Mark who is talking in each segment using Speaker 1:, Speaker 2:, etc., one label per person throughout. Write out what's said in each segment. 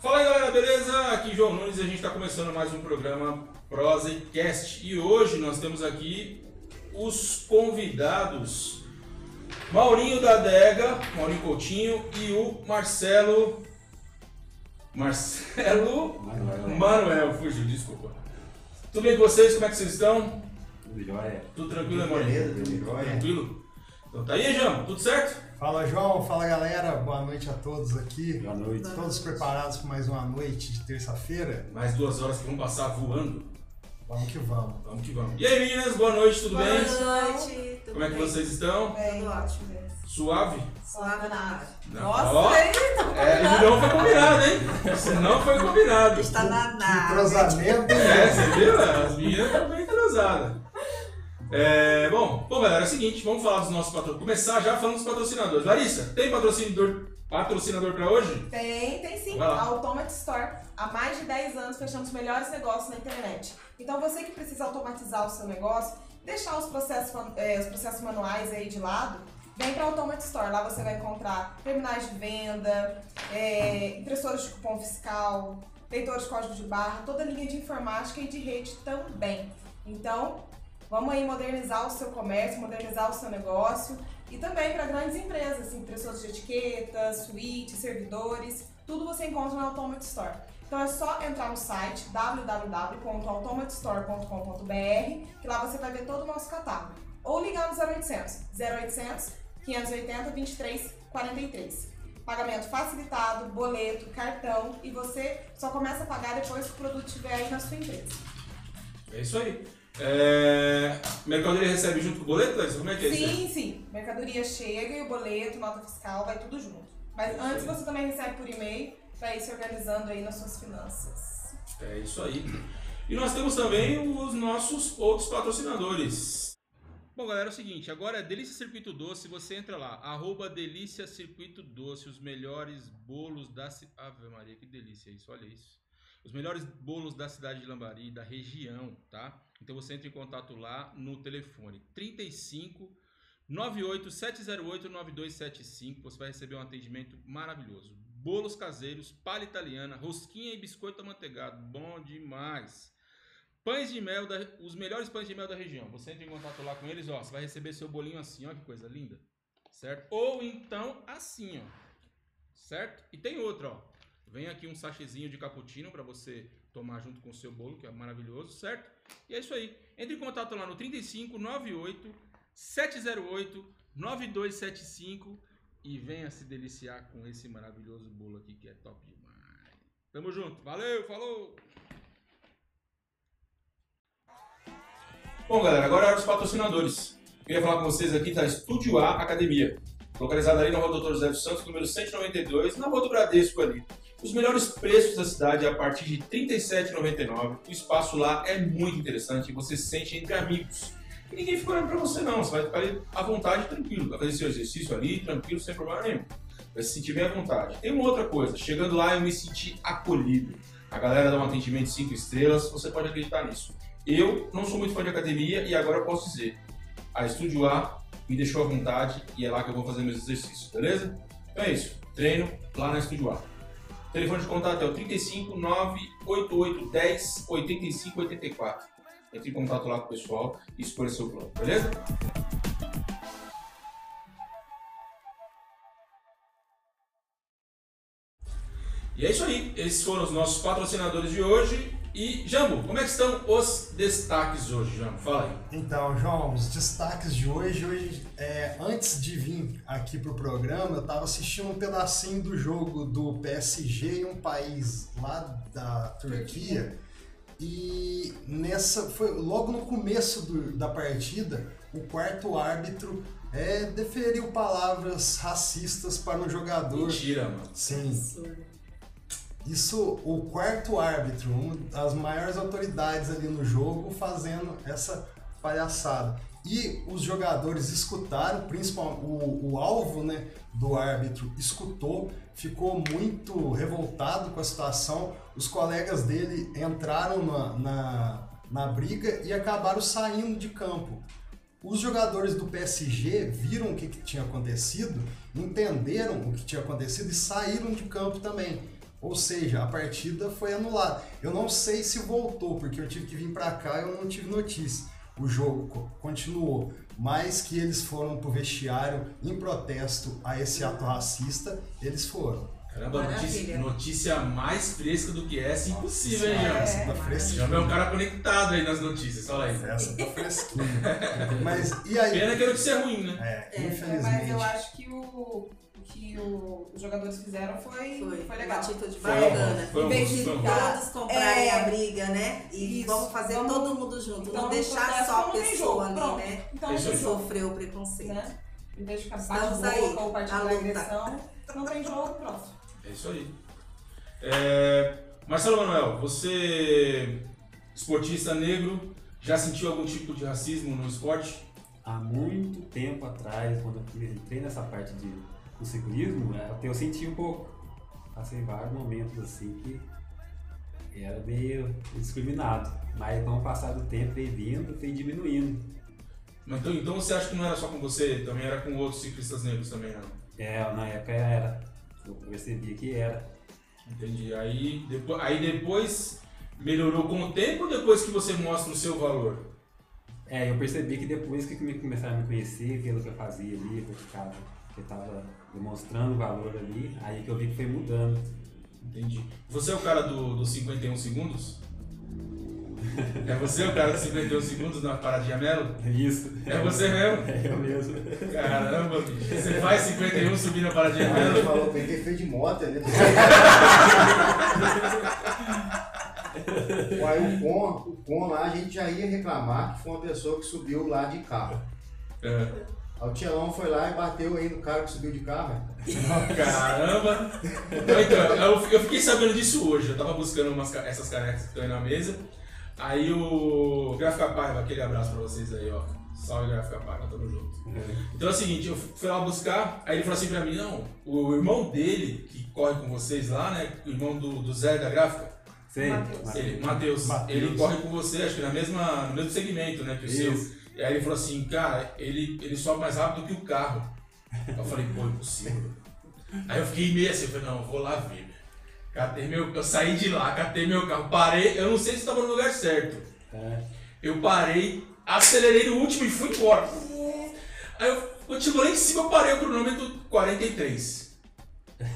Speaker 1: Fala aí galera, beleza? Aqui João Nunes e a gente está começando mais um programa Prosa e Cast. E hoje nós temos aqui os convidados Maurinho da Adega, Maurinho Coutinho e o Marcelo. Marcelo. Manuel, fugiu, desculpa. Tudo bem com vocês? Como é que vocês estão?
Speaker 2: Joia.
Speaker 1: Tudo tranquilo, né, Maurinho?
Speaker 2: Beleza, tudo jóia.
Speaker 1: Tranquilo? Então tá aí, Jão, tudo certo?
Speaker 3: Fala João, fala galera, boa noite a todos aqui.
Speaker 2: Boa noite.
Speaker 3: Todos preparados para mais uma noite de terça-feira?
Speaker 1: Mais duas horas que vão passar voando.
Speaker 3: Vamos que vamos.
Speaker 1: Vamos que vamos. E aí, meninas, boa noite, tudo
Speaker 4: Boa
Speaker 1: bem?
Speaker 4: noite. tudo
Speaker 1: Como é que
Speaker 4: bem?
Speaker 1: vocês estão?
Speaker 4: Bem. Tudo ótimo.
Speaker 1: Suave?
Speaker 4: Suave na área.
Speaker 1: Não. Ó,
Speaker 4: Nossa, hein? Tá
Speaker 1: É, isso não foi combinado, hein? Isso não foi combinado.
Speaker 4: Está Tá na
Speaker 3: Que
Speaker 4: nada.
Speaker 3: Entrosamento,
Speaker 1: É,
Speaker 3: né?
Speaker 1: você viu? As meninas estão bem atrasadas. É, bom, bom, galera, é o seguinte, vamos falar dos nossos patrocinadores. Começar já falando dos patrocinadores. Larissa, tem patrocinador, patrocinador pra hoje?
Speaker 5: Tem, tem sim.
Speaker 1: Vai lá.
Speaker 5: A Automate Store. Há mais de 10 anos fechamos os melhores negócios na internet. Então você que precisa automatizar o seu negócio, deixar os processos, man- eh, os processos manuais aí de lado, vem para a Automate Store. Lá você vai encontrar terminais de venda, eh, impressoras de cupom fiscal, leitores de código de barra, toda a linha de informática e de rede também. Então, vamos aí modernizar o seu comércio, modernizar o seu negócio. E também para grandes empresas, assim, impressoras de etiquetas, suítes, servidores, tudo você encontra na Automate Store. Então é só entrar no site www.automatestore.com.br, que lá você vai ver todo o nosso catálogo. Ou ligar no 0800 0800 580 23 43. Pagamento facilitado, boleto, cartão e você só começa a pagar depois que o produto estiver aí na sua empresa.
Speaker 1: É isso aí. É, mercadoria recebe junto com o boleto, Larissa? Como é que é isso? aí?
Speaker 5: Sim, sim. Mercadoria chega e o boleto, nota fiscal, vai tudo junto. Mas antes você também recebe por e-mail pra ir se organizando aí nas suas finanças.
Speaker 1: É isso aí. E nós temos também os nossos outros patrocinadores. Bom, galera, é o seguinte, agora é Delícia Circuito Doce, você entra lá, arroba Delícia Circuito Doce, os melhores bolos da cidade... Ave Maria, que delícia isso, olha isso. Os melhores bolos da cidade de Lambari, da região, tá? Então você entra em contato lá no telefone 35 98 708 9275, você vai receber um atendimento maravilhoso. Bolos caseiros, palha italiana, rosquinha e biscoito amanteigado, bom demais. Pães de mel, da- os melhores pães de mel da região. Você entra em contato lá com eles, ó, você vai receber seu bolinho assim, ó, que coisa linda. Certo? Ou então assim, ó. Certo? E tem outra, ó. Vem aqui um sachezinho de cappuccino para você tomar junto com o seu bolo, que é maravilhoso, certo? E é isso aí. Entre em contato lá no 3598 708 9275 e venha se deliciar com esse maravilhoso bolo aqui que é top demais. Tamo junto. Valeu, falou. Bom, galera, agora é os patrocinadores. Queria falar com vocês aqui da Estúdio A Academia, localizada ali na Rua Doutor José dos Santos, número 192, na Rua do Bradesco ali. Os melhores preços da cidade a partir de R$ 37,99. O espaço lá é muito interessante, você se sente entre amigos. E ninguém fica olhando pra você não, você vai ficar ali à vontade, tranquilo. Vai fazer seu exercício ali, tranquilo, sem problema nenhum. Vai se sentir bem à vontade. Tem uma outra coisa, chegando lá eu me senti acolhido. A galera dá um atendimento 5 estrelas, você pode acreditar nisso. Eu não sou muito fã de academia e agora eu posso dizer, a Estúdio A me deixou à vontade e é lá que eu vou fazer meus exercícios, beleza? Então é isso, treino lá na Estúdio A. telefone de contato é o 35 988 10 85 84. Entre em É contato lá com o pessoal e escolha seu plano, beleza? E é isso aí, esses foram os nossos patrocinadores de hoje. E, Jambo, como é que estão os destaques hoje, Jambo? Fala aí.
Speaker 3: Então, João, os destaques de hoje. Hoje, é, antes de vir aqui pro programa, eu tava assistindo um pedacinho do jogo do PSG em um país lá da Turquia. E nessa. Foi logo no começo do- da partida, o quarto árbitro é, deferiu palavras racistas para um jogador.
Speaker 1: Mentira, mano.
Speaker 3: Sim. Isso, o quarto árbitro, uma das maiores autoridades ali no jogo, fazendo essa palhaçada. E os jogadores escutaram, principalmente o, o alvo né, do árbitro escutou, ficou muito revoltado com a situação. Os colegas dele entraram na, na, na briga e acabaram saindo de campo. Os jogadores do PSG viram o que, que tinha acontecido, entenderam o que tinha acontecido e saíram de campo também. Ou seja, a partida foi anulada. Eu não sei se voltou, porque eu tive que vir para cá e eu não tive notícia. O jogo co- continuou, mas que eles foram pro vestiário em protesto a esse ato racista, eles foram.
Speaker 1: Caramba, notícia,
Speaker 4: Maravilha.
Speaker 1: notícia mais fresca do que essa, impossível, hein,
Speaker 3: Nossa,
Speaker 1: James?
Speaker 3: Essa tá
Speaker 1: Já é um
Speaker 3: fresquinha.
Speaker 1: cara conectado aí nas notícias, olha aí.
Speaker 3: Essa tá fresquinha. Mas e aí?
Speaker 1: Pena que a notícia é ruim, né?
Speaker 3: É,
Speaker 5: É, mas eu
Speaker 3: infelizmente.
Speaker 5: acho que o que o- os jogadores fizeram foi, foi,
Speaker 4: Foi, Uma
Speaker 5: legal.
Speaker 4: atitude
Speaker 1: Foi um-
Speaker 4: bacana.
Speaker 1: foi um-
Speaker 4: em vez de
Speaker 1: foi um-
Speaker 4: todos comprarem
Speaker 5: É,
Speaker 4: a briga, né? E
Speaker 5: isso.
Speaker 4: vamos fazer
Speaker 5: Vamos-
Speaker 4: todo mundo junto.
Speaker 5: então
Speaker 4: não
Speaker 5: não
Speaker 4: deixar
Speaker 5: protesta,
Speaker 4: só a
Speaker 5: não tem jogo,
Speaker 4: pessoa ali,
Speaker 5: pronto.
Speaker 4: né?
Speaker 5: Então não
Speaker 1: Esse
Speaker 5: tem
Speaker 1: é
Speaker 4: Que
Speaker 1: o
Speaker 5: jogo,
Speaker 4: sofreu o preconceito.
Speaker 5: né? Em vez de ficar
Speaker 4: Estamos
Speaker 5: bate-boca
Speaker 4: aí,
Speaker 5: ou
Speaker 4: na
Speaker 5: partindo da
Speaker 4: luta.
Speaker 5: agressão, não tem jogo, pronto.
Speaker 1: É isso aí. É, Marcelo Manuel, você, esportista negro, já sentiu algum tipo de racismo no esporte?
Speaker 2: Há muito tempo atrás, quando eu primeiro entrei nessa parte de, do ciclismo, eh, eu senti um pouco. Passei vários momentos assim que era meio discriminado. Mas com o passar do tempo, vem vindo, vem diminuindo.
Speaker 1: Mas Então, então você acha que não era só com você, também era com outros ciclistas negros também, né?
Speaker 2: É, na época era. Eu percebi que era.
Speaker 1: Entendi. Aí depois, aí depois melhorou com o tempo ou depois que você mostra o seu valor?
Speaker 2: É, eu percebi que depois que me- começaram a me conhecer, aquilo que eu fazia ali, que eu ficava, que eu tava demonstrando valor ali, aí que eu vi que foi mudando.
Speaker 1: Entendi. Você é o cara do- dos 51 segundos? É você o cara dos 51 segundos na paradinha Melo?
Speaker 2: É Isso.
Speaker 1: É você mesmo?
Speaker 2: É eu mesmo.
Speaker 1: Caramba, bicho. Você faz 51 subir na paradinha
Speaker 6: Ele
Speaker 1: Melo?
Speaker 6: falou, peguei feio de moto, né? Aí o Con, o Con lá, a gente já ia reclamar que foi uma pessoa que subiu lá de carro.
Speaker 1: É.
Speaker 6: Aí o Tielão foi lá e bateu aí no cara que subiu de carro.
Speaker 1: Caramba. Então, então, eu, eu fiquei sabendo disso hoje. Eu tava buscando umas ca- essas canecas que estão aí na mesa. Aí o Gráfica Paiva, aquele abraço pra vocês aí, ó. Salve Gráfica Paiva, tamo junto. Então é o seguinte, eu fui lá buscar, aí ele falou assim pra mim, não, o irmão dele, que corre com vocês lá, né? O irmão do, do Zé da gráfica,
Speaker 2: Sei.
Speaker 5: Mateus.
Speaker 2: Mateus.
Speaker 1: ele, Matheus,
Speaker 3: Mateus.
Speaker 1: ele corre com você, acho que na mesma, no mesmo segmento, né? Que o seu.
Speaker 2: Isso.
Speaker 1: E aí ele falou assim, cara, ele, ele sobe mais rápido que o carro. Eu falei, pô, impossível. Aí eu fiquei meio assim, eu falei, não, eu vou lá ver. Catei meu, eu saí de lá, catei meu carro, parei, eu não sei se estava no lugar certo.
Speaker 2: É.
Speaker 1: Eu parei, acelerei no último e fui embora. Aí eu, quando chegou lá em cima, eu parei o cronômetro 43.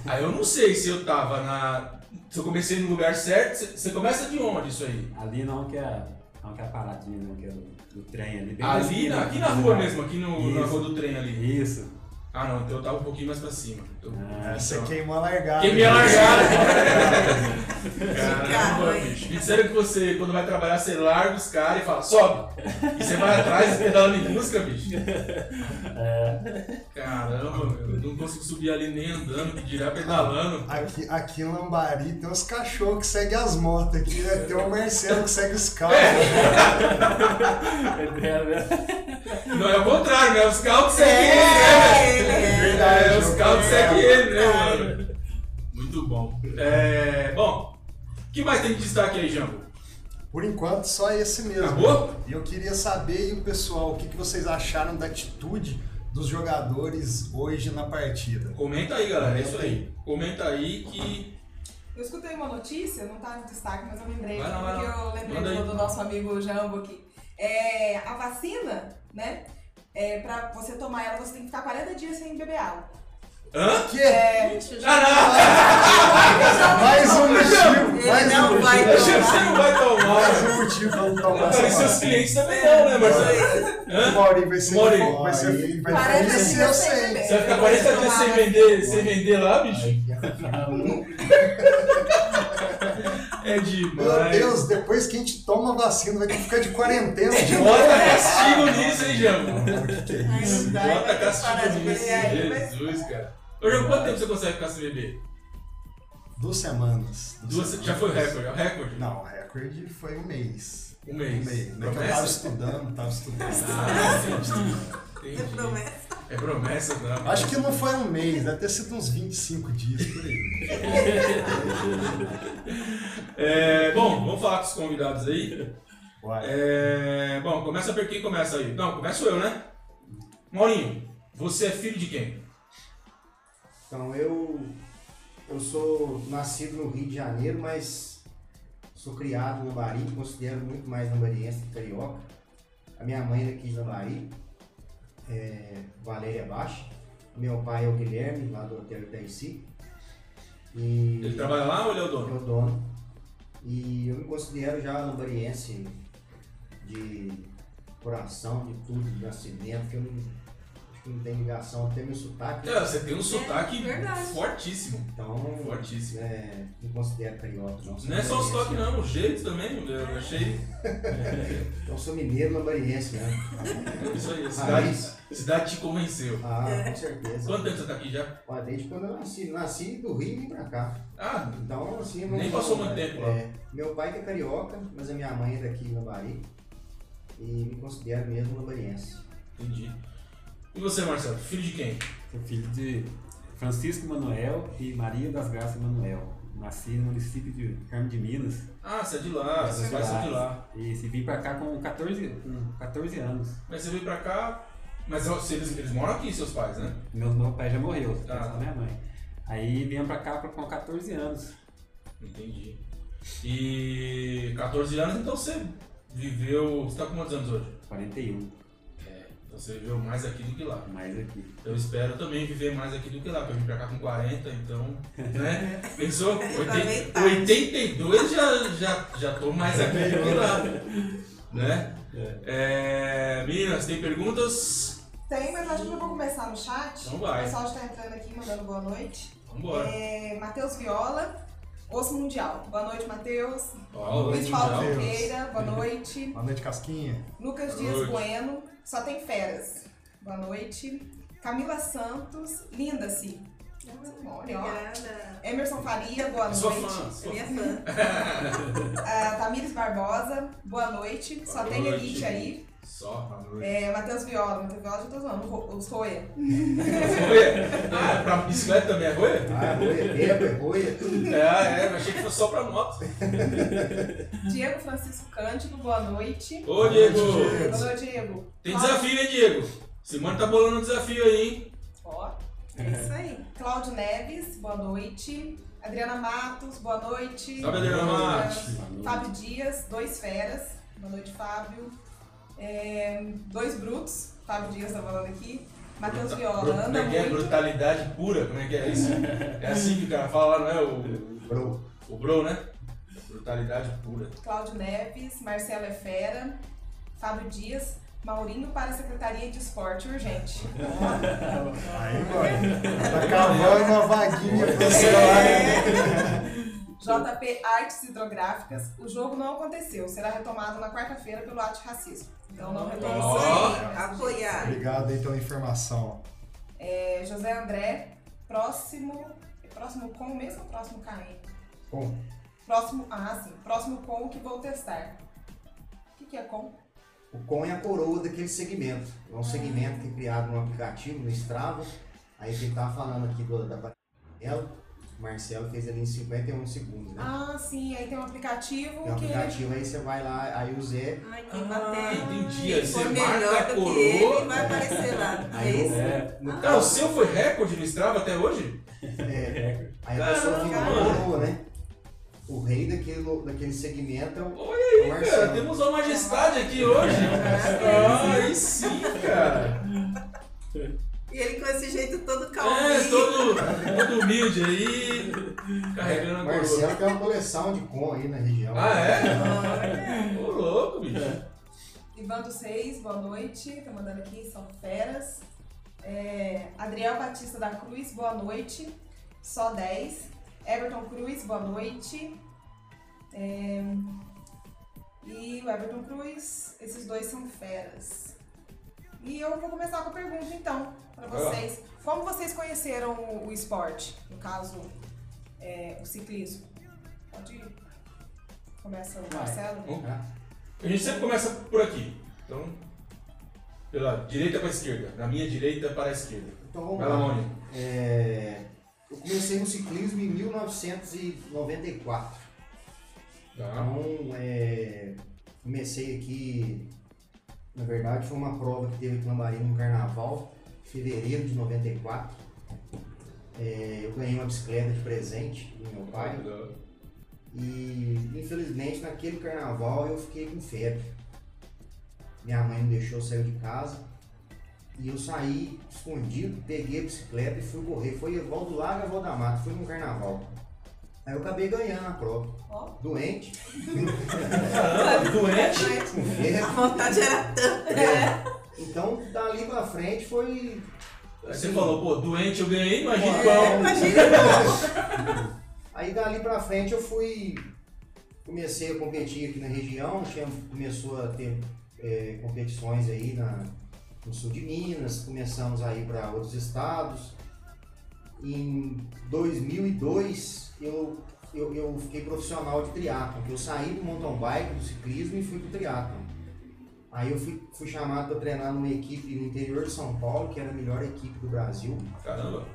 Speaker 1: Aí eu não sei se eu tava na. Se eu comecei no lugar certo, você- você começa de onde isso aí?
Speaker 2: Ali não que é, não que é a paradinha, não que é do, do trem ali. bem
Speaker 1: Ali, na,
Speaker 2: esquina,
Speaker 1: Ah, aqui na
Speaker 2: do
Speaker 1: rua
Speaker 2: lugar.
Speaker 1: mesmo, aqui no, na rua do trem ali.
Speaker 2: Isso.
Speaker 1: Ah não, então eu tava um pouquinho mais pra cima. Eu,
Speaker 2: Ah,
Speaker 1: então,
Speaker 3: Você queimou a é largada.
Speaker 1: Quem me largada!
Speaker 4: carro,
Speaker 1: Caramba,
Speaker 4: hein?
Speaker 1: bicho. Me disseram que você, quando vai trabalhar, você larga os caras e fala, sobe! E você vai atrás pedalando em música, bicho. É. Caramba, meu, eu não consigo subir ali nem andando, que dirá pedalando.
Speaker 3: Aqui, aqui em Lambari tem uns cachorros que seguem as motos aqui, né? tem um Marcelo que segue os carros.
Speaker 1: É, Não, é o contrário, né? Os carros que seguem ele, né?
Speaker 4: É, ele é.
Speaker 1: É, os
Speaker 3: João,
Speaker 1: carros que
Speaker 3: é.
Speaker 1: seguem ele, né, mano? Muito bom. É, bom, o que mais tem de destaque aí, Jambo?
Speaker 3: Por enquanto, só esse mesmo.
Speaker 1: Acabou?
Speaker 3: E eu queria saber, e o pessoal, o que, que vocês acharam da atitude dos jogadores hoje na partida?
Speaker 1: Comenta aí, galera, é isso aí. Comenta aí que
Speaker 5: Eu escutei uma notícia, não tá no destaque, mas eu lembrei,
Speaker 1: Vai lá, vai
Speaker 5: porque
Speaker 1: lá.
Speaker 5: eu lembrei
Speaker 1: Manda
Speaker 5: do,
Speaker 1: aí.
Speaker 5: do nosso amigo Jambo aqui. É, a vacina, né? É, pra você tomar ela, você tem que ficar 40 dias sem beber água.
Speaker 3: Que
Speaker 4: Gente, o jogo-
Speaker 1: Caraca!
Speaker 3: mais um motivo,
Speaker 4: Ele
Speaker 3: mais um
Speaker 4: não vai
Speaker 3: motivo.
Speaker 1: Você não vai
Speaker 3: Mais
Speaker 1: tomar!
Speaker 3: um motivo pra não tomar
Speaker 1: Cara, e seus
Speaker 3: essa vacina.
Speaker 1: clientes também não, né, Marcelo?
Speaker 3: O Maurinho vai ser
Speaker 1: Maurinho.
Speaker 3: vai ser vai
Speaker 5: Parece
Speaker 3: feliz
Speaker 5: que eu
Speaker 3: eu
Speaker 5: sei
Speaker 3: sei.
Speaker 5: beber.
Speaker 1: Você vai ficar 40 dias sem vender, sem vender lá, bicho? É
Speaker 3: Meu
Speaker 1: demais.
Speaker 3: Deus, depois que a gente toma a vacina, vai ter que ficar de quarentena
Speaker 1: É,
Speaker 3: de
Speaker 1: Bota castigo nisso, hein, Jambo?
Speaker 4: Ai, não dá,
Speaker 1: Bota
Speaker 4: vai parar de
Speaker 1: castigo nisso.
Speaker 4: ganhar aí, mas-
Speaker 1: Jesus, cara. Ô, Jambo, quanto tempo você consegue ficar sem beber?
Speaker 3: Duas semanas. Duas
Speaker 1: Duas-
Speaker 3: semanas.
Speaker 1: já foi o recorde, é o recorde?
Speaker 3: Não, o recorde foi um mês.
Speaker 1: Um
Speaker 3: Um
Speaker 1: mês.
Speaker 3: mês. Né? Que eu tava
Speaker 1: Promessa?
Speaker 3: estudando, tava estudando.
Speaker 1: Ah, entendi.
Speaker 4: É
Speaker 1: Entendi.
Speaker 4: promessa.
Speaker 1: É promessa, não.
Speaker 3: Acho que não foi um mês, deve ter sido uns 25 dias por aí.
Speaker 1: É, bom, vamos falar com os convidados aí.
Speaker 3: Uai.
Speaker 1: É, bom, começa por quem começa aí. Não, começo eu, né? Maurinho, você é filho de quem?
Speaker 6: Então eu, eu eu sou nascido no Rio de Janeiro, mas sou criado no Lambari, me considero muito mais lambariense que carioca. A minha mãe é daqui de Lambari, é, Valéria Baixa. Meu pai é o Guilherme, lá do Hotel Itaici. E
Speaker 1: Ele trabalha lá ou ele é o
Speaker 6: é
Speaker 1: dono?
Speaker 6: o dono. E eu me considero já lambariense de coração, de tudo, de nascimento, que eu não, acho que não tem ligação, até meu sotaque. né?
Speaker 1: Cara, você tem um sotaque
Speaker 4: verdade.
Speaker 1: fortíssimo.
Speaker 6: Então,
Speaker 1: Fortíssimo.
Speaker 6: é, não considero carioca. Não, Sou
Speaker 1: Não é só o
Speaker 6: lambariense,
Speaker 1: sotaque
Speaker 6: né?
Speaker 1: não, o jeito também. Eu achei.
Speaker 6: Então, eu sou mineiro lambariense, né?
Speaker 1: Ah, Isso aí, a cidade,
Speaker 6: Raiz.
Speaker 1: a cidade te convenceu.
Speaker 6: Ah, com certeza.
Speaker 1: Quanto tempo você tá aqui já?
Speaker 6: Ó, desde quando eu nasci. Nasci do Rio e vim pra cá.
Speaker 1: Ah,
Speaker 6: Então, assim... eu
Speaker 1: Nem
Speaker 6: não-
Speaker 1: passou muito tempo lá.
Speaker 6: É, meu pai que é carioca, mas a minha mãe é daqui, Lambari. E me considero mesmo lambariense.
Speaker 1: entendi. E você, Marcelo? Filho de quem?
Speaker 2: Sou filho de Francisco Manuel e Maria das Graças Manuel. Nasci no município de Carmo de Minas
Speaker 1: Ah, você é de lá,
Speaker 2: Eu sou
Speaker 1: você
Speaker 2: de
Speaker 1: vai
Speaker 2: lá.
Speaker 1: ser de lá.
Speaker 2: e se vim pra cá com 14, com 14 anos.
Speaker 1: Mas você veio pra cá. Mas você- eles, eles moram aqui, seus pais, né?
Speaker 2: Meu, meu pai já morreu,
Speaker 1: Ah.
Speaker 2: só minha mãe. Aí viemos pra cá com 14 anos.
Speaker 1: Entendi. E 14 anos, então você viveu. Você tá com quantos anos hoje?
Speaker 2: 41,
Speaker 1: Então você viveu mais aqui do que lá.
Speaker 2: mais aqui.
Speaker 1: Eu espero também viver mais aqui do que lá, porque eu vim pra cá com 40, então. Né? Pensou? 80 82 já, já, já tô mais aqui do que lá. Né? É, meninas, tem perguntas?
Speaker 5: Tem, mas acho que eu vou começar no chat.
Speaker 1: Então vai.
Speaker 5: O pessoal já tá entrando aqui, mandando boa noite.
Speaker 1: Vambora.
Speaker 5: É, Matheus Viola, Osso Mundial. Boa noite, Matheus.
Speaker 1: Ó,
Speaker 5: Luiz
Speaker 1: o
Speaker 5: Paulo
Speaker 1: mundial.
Speaker 3: Matheus.
Speaker 5: Ferreira, boa noite.
Speaker 3: Boa noite, Casquinha.
Speaker 5: Lucas
Speaker 1: Boa
Speaker 5: Dias
Speaker 1: noite.
Speaker 5: Bueno, só tem feras. Boa noite. Camila Santos, linda-se. Olha, ó.
Speaker 4: Ah, Obrigada.
Speaker 5: Emerson Faria, boa
Speaker 1: Sou
Speaker 5: noite.
Speaker 1: fã,
Speaker 4: É
Speaker 1: sou
Speaker 4: minha fã.
Speaker 5: Ah, Tamires Barbosa, boa noite. Só
Speaker 1: Boa
Speaker 5: tem
Speaker 1: noite.
Speaker 5: elite aí.
Speaker 1: Só a noite.
Speaker 5: É, Matheus Viola, Matheus Viola já tô zoando. Ro- Os Roia.
Speaker 1: Roia? Ah, pra bicicleta também é roia?
Speaker 6: Ah, roia, bebo, é roia, tudo.
Speaker 1: É, é, eu achei que fosse só pra moto.
Speaker 5: Diego Francisco Cândido, boa noite.
Speaker 1: Ô, Diego,
Speaker 5: Boa noite, Diego.
Speaker 1: tem
Speaker 5: Cláudio-
Speaker 1: desafio, hein, Diego? Simone tá bolando um desafio aí, hein?
Speaker 5: Ó,
Speaker 4: É isso aí.
Speaker 5: Cláudio Neves, boa noite. Adriana Matos, boa noite.
Speaker 1: Salve, Adriana Matos.
Speaker 4: Tá
Speaker 5: Fábio Dias, dois feras. Boa noite, Fábio. É, dois brutos. Fábio Dias tá falando aqui. Matheus Viola,
Speaker 1: Como
Speaker 5: anda
Speaker 1: é que é?
Speaker 5: Tá muito.
Speaker 1: Brutalidade pura, como é que é isso? É assim que o cara fala, não é? O,
Speaker 6: Bro,
Speaker 1: o bro, né? Brutalidade pura.
Speaker 5: Cláudio Neves, Marcelo é fera. Fábio Dias, Maurinho para a Secretaria de Esporte Urgente.
Speaker 3: Aí, mano. Tá cavando uma vaguinha pra você lá, hein?
Speaker 5: JP Artes Hidrográficas, o jogo não aconteceu, será retomado na quarta-feira pelo ato de racismo. Então não
Speaker 4: É
Speaker 5: retomou.
Speaker 4: isso
Speaker 1: Ó.
Speaker 4: aí. Apoiar.
Speaker 3: Obrigado aí pela informação.
Speaker 5: É, José André, próximo. é Próximo com mesmo ou próximo KM?
Speaker 3: Com.
Speaker 5: Próximo. Ah, sim. Próximo com o que vou testar. O que, que é com?
Speaker 6: o com é a coroa daquele segmento. É um segmento que é criado no aplicativo, no Strava. Aí quem tava falando aqui do, da panela, o Marcelo fez ali em 51 segundos, né?
Speaker 5: Ah, sim. Aí tem um aplicativo
Speaker 6: Tem um
Speaker 5: que.
Speaker 6: aplicativo, aí você vai lá, aí o Zé,
Speaker 4: Ai, que
Speaker 1: Ah,
Speaker 4: bater.
Speaker 1: entendi. Aí Você
Speaker 4: For
Speaker 1: marca
Speaker 4: melhor
Speaker 1: a
Speaker 4: do que ele,
Speaker 1: coroa.
Speaker 4: vai aparecer lá. É
Speaker 6: Aí
Speaker 4: isso.
Speaker 2: É, no
Speaker 1: Cara, o seu foi recorde no Strava até hoje?
Speaker 6: é,
Speaker 2: é,
Speaker 6: aí a pessoa fica
Speaker 1: Caramba,
Speaker 6: na
Speaker 1: mano.
Speaker 6: coroa, né? O rei daquele, daquele segmento é o,
Speaker 1: Olha
Speaker 6: é o
Speaker 1: aí, cara,
Speaker 6: Marcelo.
Speaker 1: temos uma majestade aqui hoje. Ah, aí sim, cara.
Speaker 4: E ele com esse jeito todo calminho.
Speaker 1: É, todo, todo humilde aí, carregando a coroa.
Speaker 6: Marcelo tem uma coleção de com aí né? na região.
Speaker 1: Ah, é?
Speaker 4: Olha.
Speaker 1: Ô, louco, bicho.
Speaker 5: Ivan dos Reis, boa noite. Tá mandando aqui, são feras. É, Adriel Batista da Cruz, boa noite. Só 10. Everton Cruz, boa noite. É, e o Everton Cruz, esses dois são feras. E eu vou começar com a pergunta então, pra
Speaker 1: Vai lá.
Speaker 5: vocês. Como vocês conheceram o, o esporte? No caso, é, o ciclismo? Pode ir. Começa o
Speaker 2: Vai.
Speaker 5: Marcelo.
Speaker 6: Tá?
Speaker 1: A gente sempre começa por aqui. Então, pela direita para esquerda. Na minha direita para a esquerda.
Speaker 6: Então vamos
Speaker 1: Vai lá,
Speaker 6: lá.
Speaker 1: Mônica.
Speaker 6: É, eu comecei no ciclismo em 1994.
Speaker 1: Tá.
Speaker 6: Então, é, comecei aqui, na verdade, foi uma prova que teve aqui no Lambari no Carnaval, fevereiro de 94. É, eu ganhei uma bicicleta de presente do meu pai. E infelizmente naquele carnaval eu fiquei com febre. Minha mãe me deixou sair de casa. E eu saí escondido, peguei a bicicleta e fui correr. Foi Evaldo Lago e Evaldo da Mata, foi num carnaval. Aí eu acabei ganhando a prova.
Speaker 5: Ó.
Speaker 6: Doente.
Speaker 7: Doente?
Speaker 6: com febre.
Speaker 4: A vontade era tanta.
Speaker 6: É. Então dali pra frente foi.
Speaker 7: Você
Speaker 6: assim,
Speaker 7: falou, pô, doente eu ganhei, imagina
Speaker 6: É.
Speaker 7: qual.
Speaker 4: Imagina como.
Speaker 6: Aí dali pra frente eu fui. Comecei a competir aqui na região, tinha, começou a ter é, competições aí na, no sul de Minas, começamos a ir para outros estados. Em 2002 eu, eu, eu fiquei profissional de triatlon, eu saí do mountain bike, do ciclismo e fui pro triatlon. Aí eu fui, fui chamado para treinar numa equipe no interior de São Paulo, que era a melhor equipe do Brasil.
Speaker 7: Caramba.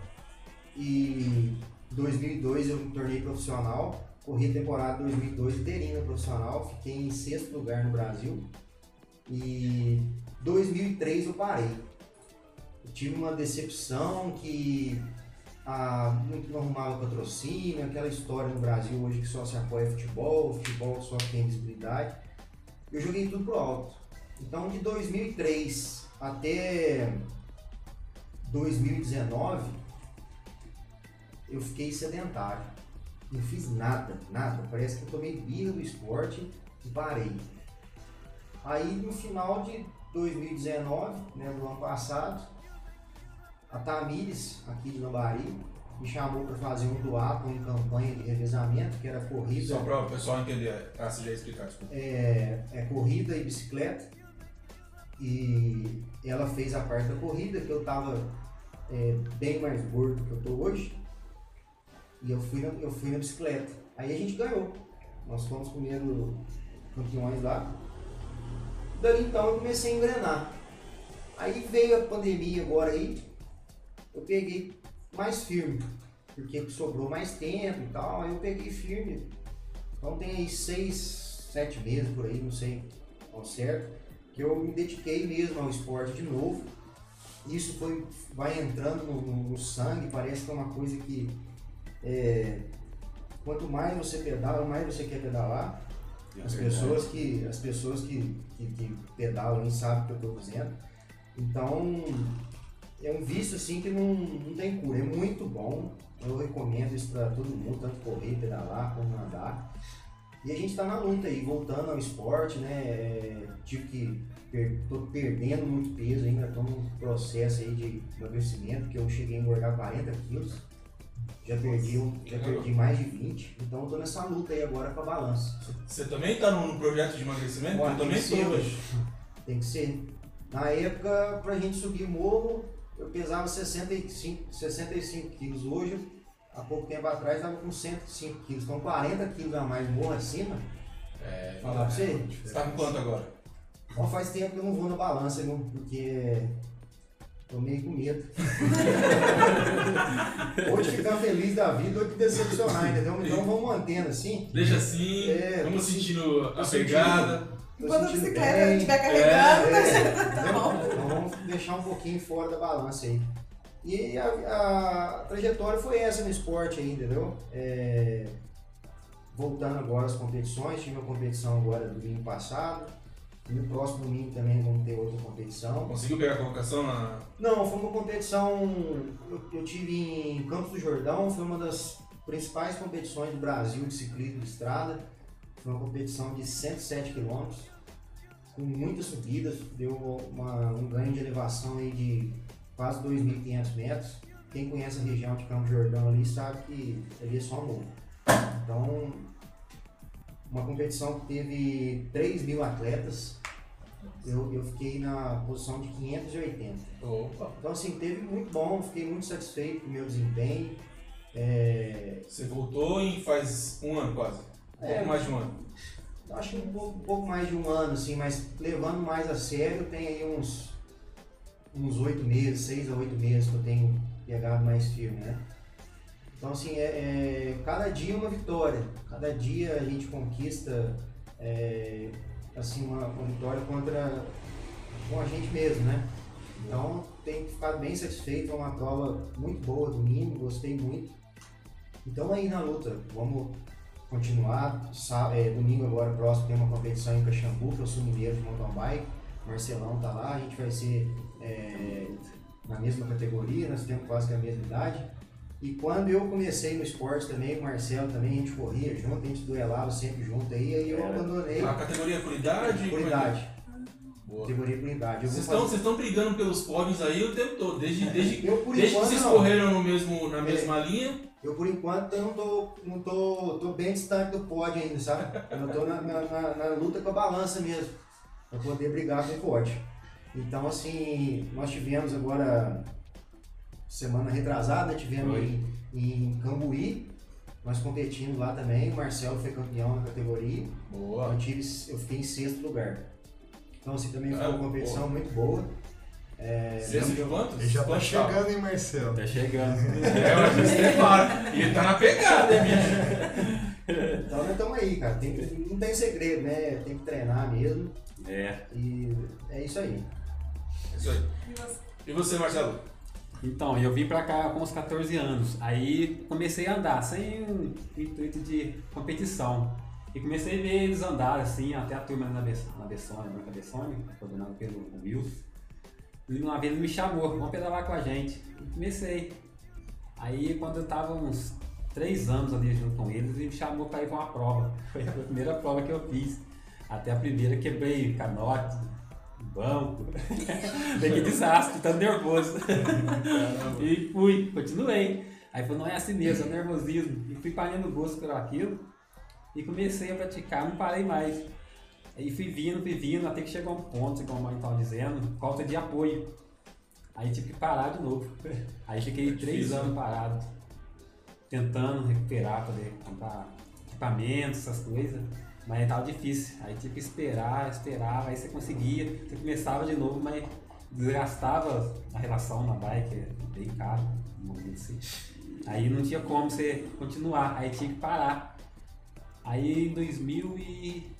Speaker 6: E em 2002 eu me tornei profissional, corri a temporada 2002 inteirinha profissional, fiquei em sexto lugar no Brasil. E 2003 eu parei. Eu tive uma decepção que ah, muito não arrumava patrocínio, aquela história no Brasil hoje que só se apoia futebol, futebol só tem visibilidade. Eu joguei tudo pro alto. Então de 2003 até 2019 eu fiquei sedentário. Não fiz nada, nada. Parece que eu tomei birra do esporte e parei. Aí no final de 2019, né, do ano passado, a Tamires, aqui de Lambari, me chamou para fazer um duato em campanha de revezamento, que era corrida,
Speaker 7: Só pra o pessoal entender. Ah, você já ia explicar, desculpa.
Speaker 6: é, é corrida e bicicleta. E ela fez a parte da corrida, que eu tava é, bem mais gordo que eu tô hoje. E eu fui, na, eu fui na bicicleta. Aí a gente ganhou. Nós fomos primeiro campeões lá. Dali então eu comecei a engrenar. Aí veio a pandemia agora aí, eu peguei mais firme, porque sobrou mais tempo e tal, aí eu peguei firme. Então tem aí seis, sete meses por aí, não sei ao certo, que eu me dediquei mesmo ao esporte de novo. Isso foi, vai entrando no, no- no sangue, parece que é uma coisa que é, quanto mais você pedala, mais você quer pedalar.
Speaker 2: É
Speaker 6: As pessoas que, as pessoas que, que, que pedalam sabem o que eu estou dizendo. Então, é um vício assim que não, não tem cura. É muito bom. Eu recomendo isso para todo mundo, tanto correr, pedalar, como nadar. E a gente está na luta aí, voltando ao esporte, né? É, Tive que. Per, tô perdendo muito peso ainda, estou num processo aí de emagrecimento, que eu cheguei a engordar 40 quilos. Já perdi, um- já perdi mais de 20, então eu tô nessa luta aí agora com a balança.
Speaker 7: Você também tá num projeto de emagrecimento?
Speaker 6: Bora,
Speaker 7: eu também
Speaker 6: tem que ser.
Speaker 7: estou hoje.
Speaker 6: Tem que ser. Na época, pra gente subir morro, eu pesava 65, 65 quilos. Hoje, há pouco tempo atrás, estava com 105 quilos. Então, 40 quilos a mais morro acima.
Speaker 7: É,
Speaker 6: Falar pra
Speaker 1: Ah.
Speaker 6: você.
Speaker 7: Você tá com quanto agora?
Speaker 6: Ó, faz tempo que eu não vou na balança, viu? Porque tô meio com medo. Hoje ficar feliz da vida ou te decepcionar, entendeu? Então vamos mantendo assim.
Speaker 7: Deixa assim,
Speaker 6: É,
Speaker 7: vamos
Speaker 6: tô
Speaker 7: sentindo a
Speaker 6: sentindo.
Speaker 7: pegada.
Speaker 6: Tô
Speaker 5: Quando a
Speaker 6: sentindo
Speaker 5: bicicleta
Speaker 6: bem.
Speaker 5: estiver carregando, tá
Speaker 6: É.
Speaker 5: tá bom.
Speaker 6: Então vamos deixar um pouquinho fora da balança aí. E a, a trajetória foi essa no esporte aí, entendeu? É, voltando agora às competições, tive uma competição agora domingo passado. E no próximo domingo também vamos ter outra competição.
Speaker 7: Conseguiu pegar a colocação na.
Speaker 6: Não, foi uma competição. Eu, eu tive em Campos do Jordão, foi uma das principais competições do Brasil de ciclismo de estrada. Foi uma competição de 107 km, com muitas subidas, deu uma- um ganho de elevação aí de quase 2.500 metros. Quem conhece a região de Campos do Jordão ali sabe que ali é só morro. Então, uma competição que teve 3 mil atletas. Eu, eu fiquei na posição de 580.
Speaker 7: Opa!
Speaker 6: Então, assim, teve muito bom, fiquei muito satisfeito com o meu desempenho. É,
Speaker 7: Você voltou em faz um ano quase. Um
Speaker 6: É.
Speaker 7: pouco mais de um ano.
Speaker 6: acho que um pouco, um pouco mais de um ano, assim, mas levando mais a sério, tem aí uns uns oito meses, seis a oito meses que eu tenho pegado mais firme, né? Então, assim, é, é, cada dia é uma vitória, cada dia a gente conquista, é, um assim, uma, uma vitória contra com a gente mesmo, né? Então, tenho ficado bem satisfeito, é uma prova muito boa do Nino, gostei muito. Então aí na luta, vamos continuar. Sá- é, domingo agora próximo tem uma competição em Caxambu, que eu sou mineiro de mountain bike, Marcelão tá lá, a gente vai ser é, na mesma categoria, nós temos quase que a mesma idade. E quando eu comecei no esporte também, o Marcelo também, a gente corria junto, a gente duelava sempre junto aí, aí eu
Speaker 2: Era.
Speaker 6: abandonei
Speaker 1: A categoria por idade?
Speaker 6: por
Speaker 1: como é que-
Speaker 6: idade.
Speaker 1: Boa.
Speaker 6: Categoria por idade. Eu
Speaker 1: Vocês
Speaker 6: vou
Speaker 1: estão,
Speaker 6: fazer-
Speaker 1: vocês estão brigando pelos pódios aí o tempo todo, desde, desde,
Speaker 6: Eu por
Speaker 1: desde que
Speaker 6: enquanto
Speaker 1: vocês
Speaker 6: não.
Speaker 1: correram no mesmo, na
Speaker 6: É.
Speaker 1: mesma linha.
Speaker 6: Eu por enquanto eu não tô, não tô, tô bem distante do pódio ainda, sabe? Eu não tô na, na, na- na luta com a balança mesmo, pra poder brigar com o pódio. Então assim, nós tivemos agora, semana retrasada, tivemos
Speaker 2: Foi.
Speaker 6: em, em Cambuí, nós competimos lá também, o Marcelo foi campeão na categoria.
Speaker 1: Boa.
Speaker 6: Eu, tive, eu fiquei em sexto lugar. Então assim, também foi
Speaker 1: Ah,
Speaker 6: uma competição muito boa. É,
Speaker 1: Sexto de quantos?
Speaker 3: Ele já tá
Speaker 1: Quantos
Speaker 3: chegando, hein, Marcelo?
Speaker 2: Tá chegando.
Speaker 1: É, mas vocês preparam. Ele tá na pegada, hein, bicho?
Speaker 6: Então nós estamos aí, cara. Tem que- não tem segredo, né? Tem que treinar mesmo.
Speaker 2: É.
Speaker 6: E é isso aí.
Speaker 1: É Isso aí.
Speaker 5: E você-
Speaker 1: E você, Marcelo?
Speaker 2: Então, eu vim pra cá com uns 14 anos. Aí comecei a andar, sem um intuito de competição. E comecei a ver eles andar assim, até a turma na Be- na Bessone, na Bessone, coordenada pelo Wilson. E uma vez ele me chamou, vamos pedalar com a gente. E comecei. Aí quando eu tava uns 3 anos ali junto com eles, ele me chamou pra ir pra uma prova. Foi a primeira prova que eu fiz. Até a primeira quebrei canote, banco. Daí que desastre, tão nervoso. E fui, continuei. Aí falou, não é assim mesmo, é nervosismo. E fui parando o gosto por aquilo. E comecei a praticar, não parei mais. Aí fui vindo, fui vindo, até que chegou um ponto, como a mãe estava dizendo, falta de apoio. Aí tive que parar de novo. Aí fiquei três
Speaker 1: difícil,
Speaker 2: anos parado, tentando recuperar, poder comprar equipamentos, essas coisas. Mas tava difícil. Aí tive que esperar, esperar, aí você conseguia, você começava de novo, mas desgastava a relação na bike, é bem caro, no momento assim. Aí não tinha como você continuar, aí tinha que parar. Aí em 2000 e...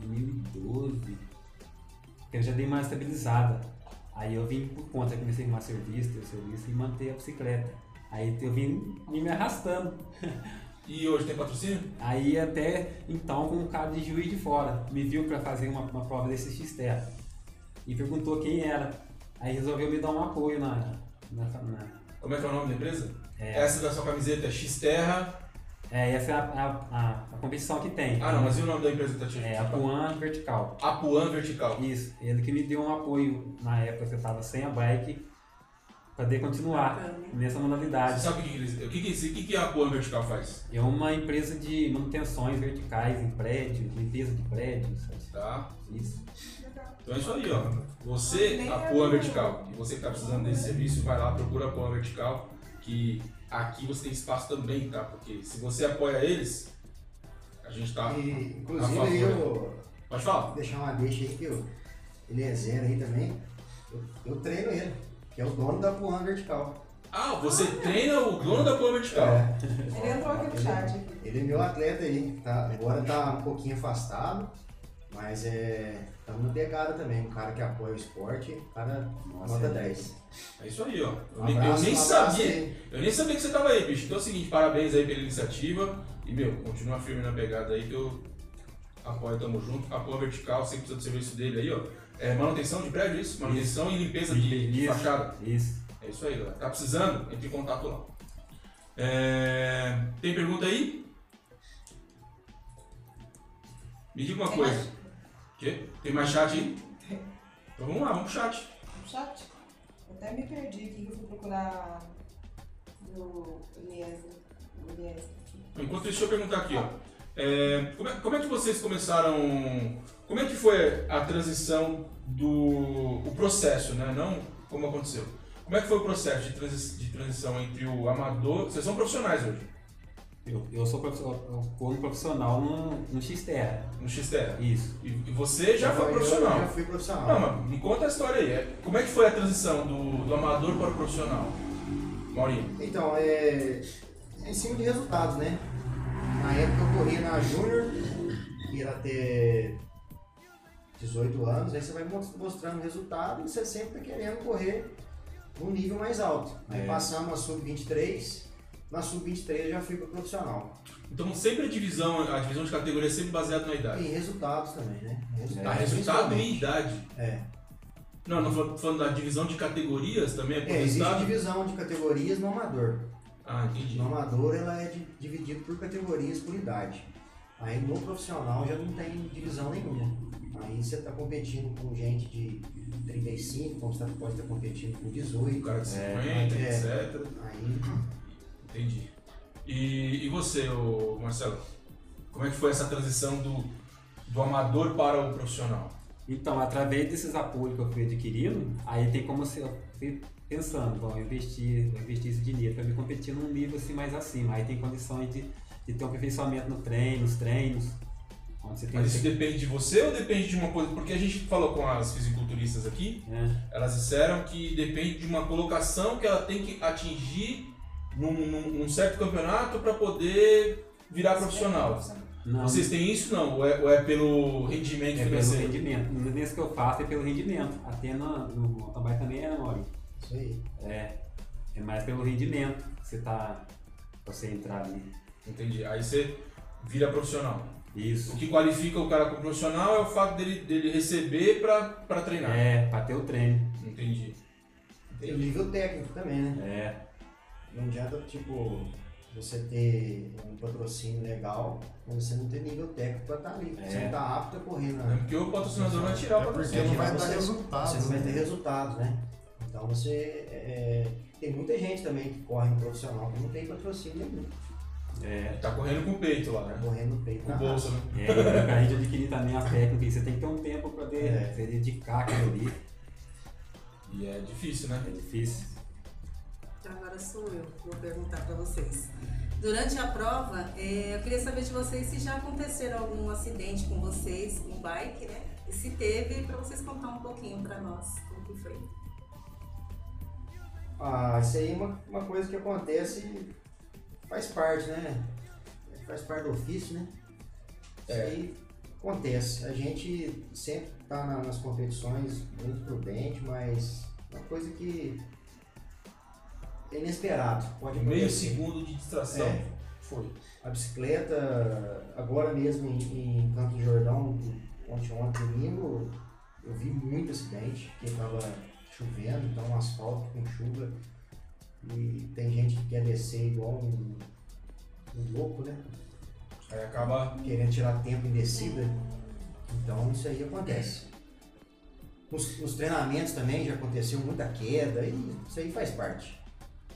Speaker 2: 2012, que eu já dei uma estabilizada. Aí eu vim por conta, aí comecei a arrumar serviço, ter serviço e manter a bicicleta. Aí eu vim me arrastando.
Speaker 1: E hoje tem patrocínio?
Speaker 2: Aí até então com um cara de juiz de fora me viu para fazer uma, uma prova desse X-Terra e perguntou quem era. Aí resolveu me dar um apoio na. na, na-
Speaker 1: Como é que é o nome da empresa?
Speaker 2: é,
Speaker 1: Essa da sua camiseta é X-Terra.
Speaker 2: é, essa é a, a, a- a competição que tem.
Speaker 1: Ah, não, mas e o nome da empresa que tá te
Speaker 2: É a Puan Vertical.
Speaker 1: Apuan Vertical.
Speaker 2: Isso, ele que me deu um apoio na época que eu tava sem a bike pra poder continuar
Speaker 4: Bacana.
Speaker 2: nessa
Speaker 1: Você
Speaker 2: modalidade.
Speaker 1: sabe o que, que eles- o que, que, esse- o que, que a Apuan Vertical faz?
Speaker 2: É uma empresa de manutenções verticais em prédios, limpeza de prédios, essas-
Speaker 1: Tá?
Speaker 2: isso.
Speaker 1: Então é isso aí, ó. Você, tá a Puan Vertical, e você que tá precisando desse serviço, vai lá, procura a Puan Vertical, que aqui você tem espaço também, tá? Porque se você apoia eles, a gente tá.
Speaker 6: E,
Speaker 1: Tá
Speaker 6: inclusive,
Speaker 1: bom,
Speaker 6: eu
Speaker 1: Pode falar?
Speaker 6: vou deixar uma deixa aí que eu, ele é zero aí também. Eu, eu treino ele, que é o dono da Puan Vertical.
Speaker 1: Ah, você treina o dono da Puan Vertical.
Speaker 6: É,
Speaker 5: Ele entrou aqui no chat. aqui.
Speaker 6: ele é meu atleta aí. Tá, agora tá um pouquinho afastado, mas é. Estamos na pegada também. Um cara que apoia o esporte, um cara nota 10.
Speaker 1: É isso aí, ó. Eu,
Speaker 6: Um
Speaker 1: nem- eu
Speaker 6: abraço,
Speaker 1: nem
Speaker 6: um abraço
Speaker 1: sabia.
Speaker 6: aí.
Speaker 1: Eu nem sabia que você tava aí, bicho. Então é o seguinte, parabéns aí pela iniciativa. E, meu, continua firme na pegada aí que eu apoio, tamo junto. Apoio vertical, sempre precisa do serviço dele aí, ó. É manutenção de prédio, isso? Manutenção e limpeza de, de
Speaker 2: Isso.
Speaker 1: fachada.
Speaker 2: Isso.
Speaker 1: É isso aí, galera. Tá precisando? Entre em contato lá. É, Tem pergunta aí? Me diga uma
Speaker 5: Tem
Speaker 1: coisa.
Speaker 5: mais?
Speaker 1: Quê? Tem mais chat aí? Então vamos lá, vamos pro chat.
Speaker 5: No chat? Eu até me perdi aqui que eu fui procurar do Eliezer. O Eliezer aqui.
Speaker 1: Então, Enquanto isso, deixa eu perguntar aqui, ó. É, como, é, como é que vocês começaram? Como é que foi a transição do o processo, né? Não como aconteceu. Como é que foi o processo de, transi- de transição entre o amador? Vocês são profissionais hoje
Speaker 2: Eu, eu sou profissional, eu corro profissional no, no X-Terra.
Speaker 1: no Xterra.
Speaker 2: Isso.
Speaker 1: E, e você já foi
Speaker 6: Eu- Eu já
Speaker 1: profissional?
Speaker 6: fui profissional.
Speaker 1: Não, mas me conta a história aí. É, Como é que foi a transição do, do amador para o profissional, Maurinho?
Speaker 6: Então, é, é em cima de resultados, né? Na época eu corria na Júnior, que era até 18 anos, aí você vai mos- mostrando resultado e você sempre tá querendo correr num nível mais alto. Aí
Speaker 2: É.
Speaker 6: passamos a sub-23, na sub-23 eu já fui para profissional.
Speaker 1: Então sempre a divisão, a divisão de categoria é sempre baseada na idade.
Speaker 6: Tem resultados também, né?
Speaker 1: Tá, resultado
Speaker 6: principalmente.
Speaker 1: e idade.
Speaker 6: É.
Speaker 1: Não, não falando, falando da divisão de categorias também, é por
Speaker 6: É, existe
Speaker 1: estado.
Speaker 6: divisão de categorias no amador.
Speaker 1: Ah, entendi.
Speaker 6: No amador ela é di- dividida por categorias por idade. Aí no profissional já não tem divisão nenhuma. Aí você está competindo com gente de 35, então você tá- pode estar competindo com
Speaker 1: O
Speaker 6: 18.
Speaker 1: cara de 50,
Speaker 6: é.
Speaker 1: etc.
Speaker 6: Aí
Speaker 1: Entendi. E, e você, ô Marcelo? Como é que foi essa transição do, do amador para o profissional?
Speaker 2: Então, através desses apoios que eu fui adquirindo, aí tem como se eu fui pensando, bom, eu investir, vou investir esse dinheiro para me competir num nível assim mais acima. Aí tem condições de, de ter um aperfeiçoamento no treino, nos treinos, onde você tem
Speaker 1: Mas isso depende de você ou depende de uma coisa? Porque a gente falou com as fisiculturistas aqui,
Speaker 2: né?
Speaker 1: elas disseram que depende de uma colocação que ela tem que atingir num, num- num certo campeonato para poder virar É
Speaker 5: é
Speaker 1: profissional.
Speaker 2: Não,
Speaker 1: Vocês têm isso não? Ou é, ou é pelo rendimento
Speaker 2: é pelo
Speaker 1: financeiro?
Speaker 2: rendimento. No nesse que eu faço é pelo rendimento. Até no, no mountain bike também é, olha,
Speaker 6: Isso aí.
Speaker 2: é mais pelo rendimento que você tá, pra você entrar ali.
Speaker 1: Entendi. Aí você vira profissional.
Speaker 2: Isso.
Speaker 1: O que qualifica o cara como profissional é o fato dele, dele receber pra, pra treinar.
Speaker 2: É, para ter o treino.
Speaker 1: Entendi.
Speaker 6: Tem o
Speaker 1: Entendi.
Speaker 6: nível técnico também, né?
Speaker 2: É,
Speaker 6: Não adianta, tipo, você ter um patrocínio legal, mas você não ter nível técnico para estar ali.
Speaker 2: É.
Speaker 6: Você não está apto a correr na,
Speaker 1: É porque o patrocinador vai tirar o
Speaker 3: É porque
Speaker 1: patrocínio.
Speaker 3: não vai
Speaker 6: Você-
Speaker 3: dar
Speaker 6: você não
Speaker 3: resultado.
Speaker 6: vai ter
Speaker 3: né?
Speaker 6: resultados, né? Então você. é, tem muita gente também que corre em profissional que não tem patrocínio nenhum.
Speaker 2: é.
Speaker 1: Tá correndo com o peito lá,
Speaker 6: Tá
Speaker 1: né?
Speaker 6: correndo no peito.
Speaker 1: Com
Speaker 6: na
Speaker 1: o bolso, né?
Speaker 2: É, pra gente adquirir também a técnica, e você tem que ter um tempo pra poder
Speaker 6: É.
Speaker 2: se dedicar aquilo ali.
Speaker 1: E é difícil, né?
Speaker 2: É difícil.
Speaker 4: Agora sou eu, que vou perguntar para vocês. Durante a prova, eh, eu queria saber de vocês se já aconteceram algum acidente com vocês, com bike, né? E se teve, para vocês contar um pouquinho para nós como que foi.
Speaker 6: Ah, isso aí é uma, uma coisa que acontece e faz parte, né? Faz parte do ofício, né? Isso
Speaker 1: É.
Speaker 6: aí acontece. A gente sempre tá na- nas competições muito prudente, mas uma coisa que é inesperado. Pode
Speaker 1: Meio
Speaker 6: acontecer.
Speaker 1: segundo de distração.
Speaker 6: É.
Speaker 1: Foi.
Speaker 6: A bicicleta, agora mesmo em, em Campo do Jordão, ontem, ontem, domingo, eu vi muito acidente, porque estava chovendo, então asfalto com chuva. E tem gente que quer descer igual um, um louco, né?
Speaker 1: Aí acaba.
Speaker 6: Querendo tirar tempo em descida. Então isso aí acontece. Nos, nos treinamentos também já aconteceu muita queda, e isso aí faz parte.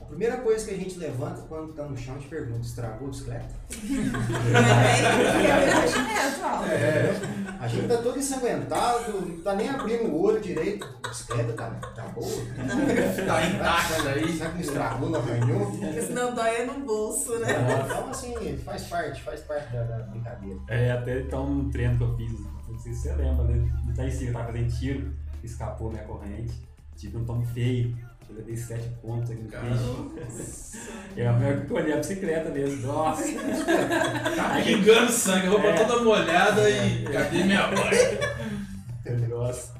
Speaker 6: A primeira coisa que a gente levanta quando está no chão, te pergunta, estragou a bicicleta?
Speaker 5: E é verdade, ó.
Speaker 1: É,
Speaker 6: A gente tá todo ensanguentado, não tá nem abrindo o olho direito. A bicicleta tá, tá boa.
Speaker 1: Tá intacta aí.
Speaker 6: Será que não estragou, não arranhou?
Speaker 4: Porque senão dói é no bolso, né?
Speaker 6: Então, assim, faz parte, faz parte da, da brincadeira.
Speaker 2: É, até então um treino que eu fiz, não sei se você lembra, né? Não tá em cima, eu tava fazendo tiro, escapou minha corrente, tive um tom feio, eu levei sete pontos aqui no
Speaker 1: Caramba.
Speaker 2: peito. É a melhor que eu olhei a bicicleta mesmo, nossa.
Speaker 1: Tá pingando sangue, a roupa
Speaker 2: É.
Speaker 1: toda molhada e. Cadê minha mãe?
Speaker 2: é um nossa.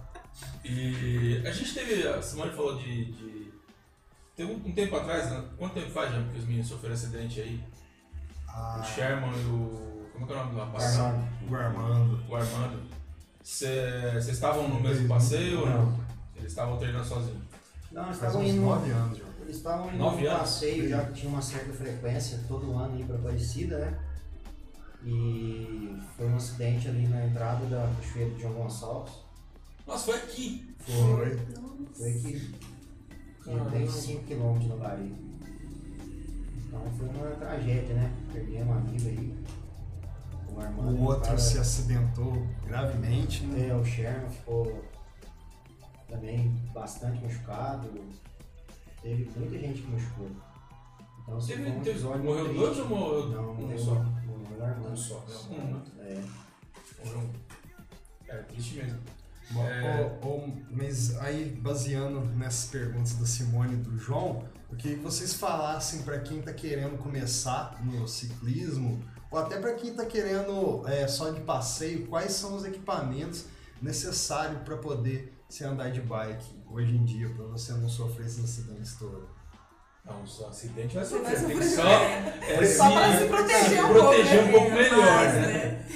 Speaker 1: E a gente teve. A Simone falou de. de... Teve um, um tempo atrás, né? quanto tempo faz já que os meninos sofreram acidente aí? O
Speaker 3: Ah,
Speaker 1: Sherman e o. Como é que é o nome do rapaz?
Speaker 6: Armando.
Speaker 3: o Armando.
Speaker 1: O Armando. Vocês estavam no mesmo passeio ou não? Eles estavam treinando sozinhos.
Speaker 6: Não, eles
Speaker 3: Faz
Speaker 6: estavam
Speaker 3: uns
Speaker 6: indo.
Speaker 3: 9 anos já.
Speaker 6: Eles estavam indo
Speaker 1: Nove
Speaker 6: num
Speaker 1: anos?
Speaker 6: passeio já que tinha uma certa frequência, todo ano ir pra Aparecida, né? E foi um acidente ali na entrada da Cachoeira de João Gonçalves.
Speaker 1: Nossa, foi aqui.
Speaker 3: Foi.
Speaker 6: Foi aqui.
Speaker 1: Caramba.
Speaker 6: Ele tem 5 km no barulho. Então foi uma tragédia, né? Perdemos um amigo aí. O Armando.
Speaker 3: O outro
Speaker 6: cara-
Speaker 3: se acidentou gravemente, né?
Speaker 6: É, o Sherman ficou também bastante machucado. Teve muita gente que machucou. Então assim,
Speaker 1: Teve-
Speaker 6: foi um
Speaker 1: teve-
Speaker 6: episódio
Speaker 1: morreu
Speaker 6: triste.
Speaker 1: dois ou morreu-
Speaker 6: Não,
Speaker 1: um
Speaker 6: morreu
Speaker 1: só?
Speaker 6: Morreu o Armando
Speaker 1: Um só, né? Um.
Speaker 6: É.
Speaker 1: É triste mesmo.
Speaker 3: Bom,
Speaker 1: É.
Speaker 3: ô- ô, mas aí, baseando nessas perguntas da Simone e do João, eu queria que vocês falassem para quem está querendo começar no tá ciclismo, ou até para quem está querendo é, só de passeio, quais são os equipamentos necessário para poder você andar de bike hoje em dia, para você não sofrer esses acidentes todos.
Speaker 1: Não, os acidentes vai
Speaker 4: Vai
Speaker 1: sofrer. Tem que
Speaker 4: sofrer.
Speaker 1: só
Speaker 4: né?
Speaker 1: é,
Speaker 4: Só para se
Speaker 1: se
Speaker 4: proteger um pouco.
Speaker 1: proteger
Speaker 4: né?
Speaker 1: um pouco melhor,
Speaker 4: Mas,
Speaker 1: né?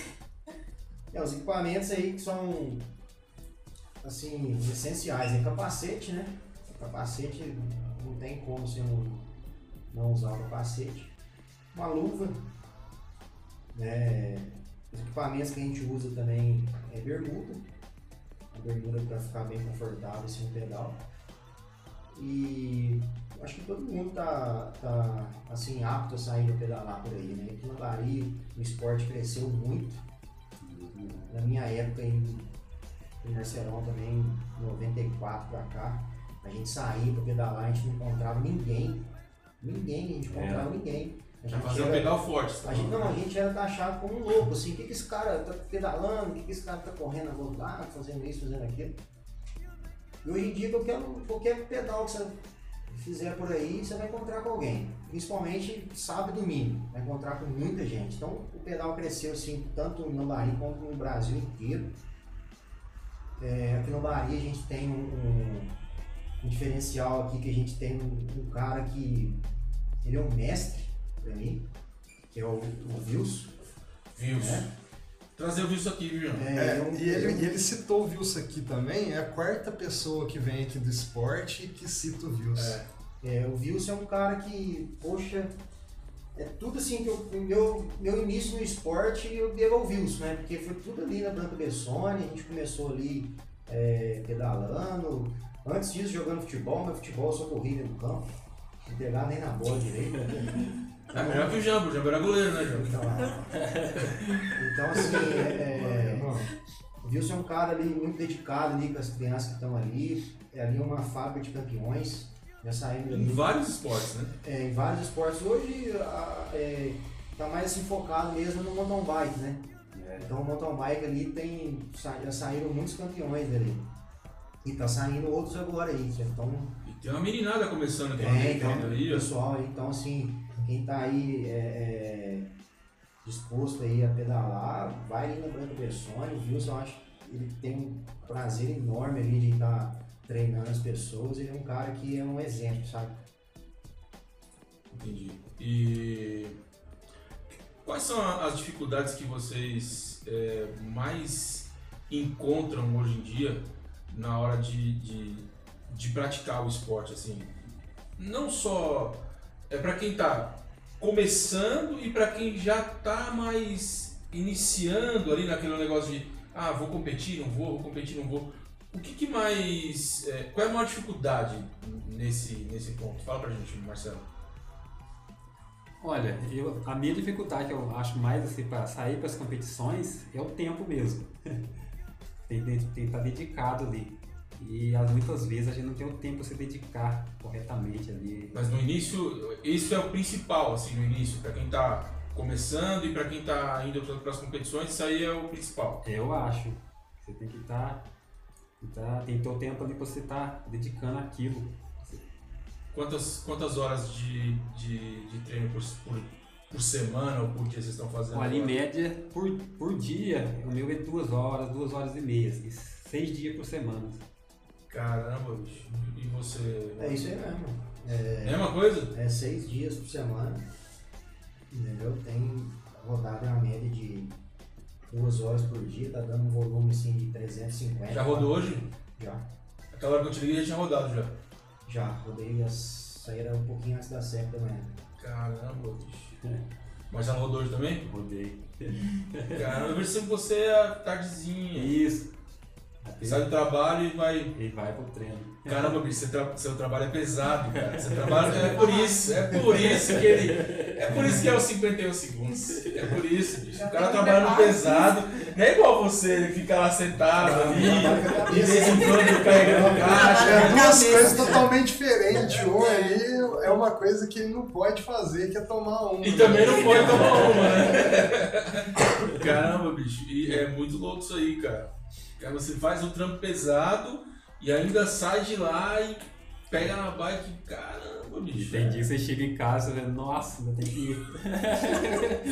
Speaker 6: É, os equipamentos aí que são, assim, essenciais. É capacete, né? O capacete, não tem como você não, não usar o capacete. Uma luva. né? Os equipamentos que a gente usa também é bermuda. A bermuda para ficar bem confortável assim no pedal. E eu acho que todo mundo tá, tá assim, apto a sair a pedalar por aí, né? Aqui na Bahia o esporte cresceu muito. Na minha época em, em Marcelão também, 94 pra cá, a gente saía pra pedalar, a gente não encontrava ninguém. Ninguém, a gente não
Speaker 2: É.
Speaker 6: encontrava ninguém. A
Speaker 1: Já
Speaker 6: gente
Speaker 1: fazer um
Speaker 6: era-
Speaker 1: pedal forte. você tá
Speaker 6: a gente, não,
Speaker 1: falando.
Speaker 6: a gente era taxado como um louco, assim, o que, que esse cara tá pedalando, o que, que esse cara tá correndo a outro lado, fazendo isso, fazendo aquilo. E hoje em dia qualquer, um, qualquer pedal que você fizer por aí, você vai encontrar com alguém. Principalmente sábado e domingo, vai encontrar com muita gente. Então o pedal cresceu assim, tanto no Bahia quanto no Brasil inteiro. É, aqui no Bahia a gente tem um, um- um diferencial aqui que a gente tem um, um cara que ele é um mestre pra mim que é o, o Wilson.
Speaker 1: Vils.
Speaker 6: É.
Speaker 1: Trazer o Vils aqui, viu?
Speaker 6: É,
Speaker 3: É,
Speaker 6: ele é um-
Speaker 3: e, ele, e ele citou o Wilson aqui também, é a quarta pessoa que vem aqui do esporte e que cita o Wilson.
Speaker 6: é, o Wilson é um cara que, poxa, é tudo assim que eu, o meu, meu início no esporte eu devo ao Wilson, né? Porque foi tudo ali na Branca Bessone, a gente começou ali é, pedalando, antes disso jogando futebol, mas futebol eu sou horrível no campo, não pegava nem na bola direito.
Speaker 1: É melhor que o Jambo, o Jambo era goleiro, né, Jambo?
Speaker 6: Então, é. Então, assim, é, é, o Wilson é um cara ali muito dedicado ali com as crianças que estão ali. É ali uma fábrica de campeões. Já saímos
Speaker 1: Em
Speaker 6: ali
Speaker 1: vários esportes, né?
Speaker 6: é, em vários esportes. Hoje a, é, tá mais assim, focado mesmo no mountain bike, né?
Speaker 2: É.
Speaker 6: Então o mountain bike ali tem. sa- Já saíram muitos campeões dali. E tá saindo outros agora aí. já Então
Speaker 1: E tem uma meninada começando aqui. né?
Speaker 6: é, então,
Speaker 1: aí, ó.
Speaker 6: pessoal, então assim, quem tá aí é, é, disposto aí a pedalar, vai ali na Branca Bessone, o Wilson, eu acho que ele tem um prazer enorme ali de estar treinando as pessoas, ele é um cara que é um exemplo, sabe?
Speaker 1: Entendi. E quais são a- as dificuldades que vocês é, mais encontram hoje em dia na hora de, de, de praticar o esporte? Assim, não só é para quem está começando e para quem já está mais iniciando ali naquele negócio de ah vou competir, não vou, vou competir, não vou. O que, que mais. é, qual é a maior dificuldade nesse, nesse ponto? Fala pra gente, Marcelo.
Speaker 2: Olha, eu- a minha dificuldade que eu acho mais assim, para sair para as competições é o tempo mesmo. tem, que- tem que estar dedicado ali. E às- muitas vezes a gente não tem o tempo para se dedicar corretamente ali.
Speaker 1: Mas no início, isso é o principal, assim, no início, pra quem tá começando e pra quem tá indo para as competições, isso aí é o principal.
Speaker 2: Eu acho. Você tem que estar. tem que ter o tempo ali para você estar dedicando aquilo.
Speaker 1: Quantas, quantas horas de, de, de treino por, por, por semana ou por dia vocês estão fazendo?
Speaker 2: Olha, em
Speaker 1: agora?
Speaker 2: média, por, por dia, o meu é duas horas, duas horas e meia. assim, seis dias por semana.
Speaker 1: Caramba, bicho. E você.
Speaker 6: É isso aí mesmo.
Speaker 1: Mesma coisa?
Speaker 6: É seis dias por semana, entendeu? Tem rodado uma média de duas horas por dia, tá dando um volume assim de 350.
Speaker 1: Já rodou hoje?
Speaker 6: Já,
Speaker 1: Aquela hora que eu te liguei já tinha rodado já.
Speaker 6: já. Rodei as saíram um pouquinho antes das 7 da manhã.
Speaker 1: Caramba, bicho.
Speaker 2: É.
Speaker 1: Mas já rodou hoje também?
Speaker 2: Rodei.
Speaker 1: Caramba, eu vejo sempre você à tardezinha.
Speaker 2: Isso.
Speaker 1: Sai do trabalho e vai
Speaker 2: E vai pro treino.
Speaker 1: Caramba, bicho, seu, tra- seu trabalho é pesado, cara. Seu trabalho é por isso, é por isso que ele. É por isso que é os 51 segundos. É por isso, bicho. O cara trabalhando pesado. Não é igual você, ele fica lá sentado ali, de vez em quando carregando caixa.
Speaker 3: É duas coisas totalmente diferentes. Um aí é uma coisa que ele não pode fazer, que é tomar uma.
Speaker 1: E também não pode tomar uma, né? Caramba, bicho, e é muito louco isso aí, cara. Cara, você faz o trampo pesado e ainda sai de lá e pega na bike. Caramba, bicho.
Speaker 2: Tem dia que você chega em casa e nossa, ainda tem que ir.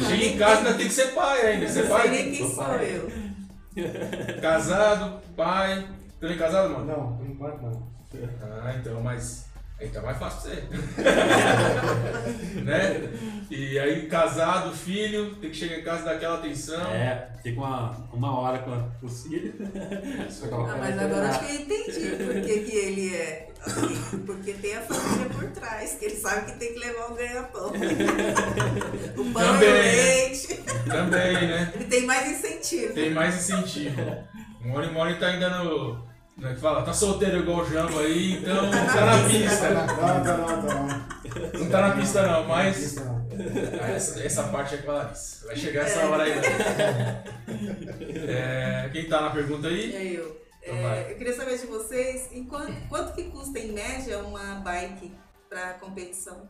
Speaker 1: Chega em casa ainda tem que ser pai ainda. Você
Speaker 4: Não sei
Speaker 1: pai.
Speaker 4: nem quem sou eu.
Speaker 1: Casado, pai. Tu nem casado, mano?
Speaker 6: Não, por enquanto não.
Speaker 1: Ah, então, mas. Então é mais fácil pra você. né? E aí, casado, filho, tem que chegar em casa e dar aquela
Speaker 4: Então.
Speaker 1: atenção.
Speaker 2: É, fica uma, uma hora com a- com os filhos. Só coloca
Speaker 4: Ah,
Speaker 2: na
Speaker 4: mas
Speaker 1: é
Speaker 2: internet.
Speaker 4: agora acho que eu entendi por que, que ele é assim, porque tem a família por trás, que ele sabe que tem que levar o ganha-pão. o pão
Speaker 1: Também,
Speaker 4: e o
Speaker 1: né?
Speaker 4: leite.
Speaker 1: Também, né?
Speaker 4: Ele tem mais incentivo.
Speaker 1: Tem mais incentivo. O Mori Mori tá ainda no. Como é que fala? Tá solteiro igual o Jambo aí, então não tá na pista.
Speaker 6: Não, não, não, não.
Speaker 1: Não tá na pista não, mas.
Speaker 6: Isso não.
Speaker 1: Ah, Essa, essa parte é com a Larissa. Vai chegar essa hora aí. né? É, quem tá na pergunta aí?
Speaker 4: É eu.
Speaker 1: Então
Speaker 4: É,
Speaker 1: vai.
Speaker 4: eu queria saber de vocês, em quan- quanto, que custa em média uma bike para competição?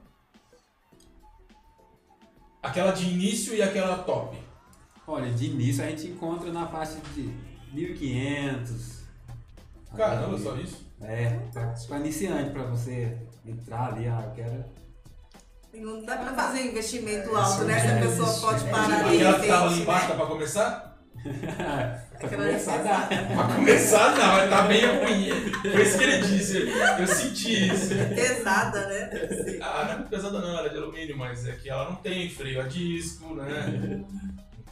Speaker 1: Aquela de início e aquela top.
Speaker 2: Olha, de início a gente encontra na faixa de 1.500.
Speaker 1: Caramba, só isso?
Speaker 2: É, pra, pra iniciante, pra você entrar ali, ah, eu quero.
Speaker 4: Não dá para fazer um investimento
Speaker 6: É,
Speaker 4: alto,
Speaker 6: isso
Speaker 4: né? Se a
Speaker 6: mesmo,
Speaker 4: pessoa
Speaker 6: isso
Speaker 4: pode
Speaker 6: mesmo.
Speaker 4: parar de
Speaker 1: Aquela que tava ali
Speaker 4: repente,
Speaker 1: embaixo
Speaker 4: né?
Speaker 1: tá pra começar?
Speaker 2: pra
Speaker 4: Aquela é
Speaker 2: começar a dar.
Speaker 1: Pra começar não, ela tá bem ruim. Foi isso que ele disse. Eu senti isso.
Speaker 4: pesada, né? Sim.
Speaker 1: Ah, não é pesada não, ela é de alumínio, mas é que ela não tem freio a disco, né?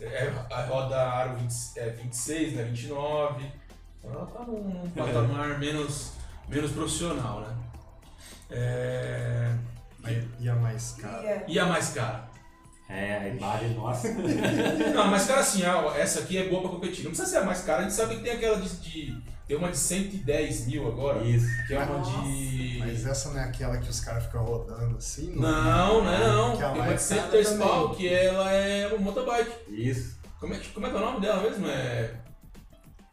Speaker 1: É, a roda aro 20 é 26, né? 29. Então ela tá num, num patamar menos, menos profissional, né? É,
Speaker 3: E a mais cara.
Speaker 5: E,
Speaker 1: E a mais cara?
Speaker 2: É, aí vale, nossa.
Speaker 1: Não, a mais cara assim, ah, ó, essa aqui é boa pra competir. Não precisa ser a mais cara, a gente sabe que tem aquela de. de tem uma de 110 mil agora,
Speaker 2: Isso.
Speaker 1: que é uma
Speaker 4: Nossa.
Speaker 1: de.
Speaker 3: Mas essa não é aquela que os caras ficam rodando assim?
Speaker 1: Não, não, é não.
Speaker 3: Que a
Speaker 1: Tem uma de
Speaker 3: mais cara
Speaker 1: 110
Speaker 3: também.
Speaker 1: pau, que ela é uma motobike.
Speaker 2: Isso.
Speaker 1: Como é, que- como é que é o nome dela mesmo? É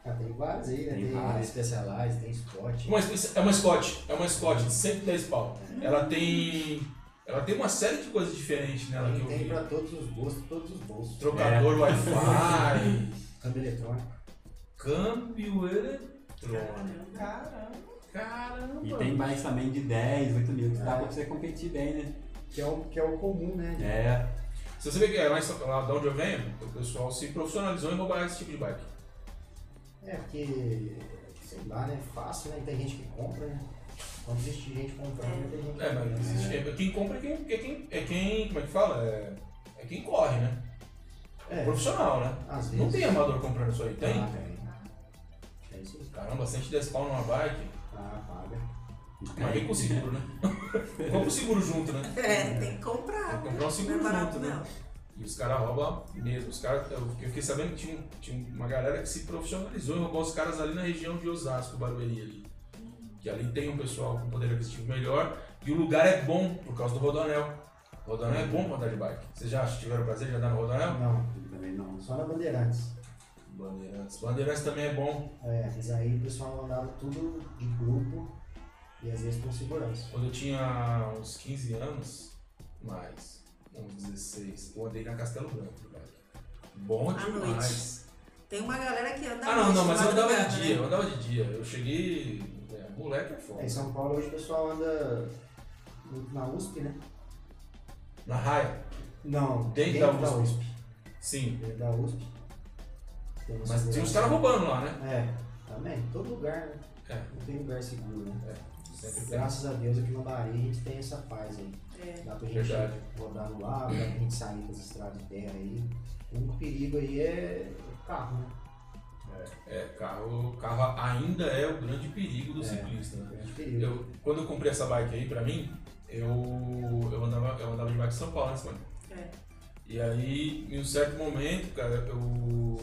Speaker 6: Ah, tem vários aí, né?
Speaker 2: Tem
Speaker 6: Tem,
Speaker 2: vários.
Speaker 6: Specialized, tem Scott.
Speaker 1: uma, espe- é uma Scott. É uma Scott de 110 pau. Ela tem. Ela tem uma série de coisas diferentes nela que eu
Speaker 6: tem
Speaker 1: vi.
Speaker 6: pra todos os gostos, todos os bolsos.
Speaker 1: Trocador Wi-Fi,
Speaker 6: Câmbio eletrônico.
Speaker 1: câmbio eletrônico.
Speaker 5: caramba.
Speaker 1: Caramba!
Speaker 2: E tem bikes também de 10, 8 mil, que dá pra você competir bem, né?
Speaker 6: Que é o, que é o comum, né?
Speaker 2: É,
Speaker 1: Se você vê que é lá, em São- lá de onde eu venho, o pessoal se profissionalizou em roubar esse tipo de bike.
Speaker 6: É, porque, sei lá, né? Fácil, né? Tem gente que compra, né? Quando existe gente comprando, tem gente que
Speaker 1: É, mas existe. é Quem compra é quem. É quem, é quem como é que fala? É, é quem corre, né?
Speaker 6: É,
Speaker 1: Profissional, né?
Speaker 6: às vezes.
Speaker 1: Não tem amador comprando isso aí, tem?
Speaker 6: Ah, tem. É isso aí.
Speaker 1: Caramba, 110 pau numa bike.
Speaker 6: Ah, paga.
Speaker 1: Mas vem com o seguro, né? Compra o seguro junto, né?
Speaker 4: É, tem que comprar.
Speaker 1: Tem que comprar
Speaker 4: né?
Speaker 1: um
Speaker 4: Não
Speaker 1: seguro
Speaker 4: é barato,
Speaker 1: junto, né?
Speaker 4: não.
Speaker 1: E os caras roubam mesmo. Os caras, eu eu fiquei sabendo que tinha, um- tinha uma galera que se profissionalizou em roubar os caras ali na região de Osasco, Barueri ali. Que ali tem um pessoal com poder aquisitivo melhor e o lugar é bom por causa do Rodonel. O Rodonel é bom pra andar de bike. Vocês já tiveram o prazer de andar no Rodonel?
Speaker 6: Não,
Speaker 2: também não.
Speaker 6: só na Bandeirantes.
Speaker 1: Bandeirantes. Bandeirantes também é bom.
Speaker 6: É, mas aí o pessoal andava tudo de grupo e às vezes com segurança.
Speaker 1: Quando eu tinha uns 15 anos, mais uns 16, eu andei na Castelo Branco de bike. Bom
Speaker 4: À noite.
Speaker 1: demais.
Speaker 4: Tem uma galera que anda
Speaker 1: Ah, não, não, mas eu andava
Speaker 4: madrugada,
Speaker 1: de
Speaker 4: né?
Speaker 1: dia, eu andava de dia. Eu cheguei. É, moleque é foda.
Speaker 6: É, em São Paulo hoje o pessoal anda muito na USP, né?
Speaker 1: Na raia?
Speaker 6: Não,
Speaker 1: Dentro da USP. Sim.
Speaker 6: Dentro da USP. Tem uma
Speaker 1: Mas tinha uns
Speaker 6: segurança.
Speaker 1: caras roubando lá, né?
Speaker 6: É, também, todo lugar, né?
Speaker 1: É.
Speaker 6: Não tem lugar seguro, né?
Speaker 1: Sempre tem.
Speaker 6: Graças a Deus aqui no Bahia a gente tem essa paz aí.
Speaker 4: É.
Speaker 6: Dá pra gente
Speaker 1: Verdade.
Speaker 6: rodar no lago, dá pra gente sair das estradas de terra aí. O único perigo aí é o carro, né?
Speaker 1: É, carro, carro ainda é o grande perigo do
Speaker 6: É.
Speaker 1: ciclista,
Speaker 6: O
Speaker 1: né?
Speaker 6: grande perigo.
Speaker 1: Eu, quando eu comprei essa bike aí pra mim, eu, eu, andava, eu andava de bike em São Paulo, né, Simone?
Speaker 4: É.
Speaker 1: E aí, em um certo momento, cara, eu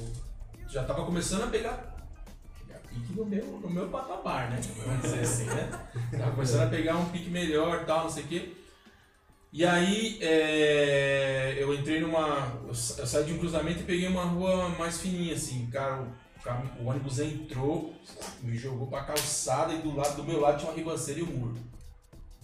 Speaker 1: já tava começando a pegar pegar pique no meu, no meu patamar, né? Vamos dizer assim, né? Tava começando a pegar um pique melhor tal, não sei o quê. E aí, é, eu entrei numa. Eu sa- eu saí de um cruzamento e peguei uma rua mais fininha, assim. Cara, o, cam- o ônibus entrou, me jogou pra calçada e do lado do meu lado tinha uma ribanceira e um muro.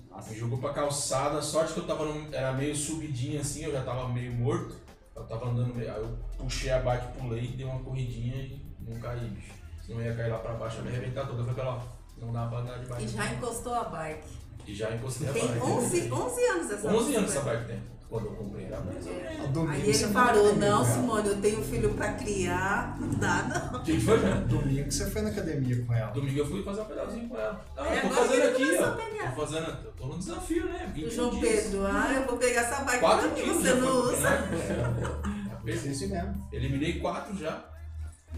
Speaker 2: Nossa,
Speaker 1: Me jogou pra calçada, sorte que eu tava num- era meio subidinho assim, eu já tava meio morto. Eu tava andando meio. Aí eu puxei a bike, pulei, dei uma corridinha e não caí, bicho. Senão eu ia cair lá pra baixo, ia me arrebentar toda. Eu falei pra ela, ó, não dá pra andar de bike.
Speaker 4: E já É. encostou a bike.
Speaker 1: E já encostei a
Speaker 4: Tem
Speaker 1: É bike.
Speaker 4: 11, 11 anos essa
Speaker 1: 11 anos essa
Speaker 4: bike.
Speaker 1: bike tem. quando eu comprei era mais ou menos.
Speaker 3: É Domingo
Speaker 4: Aí ele
Speaker 3: você tá
Speaker 4: parou,
Speaker 3: foi na
Speaker 4: não,
Speaker 3: academia, né?
Speaker 4: Simone, eu tenho um filho pra criar, não dá não.
Speaker 1: O que que foi, né?
Speaker 3: É Domingo você foi na academia com ela.
Speaker 1: Domingo eu fui fazer um pedalzinho com ela. Ah,
Speaker 4: Aí
Speaker 1: eu tô
Speaker 4: É agora
Speaker 1: fazendo
Speaker 4: ele
Speaker 1: aqui,
Speaker 4: começou
Speaker 1: ó.
Speaker 4: a pegar.
Speaker 1: Tô fazendo. Tô num desafio, né?
Speaker 4: O
Speaker 1: 21
Speaker 4: João
Speaker 1: dias.
Speaker 4: Pedro, ah, eu vou pegar essa bike pra
Speaker 1: 4
Speaker 4: mim,
Speaker 1: quilos
Speaker 4: você
Speaker 1: já
Speaker 4: não
Speaker 1: foi né?
Speaker 4: usa.
Speaker 1: pro final. Já
Speaker 6: Isso,
Speaker 1: fez.
Speaker 6: isso mesmo.
Speaker 1: Eliminei 4 já. Tamo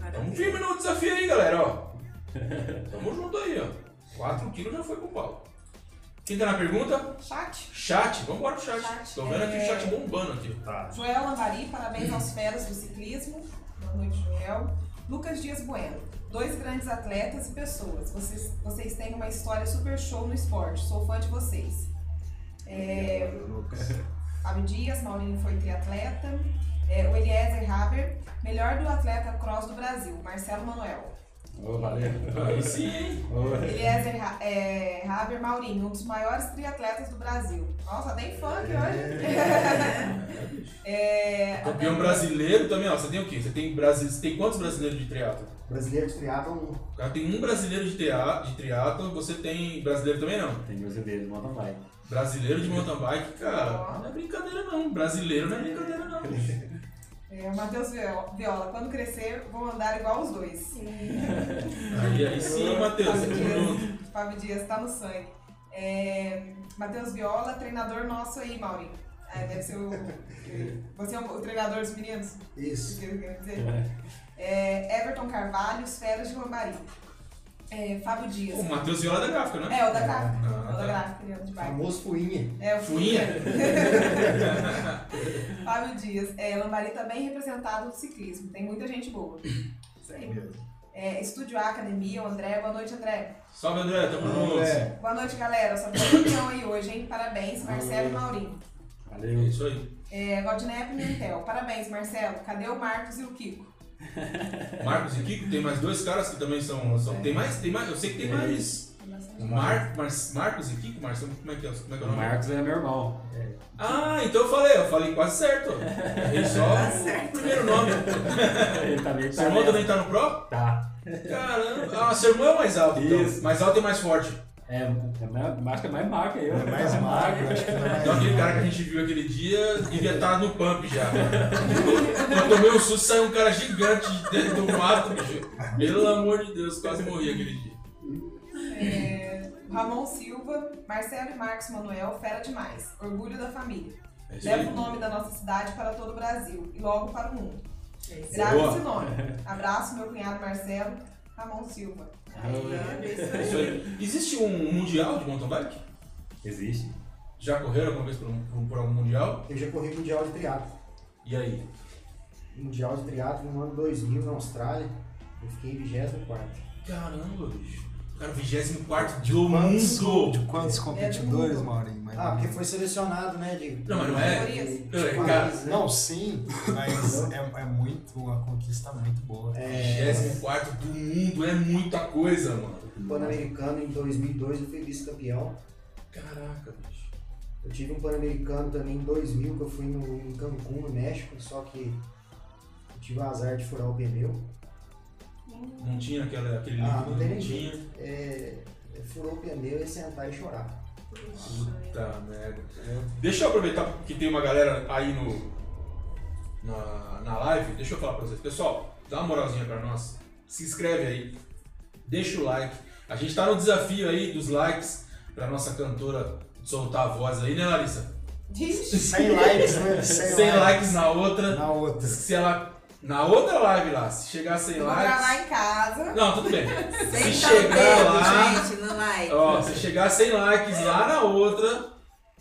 Speaker 4: Maravilha.
Speaker 1: firme no desafio aí, galera, ó. Tamo junto aí, ó. 4 quilos já foi pro pau. Quem tá na pergunta?
Speaker 5: Chat.
Speaker 1: Chat, vambora pro chat.
Speaker 5: Chat,
Speaker 1: Tô vendo aqui o
Speaker 5: é.
Speaker 1: chat bombando aqui.
Speaker 3: Tá.
Speaker 5: Joel Lambari, parabéns aos feras do ciclismo. Boa noite, Joel. Lucas Dias Bueno, dois grandes atletas e pessoas. Vocês, vocês têm uma história super show no esporte. Sou fã de vocês. É, Fábio Dias, Maurinho foi triatleta. É, o Eliezer Haber, melhor do atleta cross do Brasil, Marcelo Manuel.
Speaker 2: Ô, valeu.
Speaker 1: Aí sim, hein?
Speaker 2: Ô,
Speaker 5: Eliezer Ha- é, Haber Maurinho, um dos maiores triatletas do Brasil. Nossa, tem funk hoje. É,
Speaker 1: Campeão brasileiro também, ó. Você tem o quê? Você tem, brasi... você tem quantos brasileiros de triatlo?
Speaker 6: Brasileiro de é triatlon,
Speaker 1: O cara tem um brasileiro de, tria... de triatlo, você tem brasileiro também não?
Speaker 2: Tem brasileiro, mountain bike.
Speaker 1: Brasileiro de mountain bike, cara, não é brincadeira não. Brasileiro não é brincadeira não.
Speaker 5: É, Matheus Viola, Viola, quando crescer, vou andar igual os dois.
Speaker 1: Aí, aí sim, Matheus, um tamo junto.
Speaker 5: Fábio Dias tá no sangue. É, Matheus Viola, treinador nosso aí, Maurinho. É, deve ser o. Você é o treinador dos meninos?
Speaker 6: isso.
Speaker 5: Isso que eu quero dizer. É, Everton Carvalho, os Feras de Lambari. É, Fábio Dias.
Speaker 1: O Matheus Viola da gráfica, né?
Speaker 5: É, o da gráfica.
Speaker 1: Ah,
Speaker 5: o da
Speaker 1: tá.
Speaker 5: gráfica, ele anda de bike.
Speaker 6: Famoso fuinha.
Speaker 5: É, o
Speaker 1: Fuinha?
Speaker 5: Fábio Dias. É, Lambari também representado no ciclismo. Tem muita gente boa.
Speaker 6: É mesmo.
Speaker 5: É, Estúdio A Academia, o André. Boa noite, André.
Speaker 1: Salve André, tamo junto. É
Speaker 5: Boa noite, galera. Só tem campeão aí hoje, hein? Parabéns, Marcelo e Maurinho.
Speaker 2: Valeu.
Speaker 1: isso aí.
Speaker 5: É, Valdineia Pimentel. Parabéns, Marcelo. Cadê o Marcos e o Kiko?
Speaker 1: Marcos e Kiko, tem mais dois caras que também são. são- Tem mais? Tem mais. Eu sei que tem mais.
Speaker 5: Tá
Speaker 1: Mar, Mar, Marcos e Kiko, Marcelo, como é que é, como é, que é o
Speaker 2: O
Speaker 1: nome?
Speaker 2: Marcos é meu irmão.
Speaker 1: Ah, então eu falei, eu falei quase certo. Errei só
Speaker 4: Quase
Speaker 1: o
Speaker 4: certo.
Speaker 1: primeiro nome.
Speaker 2: Ele também tá.
Speaker 1: Seu irmão
Speaker 2: nessa.
Speaker 1: também tá no Pro?
Speaker 2: Tá.
Speaker 1: Caramba. Ah, seu irmão é o mais alto, então.
Speaker 2: Isso.
Speaker 1: Mais alto e mais forte.
Speaker 2: É, é mais, acho que é mais magro que eu.
Speaker 3: É mais magro, acho que não é
Speaker 1: Então
Speaker 3: mais.
Speaker 1: aquele cara que a gente viu aquele dia devia estar no pump já. Eu tomei um susto, saiu um cara gigante de dentro do mato, bicho. Pelo amor de Deus, quase morri aquele dia.
Speaker 5: É, Ramon Silva. Marcelo e Marcos Manuel. Fera demais. Orgulho da família.
Speaker 1: É isso
Speaker 5: Leva
Speaker 1: aí.
Speaker 5: o nome da nossa cidade para todo o Brasil e logo para o mundo.
Speaker 4: É isso
Speaker 5: Grave
Speaker 1: Boa.
Speaker 5: esse nome. Abraço, meu cunhado Marcelo. Ramon Silva.
Speaker 4: aí, é isso
Speaker 1: É
Speaker 4: aí.
Speaker 1: isso aí. Existe um mundial de mountain bike?
Speaker 2: Existe.
Speaker 1: Já correram alguma vez por, um- por- por algum mundial?
Speaker 6: Eu já corri mundial de triatlon.
Speaker 1: E aí?
Speaker 6: Mundial de triatlo no ano 2000 na Austrália. Eu fiquei em 24.
Speaker 1: Caramba, bicho. Cara, 24 do
Speaker 3: Quantos-
Speaker 1: mundo!
Speaker 3: de quantos competidores, Maurinho? Mas-
Speaker 6: Ah, porque foi selecionado, né, de
Speaker 1: Não, mas não é.
Speaker 5: Categorias?
Speaker 1: Não, é,
Speaker 6: de
Speaker 1: cara,
Speaker 6: país, né?
Speaker 3: Não, sim, mas é, é muito, uma conquista muito boa.
Speaker 1: 24 É. do mundo é muita coisa, mano.
Speaker 6: Pan-Americano em 2002 eu fui vice-campeão.
Speaker 1: Caraca, bicho.
Speaker 6: Eu tive um Pan-Americano também em 2000 que eu fui no, em Cancún, no México, só que eu tive o azar de furar o pneu.
Speaker 1: Não tinha aquela, aquele
Speaker 6: Ah,
Speaker 1: livro,
Speaker 6: não tem nem
Speaker 1: tinha.
Speaker 6: jeito. É, furou o pneu e sentar e chorar.
Speaker 1: Puta merda. É, Deixa eu aproveitar que tem uma galera aí no, na, na live. Deixa eu falar pra vocês. Pessoal, dá uma moralzinha pra nós. Se inscreve aí. Deixa o like. A gente tá no desafio aí dos likes pra nossa cantora soltar a voz aí, né, Larissa?
Speaker 5: Vixe.
Speaker 3: 100 likes, né? 100,
Speaker 1: 100 likes na outra.
Speaker 3: na outra.
Speaker 1: Se ela. Na outra live lá, se chegar a 100
Speaker 5: Vou gravar
Speaker 1: likes.
Speaker 5: em casa.
Speaker 1: Não, tudo bem. Se
Speaker 4: Sem
Speaker 1: chegar
Speaker 4: dedo,
Speaker 1: lá.
Speaker 4: gente, no like.
Speaker 1: Ó, se chegar a 100 likes lá na outra,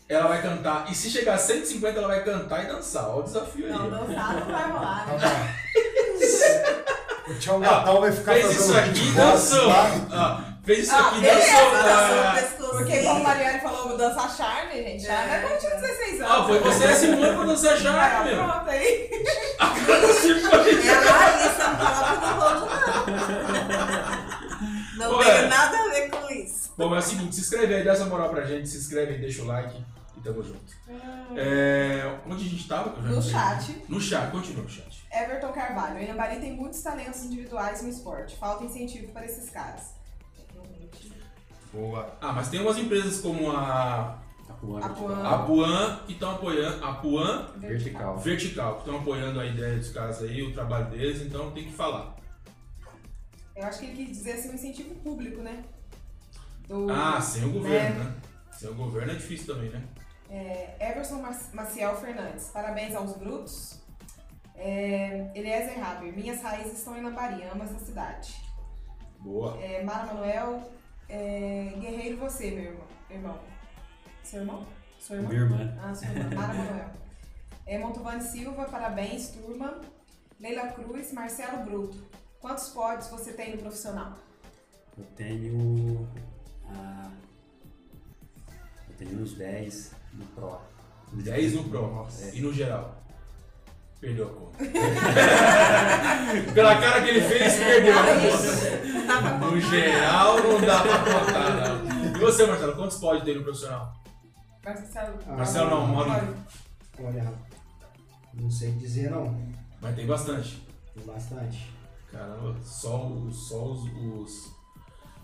Speaker 1: ela vai cantar. E se chegar a 150, ela vai cantar e dançar. Olha o desafio aí.
Speaker 5: Não, dançar não vai rolar, né?
Speaker 3: O Tião Natal vai ficar
Speaker 1: Ah, fez
Speaker 3: fazendo
Speaker 1: isso aqui e
Speaker 3: beatbox,
Speaker 1: dançou.
Speaker 3: tá?
Speaker 1: Ah, fez isso
Speaker 5: Ah,
Speaker 1: aqui e
Speaker 5: beleza, tá
Speaker 1: dançou.
Speaker 4: Abraçou o
Speaker 1: Ah,
Speaker 4: pescoço.
Speaker 5: Porque como a Mariane falou, vou dançar charme, gente. Charme é quando tinha 16 anos.
Speaker 1: ah, foi você e a Simone pra dançar
Speaker 5: Ah,
Speaker 1: charme, meu.
Speaker 5: pronto aí.
Speaker 4: É a Larissa, não fala que eu não roubo, não. Não
Speaker 1: Ué.
Speaker 4: tem nada a ver com isso.
Speaker 1: Bom, mas é o seguinte, se inscreve aí, dá essa moral pra gente, se inscreve aí, deixa o like e tamo junto. É, onde a gente tava? que eu já
Speaker 5: Ah. No
Speaker 1: não sei.
Speaker 5: chat,
Speaker 1: No chat, continua o chat.
Speaker 5: Everton Carvalho. é Em Lambari tem muitos talentos individuais no esporte. Falta incentivo para esses caras.
Speaker 3: Boa.
Speaker 1: Ah, mas tem umas empresas como a
Speaker 2: A Apuã.
Speaker 5: Apuã.
Speaker 1: Apuan, que estão apoiando. Apuan
Speaker 2: Vertical.
Speaker 1: Vertical, que estão apoiando a ideia dos caras aí, o trabalho deles, então tem que falar.
Speaker 5: Eu acho que ele quis dizer assim, um incentivo público, né? Do
Speaker 1: Ah, sem o governo, né? Sem o governo é difícil também, né?
Speaker 5: Everson Mar- Maciel Fernandes. Parabéns aos brutos. É, Eliezer Haber. Minhas raízes estão em Lambari, amo essa cidade.
Speaker 1: Boa.
Speaker 5: É, Mara Manuel. é, guerreiro você, meu irmão. irmão. Seu irmão? Seu irmão?
Speaker 2: Minha irmã.
Speaker 5: Ah, sua irmã, Mara Manuel. É, Montovani Silva, parabéns, turma. Leila Cruz, Marcelo Bruto. Quantos pods você tem no profissional?
Speaker 2: Eu tenho. ah, eu tenho uns 10 no Pro.
Speaker 1: 10 no Pro.
Speaker 2: É.
Speaker 1: E no geral? Perdeu a conta. Pela cara que ele fez, perdeu a conta. No geral, não dá pra contar, não. E você, Marcelo, quantos pode ter no profissional?
Speaker 5: Marcelo,
Speaker 6: Ah,
Speaker 1: Marcelo não, Mauro.
Speaker 6: Olha, não sei dizer não.
Speaker 1: Mas tem bastante.
Speaker 6: Tem bastante.
Speaker 1: Caramba, só, o- só os. os-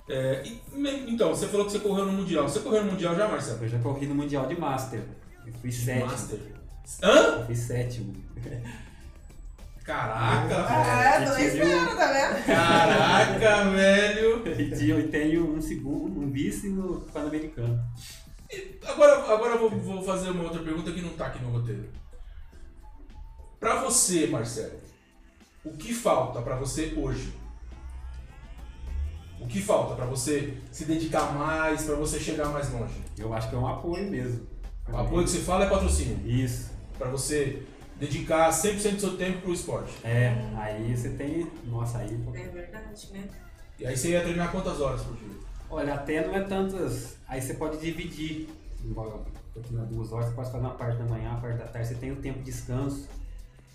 Speaker 1: É, e me- então, você falou que você correu no Mundial. Você correu no Mundial já, Marcelo?
Speaker 2: Eu já corri no Mundial de Master. Eu fui sétimo.
Speaker 1: Master. Hã?
Speaker 2: Eu fui sétimo.
Speaker 1: Caraca!
Speaker 5: Ah,
Speaker 2: E
Speaker 5: dois
Speaker 2: tive um-
Speaker 5: anos, tá vendo?
Speaker 1: Caraca, velho!
Speaker 2: e tive- eu tenho um segundo, um vice no Pan-Americano.
Speaker 1: Agora, agora eu vou, vou fazer uma outra pergunta que não tá aqui no roteiro. Pra você, Marcelo, o que falta pra você hoje? O que falta pra você se dedicar mais, pra você chegar mais longe?
Speaker 2: Eu acho que é um apoio mesmo.
Speaker 1: O apoio que você fala é patrocínio.
Speaker 2: Isso.
Speaker 1: Pra você dedicar 100% do seu tempo pro esporte.
Speaker 2: É, aí você tem. Nossa, aí.
Speaker 4: É verdade, né?
Speaker 1: E aí você ia treinar quantas horas por dia?
Speaker 2: Olha, até não é tantas. Aí você pode dividir. Igual eu tenho duas horas, você pode fazer uma parte da manhã, uma parte da tarde, você tem o tempo de descanso.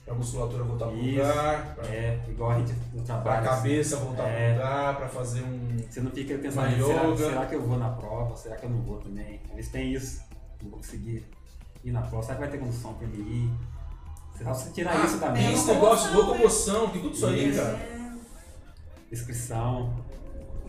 Speaker 1: Pra musculatura voltar pro
Speaker 2: Isso.
Speaker 1: lugar, pra,
Speaker 2: É, igual a gente
Speaker 1: pra
Speaker 2: no trabalho. assim,
Speaker 1: cabeça voltar
Speaker 2: É.
Speaker 1: pro lugar, pra fazer um.
Speaker 2: Você não fica pensando,
Speaker 1: Uma
Speaker 2: será,
Speaker 1: yoga.
Speaker 2: será que eu vou na prova? Será que eu não vou também? Eles têm isso. Não vou conseguir ir na prova. Será que vai ter condição pra ele ir? Será que você tirar isso da
Speaker 5: tem
Speaker 1: Ah, Tem um
Speaker 2: mente?
Speaker 1: esse
Speaker 5: locomoção,
Speaker 1: negócio de
Speaker 5: né?
Speaker 1: locomoção, tem tudo é isso aí,
Speaker 2: Isso.
Speaker 1: cara.
Speaker 2: Inscrição.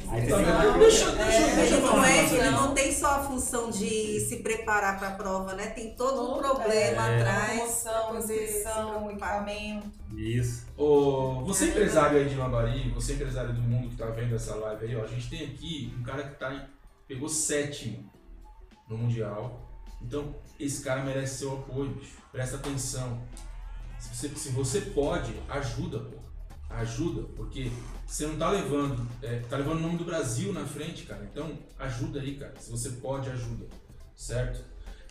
Speaker 2: Aí
Speaker 1: Então,
Speaker 2: fica-
Speaker 1: eu- deixa,
Speaker 4: É,
Speaker 1: deixa, deixa eu falar um
Speaker 4: não,
Speaker 1: negócio
Speaker 4: é,
Speaker 1: ali.
Speaker 4: não tem só a função de se preparar para a prova, né? Tem todo um
Speaker 5: Todo,
Speaker 4: problema
Speaker 2: é.
Speaker 4: atrás.
Speaker 5: Promoção,
Speaker 4: pra poder se
Speaker 5: inscrição,
Speaker 4: preocupar.
Speaker 5: equipamento.
Speaker 2: Isso.
Speaker 1: Ô, você é empresário aí de Lambari, você é empresário do mundo que tá vendo essa live aí, ó, a gente tem aqui um cara que tá em- pegou sétimo no mundial. Então, esse cara merece seu apoio, bicho. Presta atenção. Se você, se você pode, ajuda, pô. Ajuda, porque você não tá levando, é, tá levando o nome do Brasil na frente, cara. Então, ajuda aí, cara. Se você pode, ajuda. Certo?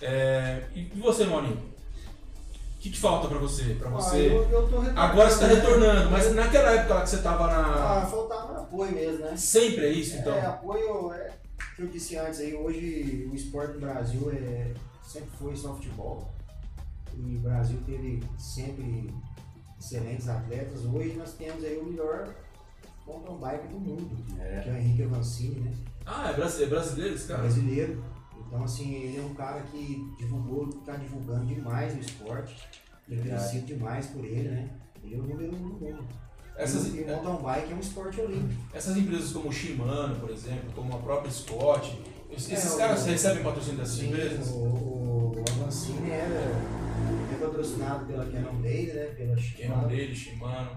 Speaker 1: É, e e você, Maurinho? O que, que falta pra você? Pra você...
Speaker 6: Ah, eu, eu tô retornando.
Speaker 1: Agora você tá retornando, mas naquela época lá que você tava na.
Speaker 6: Ah, faltava apoio mesmo, né?
Speaker 1: Sempre é isso, então.
Speaker 6: É, apoio é o que eu disse antes aí, hoje o esporte do Brasil é, sempre foi só futebol. E o Brasil teve sempre excelentes atletas. Hoje nós temos aí o melhor mountain bike do mundo, que é o Henrique Avancini, né?
Speaker 1: Ah, é, brasi- é brasileiro esse cara?
Speaker 6: Brasileiro. Então assim, ele é um cara que divulgou, tá divulgando demais o esporte. Eu
Speaker 1: Verdade.
Speaker 6: felicito demais por ele, né? Ele é o número um do mundo.
Speaker 1: Essas,
Speaker 6: E o mountain bike é um esporte olímpico.
Speaker 1: essas empresas como o Shimano, por exemplo, como a própria Scott, es- esses
Speaker 6: É,
Speaker 1: caras
Speaker 6: o-
Speaker 1: recebem patrocínio dessas
Speaker 6: Sim,
Speaker 1: empresas?
Speaker 6: o, o Avancini era é patrocinado pela Canon Day, né?
Speaker 1: Quem é o
Speaker 6: Pela
Speaker 1: nome
Speaker 6: Shimano.
Speaker 1: dele, Shimano.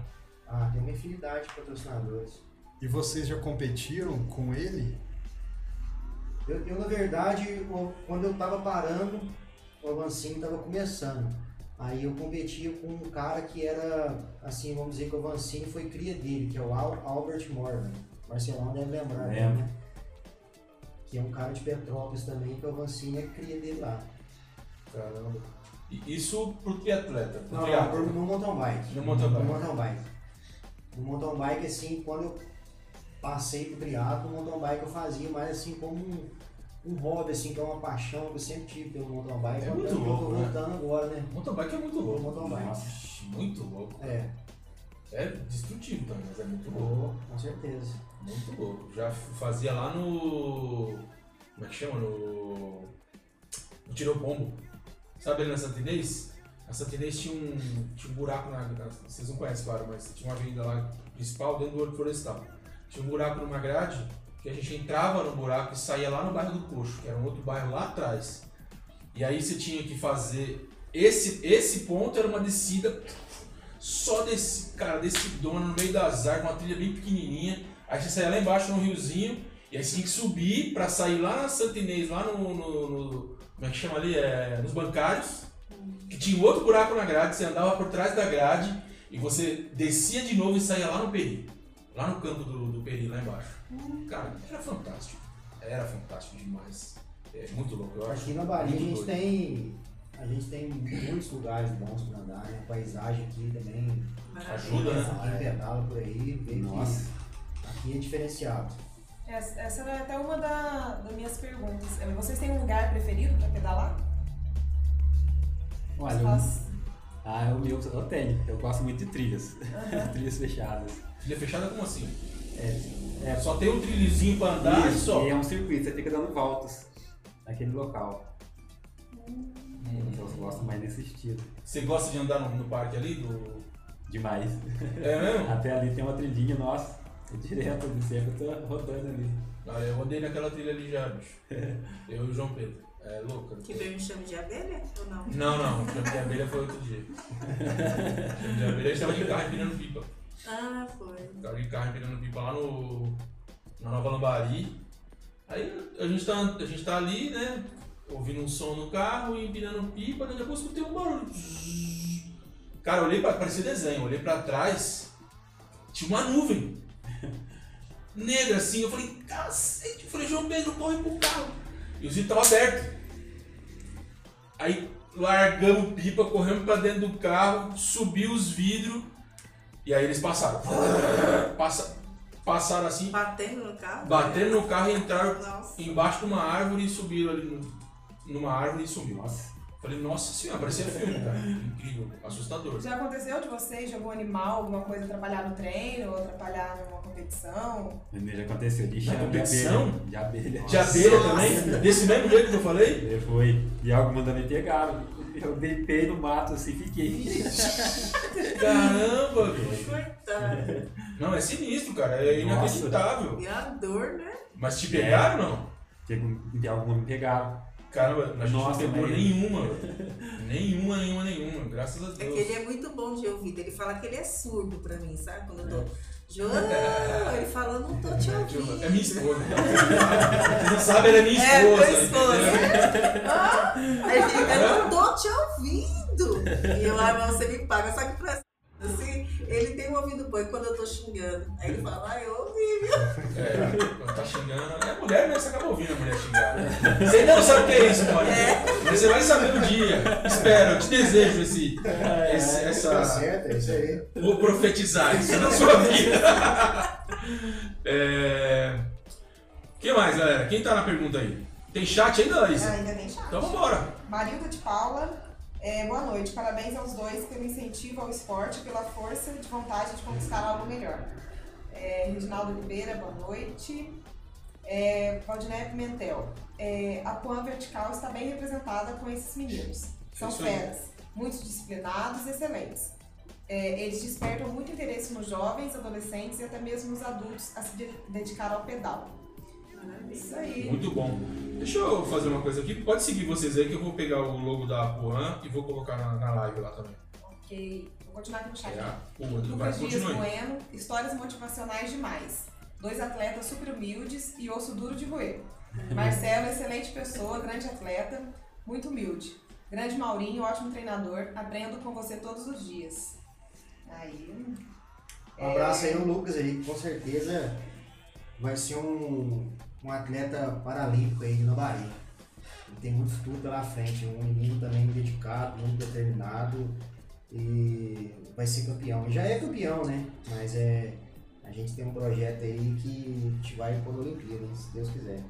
Speaker 6: Ah, tem uma infinidade de patrocinadores.
Speaker 3: E vocês já competiram com ele?
Speaker 6: Eu, eu, na verdade, o- quando eu tava parando, o Avancini tava começando. Aí eu competia com um cara que era, assim, vamos dizer que o Avancini foi cria dele, que é o Al- Albert Morgan. O Marcelão deve lembrar, dele,
Speaker 2: Lembro.
Speaker 6: né? Que é um cara de Petrópolis também, que o Avancini é cria dele lá.
Speaker 1: Caramba. E isso pro triatleta. Pro
Speaker 6: Não, não,
Speaker 1: triatlo.
Speaker 6: por- no mountain bike.
Speaker 1: No mountain bike.
Speaker 6: No mountain bike. No mountain bike, assim, quando eu passei pro triatlo, o mountain bike eu fazia mais assim como um, um hobby, assim, que é uma paixão que eu sempre tive pelo mountain bike.
Speaker 1: É
Speaker 6: Tanto
Speaker 1: muito
Speaker 6: que eu
Speaker 1: louco,
Speaker 6: tô
Speaker 1: né?
Speaker 6: voltando agora, né?
Speaker 1: Mountain bike é muito
Speaker 6: No
Speaker 1: louco.
Speaker 6: mountain bike.
Speaker 2: Nossa.
Speaker 1: Muito louco.
Speaker 6: É,
Speaker 1: É destrutivo também, mas é muito louco.
Speaker 6: vou, com certeza.
Speaker 1: Muito louco. Já f- fazia lá no. Como é que chama? No. No Tirocombo. Sabe ali na Santa Inês? A Santa Inês tinha um, tinha um buraco na, na- Vocês não conhecem, claro, mas tinha uma avenida lá principal dentro do Horto Florestal. Tinha um buraco numa grade que a gente entrava no buraco e saía lá no bairro do Coxo, que era um outro bairro lá atrás. E aí você tinha que fazer. Esse, esse ponto era uma descida só desse, cara, descidona no meio das árvores, uma trilha bem pequenininha. Aí você saía lá embaixo num riozinho, e aí você tinha que subir pra sair lá na Santa Inês, lá no. no- no- como é que chama ali? É, nos bancários. Que tinha um outro buraco na grade, você andava por trás da grade e você descia de novo e saía lá no Peri. Lá no campo do, do Peri, lá embaixo. Cara, era fantástico. Era fantástico demais. É muito louco, eu acho.
Speaker 6: Aqui na Bahia a
Speaker 1: muito
Speaker 6: gente
Speaker 1: doido.
Speaker 6: tem. A gente tem muitos lugares bons para andar, né? A paisagem aqui também.
Speaker 1: Ajuda, né?
Speaker 6: Quem pedala por aí, vê que
Speaker 2: Nossa.
Speaker 6: aqui é diferenciado.
Speaker 5: Essa, essa era até uma da- das minhas perguntas. É, Vocês têm um lugar preferido pra pedalar?
Speaker 2: Olha, eu,
Speaker 5: Espaço?
Speaker 2: ah, é o meu eu tenho. Eu gosto muito de trilhas. trilhas fechadas.
Speaker 1: Trilha fechada como assim?
Speaker 2: É,
Speaker 1: Só tem um trilhozinho pra andar e
Speaker 2: Isso,
Speaker 1: só.
Speaker 2: E é um circuito, você fica dando voltas naquele local. Então eu gosto mais desse estilo.
Speaker 1: Você gosta de andar no, no parque ali? Do...
Speaker 2: Demais.
Speaker 1: É mesmo?
Speaker 2: Até ali tem uma trilhinha, nossa. É direto, de sempre eu tô rodando ali.
Speaker 1: Ah, eu andei naquela trilha ali já, bicho. Eu e o João Pedro. É louco.
Speaker 4: Que veio me chame de abelha ou não?
Speaker 1: Não, não. O Chame de abelha foi outro dia. O Chame de abelha estava de carro empinando pipa.
Speaker 4: Ah, foi.
Speaker 1: Estava de carro empinando pipa lá no... Na Nova Lambari. Aí a gente, tá, a gente tá ali, né? Ouvindo um som no carro e empinando pipa. Daqui a pouco escutei um barulho. Cara, eu olhei pra... Parecia desenho. Olhei pra trás. Tinha uma nuvem. negra assim. Eu falei, cacete. Eu falei, João Pedro, corre pro carro. E o zíper tava aberto. Aí largamos pipa, corremos pra dentro do carro, subiu os vidros. E aí eles passaram. Passa- passaram assim,
Speaker 4: Batendo no carro?
Speaker 1: bateram no carro e entraram
Speaker 4: Nossa.
Speaker 1: embaixo de uma árvore e subiram ali no- numa árvore e sumiu.
Speaker 2: Nossa.
Speaker 1: Falei, nossa senhora, parecia filme, cara. Incrível, assustador.
Speaker 5: Já aconteceu de vocês, de algum animal, alguma coisa atrapalhar no treino, ou atrapalhar numa competição?
Speaker 2: Mas já aconteceu de enxergar de
Speaker 1: competição?
Speaker 2: abelha. De abelha.
Speaker 1: De abelha também, desse mesmo jeito que eu falei.
Speaker 2: E Foi. E alguma da me pegaram. Eu deitei no mato assim, fiquei.
Speaker 1: Caramba, bicho.
Speaker 4: Coitada.
Speaker 1: Não, é sinistro, cara. É
Speaker 2: Nossa.
Speaker 1: inacreditável.
Speaker 4: E a dor, né?
Speaker 1: Mas te pegaram ou não?
Speaker 2: Teve- De alguma me pegaram.
Speaker 1: Caramba, a gente
Speaker 2: Nossa,
Speaker 1: não pegou
Speaker 2: mas-
Speaker 1: nenhuma. nenhuma, nenhuma, nenhuma. Graças a
Speaker 4: É
Speaker 1: Deus.
Speaker 4: que ele é muito bom de ouvido. Ele fala que ele é surdo pra mim, sabe? Quando eu tô. João, ele fala, eu não tô te ouvindo.
Speaker 1: É minha esposa. Você não sabe, ela é minha
Speaker 4: É,
Speaker 1: esposa.
Speaker 4: tua esposa. Ah, Aí ele fica, eu não tô te ouvindo. E eu, ah, mas você me paga. Só que pra assim, ele tem um ouvido bom. E quando eu tô xingando, aí ele fala, ah, eu ouvi.
Speaker 1: entendeu? É, tá xingando. É mulher, né? Você acaba ouvindo a mulher xingar. né? Você ainda não sabe o que é isso, Mônica. Mas você vai saber um dia. Espero, eu te desejo esse, esse-
Speaker 6: Tá
Speaker 1: essa,
Speaker 6: certo, é isso aí.
Speaker 1: Vou profetizar isso na sua vida. É... que mais, galera? Quem tá na pergunta aí? Tem chat ainda,
Speaker 5: Ah,
Speaker 1: Larissa?
Speaker 5: ainda tem chato.
Speaker 1: Então vambora.
Speaker 5: Marilda de Paula, é, boa noite. Parabéns aos dois pelo incentivo ao esporte e pela força de vontade de conquistar algo melhor. É, Reginaldo Oliveira, boa noite. É, Valdiné Pimentel, é, a PAN Vertical está bem representada com esses meninos. São
Speaker 1: Isso aí.
Speaker 5: feras, muito disciplinados e excelentes. É, eles despertam muito interesse nos jovens, adolescentes e até mesmo nos adultos a se de- dedicar ao pedal. Isso aí.
Speaker 1: Muito bom. Deixa eu fazer uma coisa aqui. Pode seguir vocês aí que eu vou pegar o logo da Puan e vou colocar na, na live lá também.
Speaker 5: Ok. Vou continuar aqui no chat.
Speaker 1: É a Puan. Vai,
Speaker 5: Lucas Dias
Speaker 1: continue.
Speaker 5: Bueno, histórias motivacionais demais. Dois atletas super humildes e osso duro de roer. Marcelo, excelente pessoa, grande atleta, muito humilde. Grande Maurinho, ótimo treinador, aprendo com você todos os dias. Aí,
Speaker 6: Um abraço aí no Lucas aí, que com certeza vai ser um, um atleta paralímpico aí na Bahia. Ele tem muito futuro pela frente, um menino também dedicado, muito determinado e vai ser campeão. Já é campeão, né? Mas é. A gente tem um projeto aí que a gente vai para a Olimpíada, hein, se Deus quiser.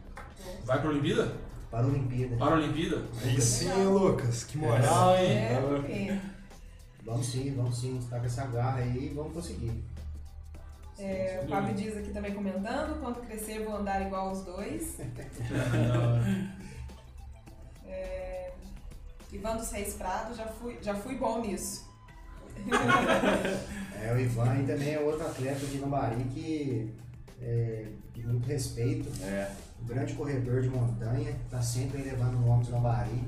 Speaker 1: Vai pra Olimpíada?
Speaker 6: Para a Olimpíada.
Speaker 1: Para a Olimpíada?
Speaker 3: Aí sim, hein, Lucas, que moral, hein?
Speaker 5: é, porque
Speaker 6: Vamos sim, vamos sim, está com essa garra aí e vamos conseguir.
Speaker 5: o Fábio diz aqui também comentando, quando crescer vou andar igual os dois. É, Ivan dos Reis Prado, já fui, já fui bom nisso.
Speaker 6: É, o Ivan aí também é outro atleta de Lambari que é de muito respeito.
Speaker 2: É.
Speaker 6: Um grande corredor de montanha, tá sempre aí levando o homem de Lambari.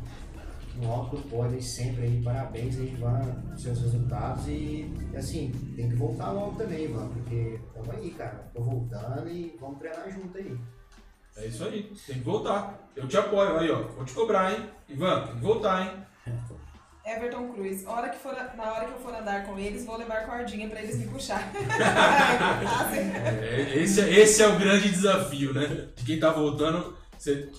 Speaker 6: no alto do pódio aí sempre aí, parabéns aí, Ivan, pelos seus resultados e assim, tem que voltar logo também, Ivan, porque tamo aí, cara, tô voltando e vamos treinar junto aí.
Speaker 1: É isso aí, tem que voltar. Eu te apoio aí, ó. Vou te cobrar, hein? Ivan, tem que voltar, hein?
Speaker 5: Everton Cruz, hora que for, na hora que eu for andar com eles, vou levar cordinha pra eles me puxar. Fácil.
Speaker 1: É, esse, esse é o grande desafio, né? De quem tá voltando, você,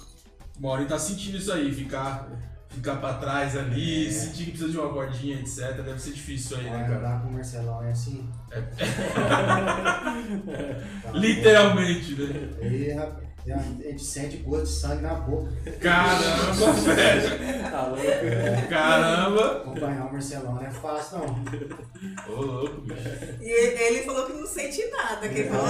Speaker 1: uma hora ele tá sentindo isso aí, ficar, ficar pra trás ali,
Speaker 6: É.
Speaker 1: sentir que precisa de uma cordinha, etc. Deve ser difícil aí,
Speaker 5: Ah,
Speaker 1: né,
Speaker 6: Vai
Speaker 1: cara?
Speaker 6: andar com o Marcelão é assim. Tá bom.
Speaker 1: Literalmente, né?
Speaker 6: Aí, rapaz, já- a gente sente gosto de sangue na boca.
Speaker 1: Caramba, velho!
Speaker 2: Tá louco.
Speaker 1: Caramba!
Speaker 6: Acompanhar o Marcelão não é fácil, não.
Speaker 1: Ô, louco, bicho.
Speaker 4: E ele falou que não sente nada, que ele falou.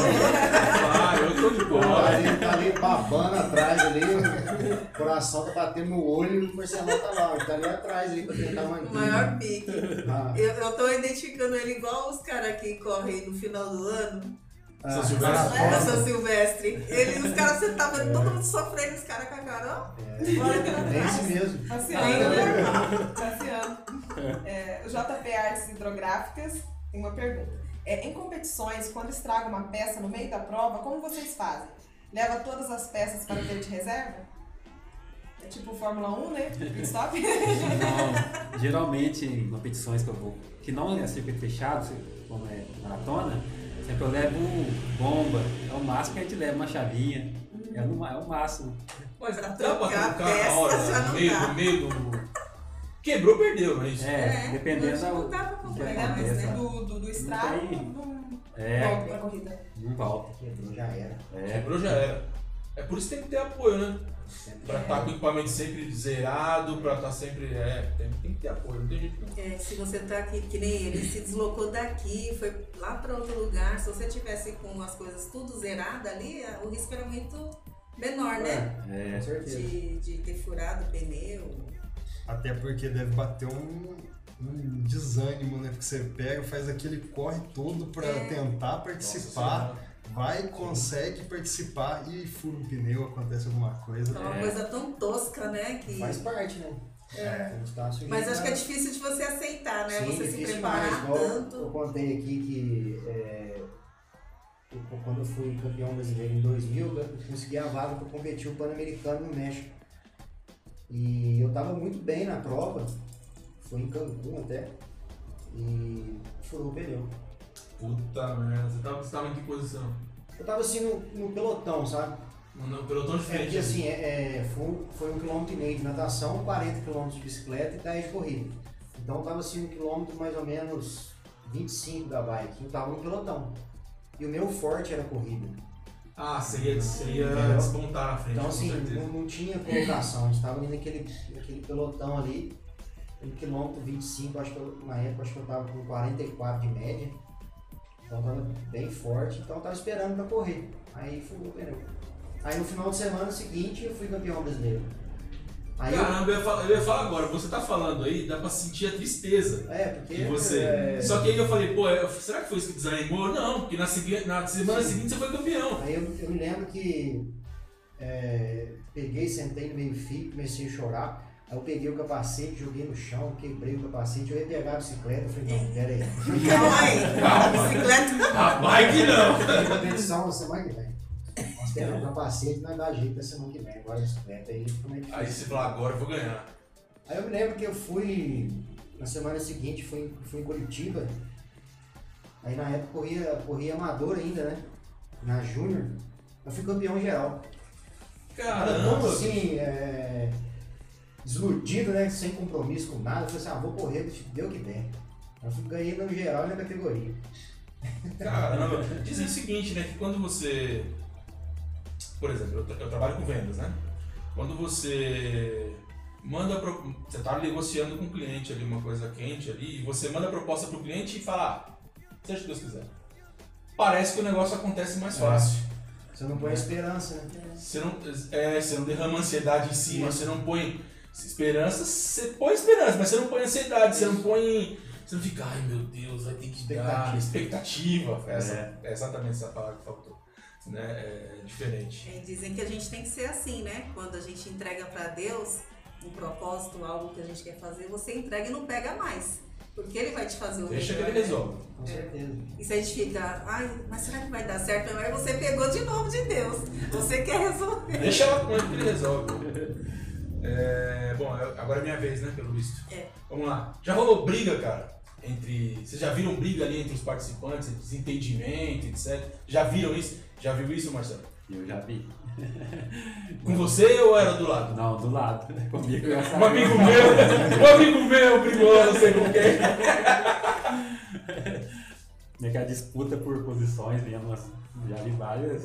Speaker 1: Ah, eu tô de
Speaker 6: Tá
Speaker 1: boa.
Speaker 6: ali, tá ali babando atrás ali, o coração tá batendo no olho e o Marcelão tá lá, ele tá ali atrás ali pra tentar manter.
Speaker 4: O maior pique.
Speaker 6: Ah,
Speaker 4: Eu, eu tô identificando ele igual os caras que correm no final do ano.
Speaker 6: ah,
Speaker 1: São
Speaker 4: é
Speaker 1: Silvestre.
Speaker 4: Lembra,
Speaker 6: maratona.
Speaker 4: seu Silvestre? Ele, os caras, você tá vendo todo mundo sofrendo, os caras com a cara, ó. Bora pra
Speaker 6: É
Speaker 4: trás.
Speaker 6: isso mesmo.
Speaker 5: Passeando,
Speaker 4: Ah,
Speaker 5: né? Passeando. É, o JP Artes Hidrográficas tem uma pergunta. É, em competições, quando estraga uma peça no meio da prova, como vocês fazem? Leva todas as peças para ter de reserva? É tipo Fórmula 1, né? Pit Stop.
Speaker 2: Não, geralmente em competições que eu vou, que não é circuito fechado, como é maratona, sempre eu levo bomba. É o máximo que a gente leva, uma chavinha. É, no- é o máximo.
Speaker 1: Mas
Speaker 4: Pra
Speaker 1: dá pra
Speaker 4: trocar a
Speaker 1: trocar na
Speaker 4: peça, já
Speaker 1: hora,
Speaker 4: não
Speaker 1: no meio,
Speaker 4: dá.
Speaker 1: no meio do. Quebrou, perdeu, não é isso?
Speaker 2: É, dependendo
Speaker 4: hoje
Speaker 2: da.
Speaker 4: Não dá pra
Speaker 2: do que
Speaker 4: acompanhar, mas,
Speaker 2: acontece,
Speaker 4: né?
Speaker 2: ó.
Speaker 5: Do, do, do estrago,
Speaker 2: tem.
Speaker 5: não
Speaker 2: É,
Speaker 5: volta pra corrida.
Speaker 2: não volta.
Speaker 6: Quebrou, já era.
Speaker 2: É,
Speaker 1: Quebrou já era. É por isso que tem que ter apoio, né? Pra estar com o equipamento sempre zerado, pra estar sempre. É, tem, tem que ter apoio, não tem jeito não.
Speaker 4: É, se você tá aqui, que nem ele, se deslocou daqui, foi lá pra outro lugar. Se você tivesse com as coisas tudo zerada ali, é, o risco era muito menor, né?
Speaker 2: é.
Speaker 6: Com certeza.
Speaker 4: De, de ter furado o pneu.
Speaker 3: Até porque deve bater um, um desânimo, né? Porque você pega, faz aquele corre todo pra
Speaker 4: É.
Speaker 3: tentar
Speaker 1: Nossa né?
Speaker 3: participar,
Speaker 1: Senhora.
Speaker 3: vai, consegue participar e fura um pneu, acontece alguma coisa.
Speaker 4: É uma coisa tão tosca, né? Que...
Speaker 6: Faz parte, né? É. A gente tá sujeito
Speaker 4: Mas acho
Speaker 6: a-
Speaker 4: que é difícil de você aceitar, né?
Speaker 6: Sim,
Speaker 4: você se
Speaker 6: difícil
Speaker 4: preparar
Speaker 6: demais. Igual Eu
Speaker 4: tanto.
Speaker 6: contei aqui que é, eu- quando eu fui campeão brasileiro em 2000, eu consegui a vaga para competir o Pan-Americano no México. E eu tava muito bem na prova, foi em Cancún até, e furou o pneu.
Speaker 1: Puta merda, você tava, você tava em que posição?
Speaker 6: Eu tava assim no, no pelotão, sabe?
Speaker 1: No, no pelotão de
Speaker 6: É
Speaker 1: frente.
Speaker 6: que assim, é, é, foi, foi um quilômetro e meio de natação, 40 quilômetros de bicicleta e 10 de corrida. Então tava assim um quilômetro mais ou menos 25 da bike, eu tava no pelotão. E o meu forte era corrida.
Speaker 1: Ah, seria, seria
Speaker 6: Entendeu?
Speaker 1: despontar na frente,
Speaker 6: Então
Speaker 1: com
Speaker 6: assim,
Speaker 1: certeza.
Speaker 6: não, não tinha colocação, a gente tava ali naquele, naquele pelotão ali, um quilômetro 25, acho que eu, na época acho que eu tava com 44 de média. Então tava bem forte, então eu tava esperando pra correr. Aí furou o pneu. Aí no final de semana seguinte eu fui campeão brasileiro. Aí eu,
Speaker 1: Caramba, eu ia, falar, eu ia falar agora, você tá falando aí, dá pra sentir a tristeza.
Speaker 6: é, porque.
Speaker 1: de você.
Speaker 6: é,
Speaker 1: Só que aí eu falei, pô, eu- será que foi isso que desanimou? Não, porque na, segui- na semana seguinte você foi campeão.
Speaker 6: Aí eu, eu me lembro que é, peguei, sentei no meio fio, comecei a chorar. Aí eu peguei o capacete, joguei no chão, quebrei o capacete, eu ia pegar a bicicleta, eu falei, não, pera aí.
Speaker 4: Calma aí. A bicicleta.
Speaker 1: A bike não.
Speaker 6: Tem competição na semana que vem. Nós pegamos o capacete, nós dá jeito na semana que vem. Agora a bicicleta aí é fica mais
Speaker 1: Aí
Speaker 6: difícil.
Speaker 1: você fala, agora eu vou ganhar.
Speaker 6: Aí eu me lembro que eu fui, na semana seguinte, fui, fui em Curitiba. Aí na época corria, corria amador ainda, né? Na Júnior. Eu fui campeão geral. Caramba,
Speaker 1: Caramba!
Speaker 6: assim, é... desiludido, né? Sem compromisso com nada. Eu falei assim, ah, vou correr, deu o que der. Eu fui- ganhei no geral e na categoria.
Speaker 1: Caramba! Dizem o seguinte, né? Que quando você. Por exemplo, eu, tra- eu trabalho com vendas, né? Quando você manda. pro- Você tá negociando com o cliente ali uma coisa quente ali, e você manda a proposta pro cliente e fala, ah, seja o que Deus quiser. Parece que o negócio acontece mais fácil.
Speaker 6: Você não põe a esperança, né?
Speaker 1: Você não, é, você não derrama ansiedade em cima, você não põe esperança, você põe esperança, mas você não põe ansiedade, você não põe. Você não fica, ai meu Deus, vai ter que dar expectativa. Essa, é. exatamente essa palavra que faltou. Né? É diferente.
Speaker 4: É, Dizem que a gente tem que ser assim, né? Quando a gente entrega pra Deus, um propósito, algo que a gente quer fazer, você entrega e não pega mais. Porque ele vai te fazer o
Speaker 1: Deixa que
Speaker 4: melhor,
Speaker 1: ele
Speaker 4: né?
Speaker 1: resolve.
Speaker 6: Com certeza.
Speaker 4: E se a gente fica, é ai, mas será que vai dar certo? Aí você pegou de novo de Deus. Você quer resolver.
Speaker 1: Deixa ela com ele que ele resolve. É, bom, eu- agora é minha vez, né? Pelo visto.
Speaker 4: É.
Speaker 1: Vamos lá. Já rolou briga, cara? Entre. Vocês já viram briga ali entre os participantes, desentendimento, etc. Já viram isso? Já viu isso, Marcelo?
Speaker 2: Eu já vi.
Speaker 1: Com você ou era do lado?
Speaker 2: Não, do lado. né? Comigo eu
Speaker 1: Um amigo meu, um amigo meu brigou, não sei com quem.
Speaker 2: Né, que a disputa por posições mesmo, assim, já vi várias.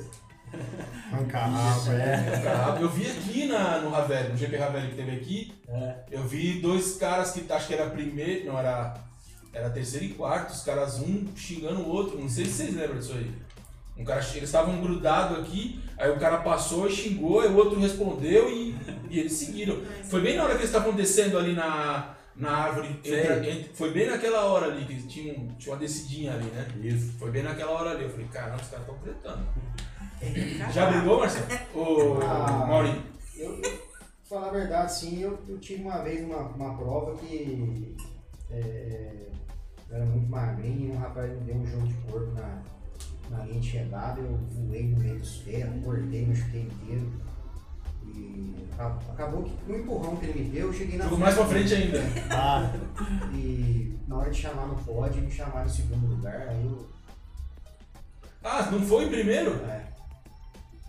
Speaker 3: Mancarrava, é.
Speaker 1: Caralho, Eu vi aqui na, no Ravel, no GP Ravel que teve aqui,
Speaker 2: É.
Speaker 1: eu vi dois caras que acho que era primeiro, não, era, era terceiro e quarto, os caras um xingando o outro, não sei se vocês lembram disso aí. Um cara, eles estavam grudados aqui, aí o cara passou e xingou, aí o outro respondeu e, e eles seguiram. Foi bem na hora que eles estavam descendo ali na, na árvore, entre- entre- foi bem naquela hora ali, que tinha, um- tinha uma descidinha ali, né?
Speaker 2: Isso.
Speaker 1: Foi bem naquela hora ali, eu falei, caramba, os caras estão gritando. Já brigou, Marcelo? Ô,
Speaker 6: tá. Ah.
Speaker 1: Maurinho.
Speaker 6: Eu, pra falar a verdade, sim, eu, eu tive uma vez uma, uma prova que é, eu era muito magrinho, um rapaz me deu um jogo de corpo na, na linha de chegada, eu voei no meio dos ferros, cortei, machuquei inteiro. E a- acabou que com o empurrão que ele me deu, eu cheguei na
Speaker 1: Jogou mais pra frente ainda.
Speaker 3: Ah,
Speaker 6: E na hora de chamar no pódio, me chamaram em segundo lugar, aí eu.
Speaker 1: Ah, não foi em primeiro?
Speaker 6: É,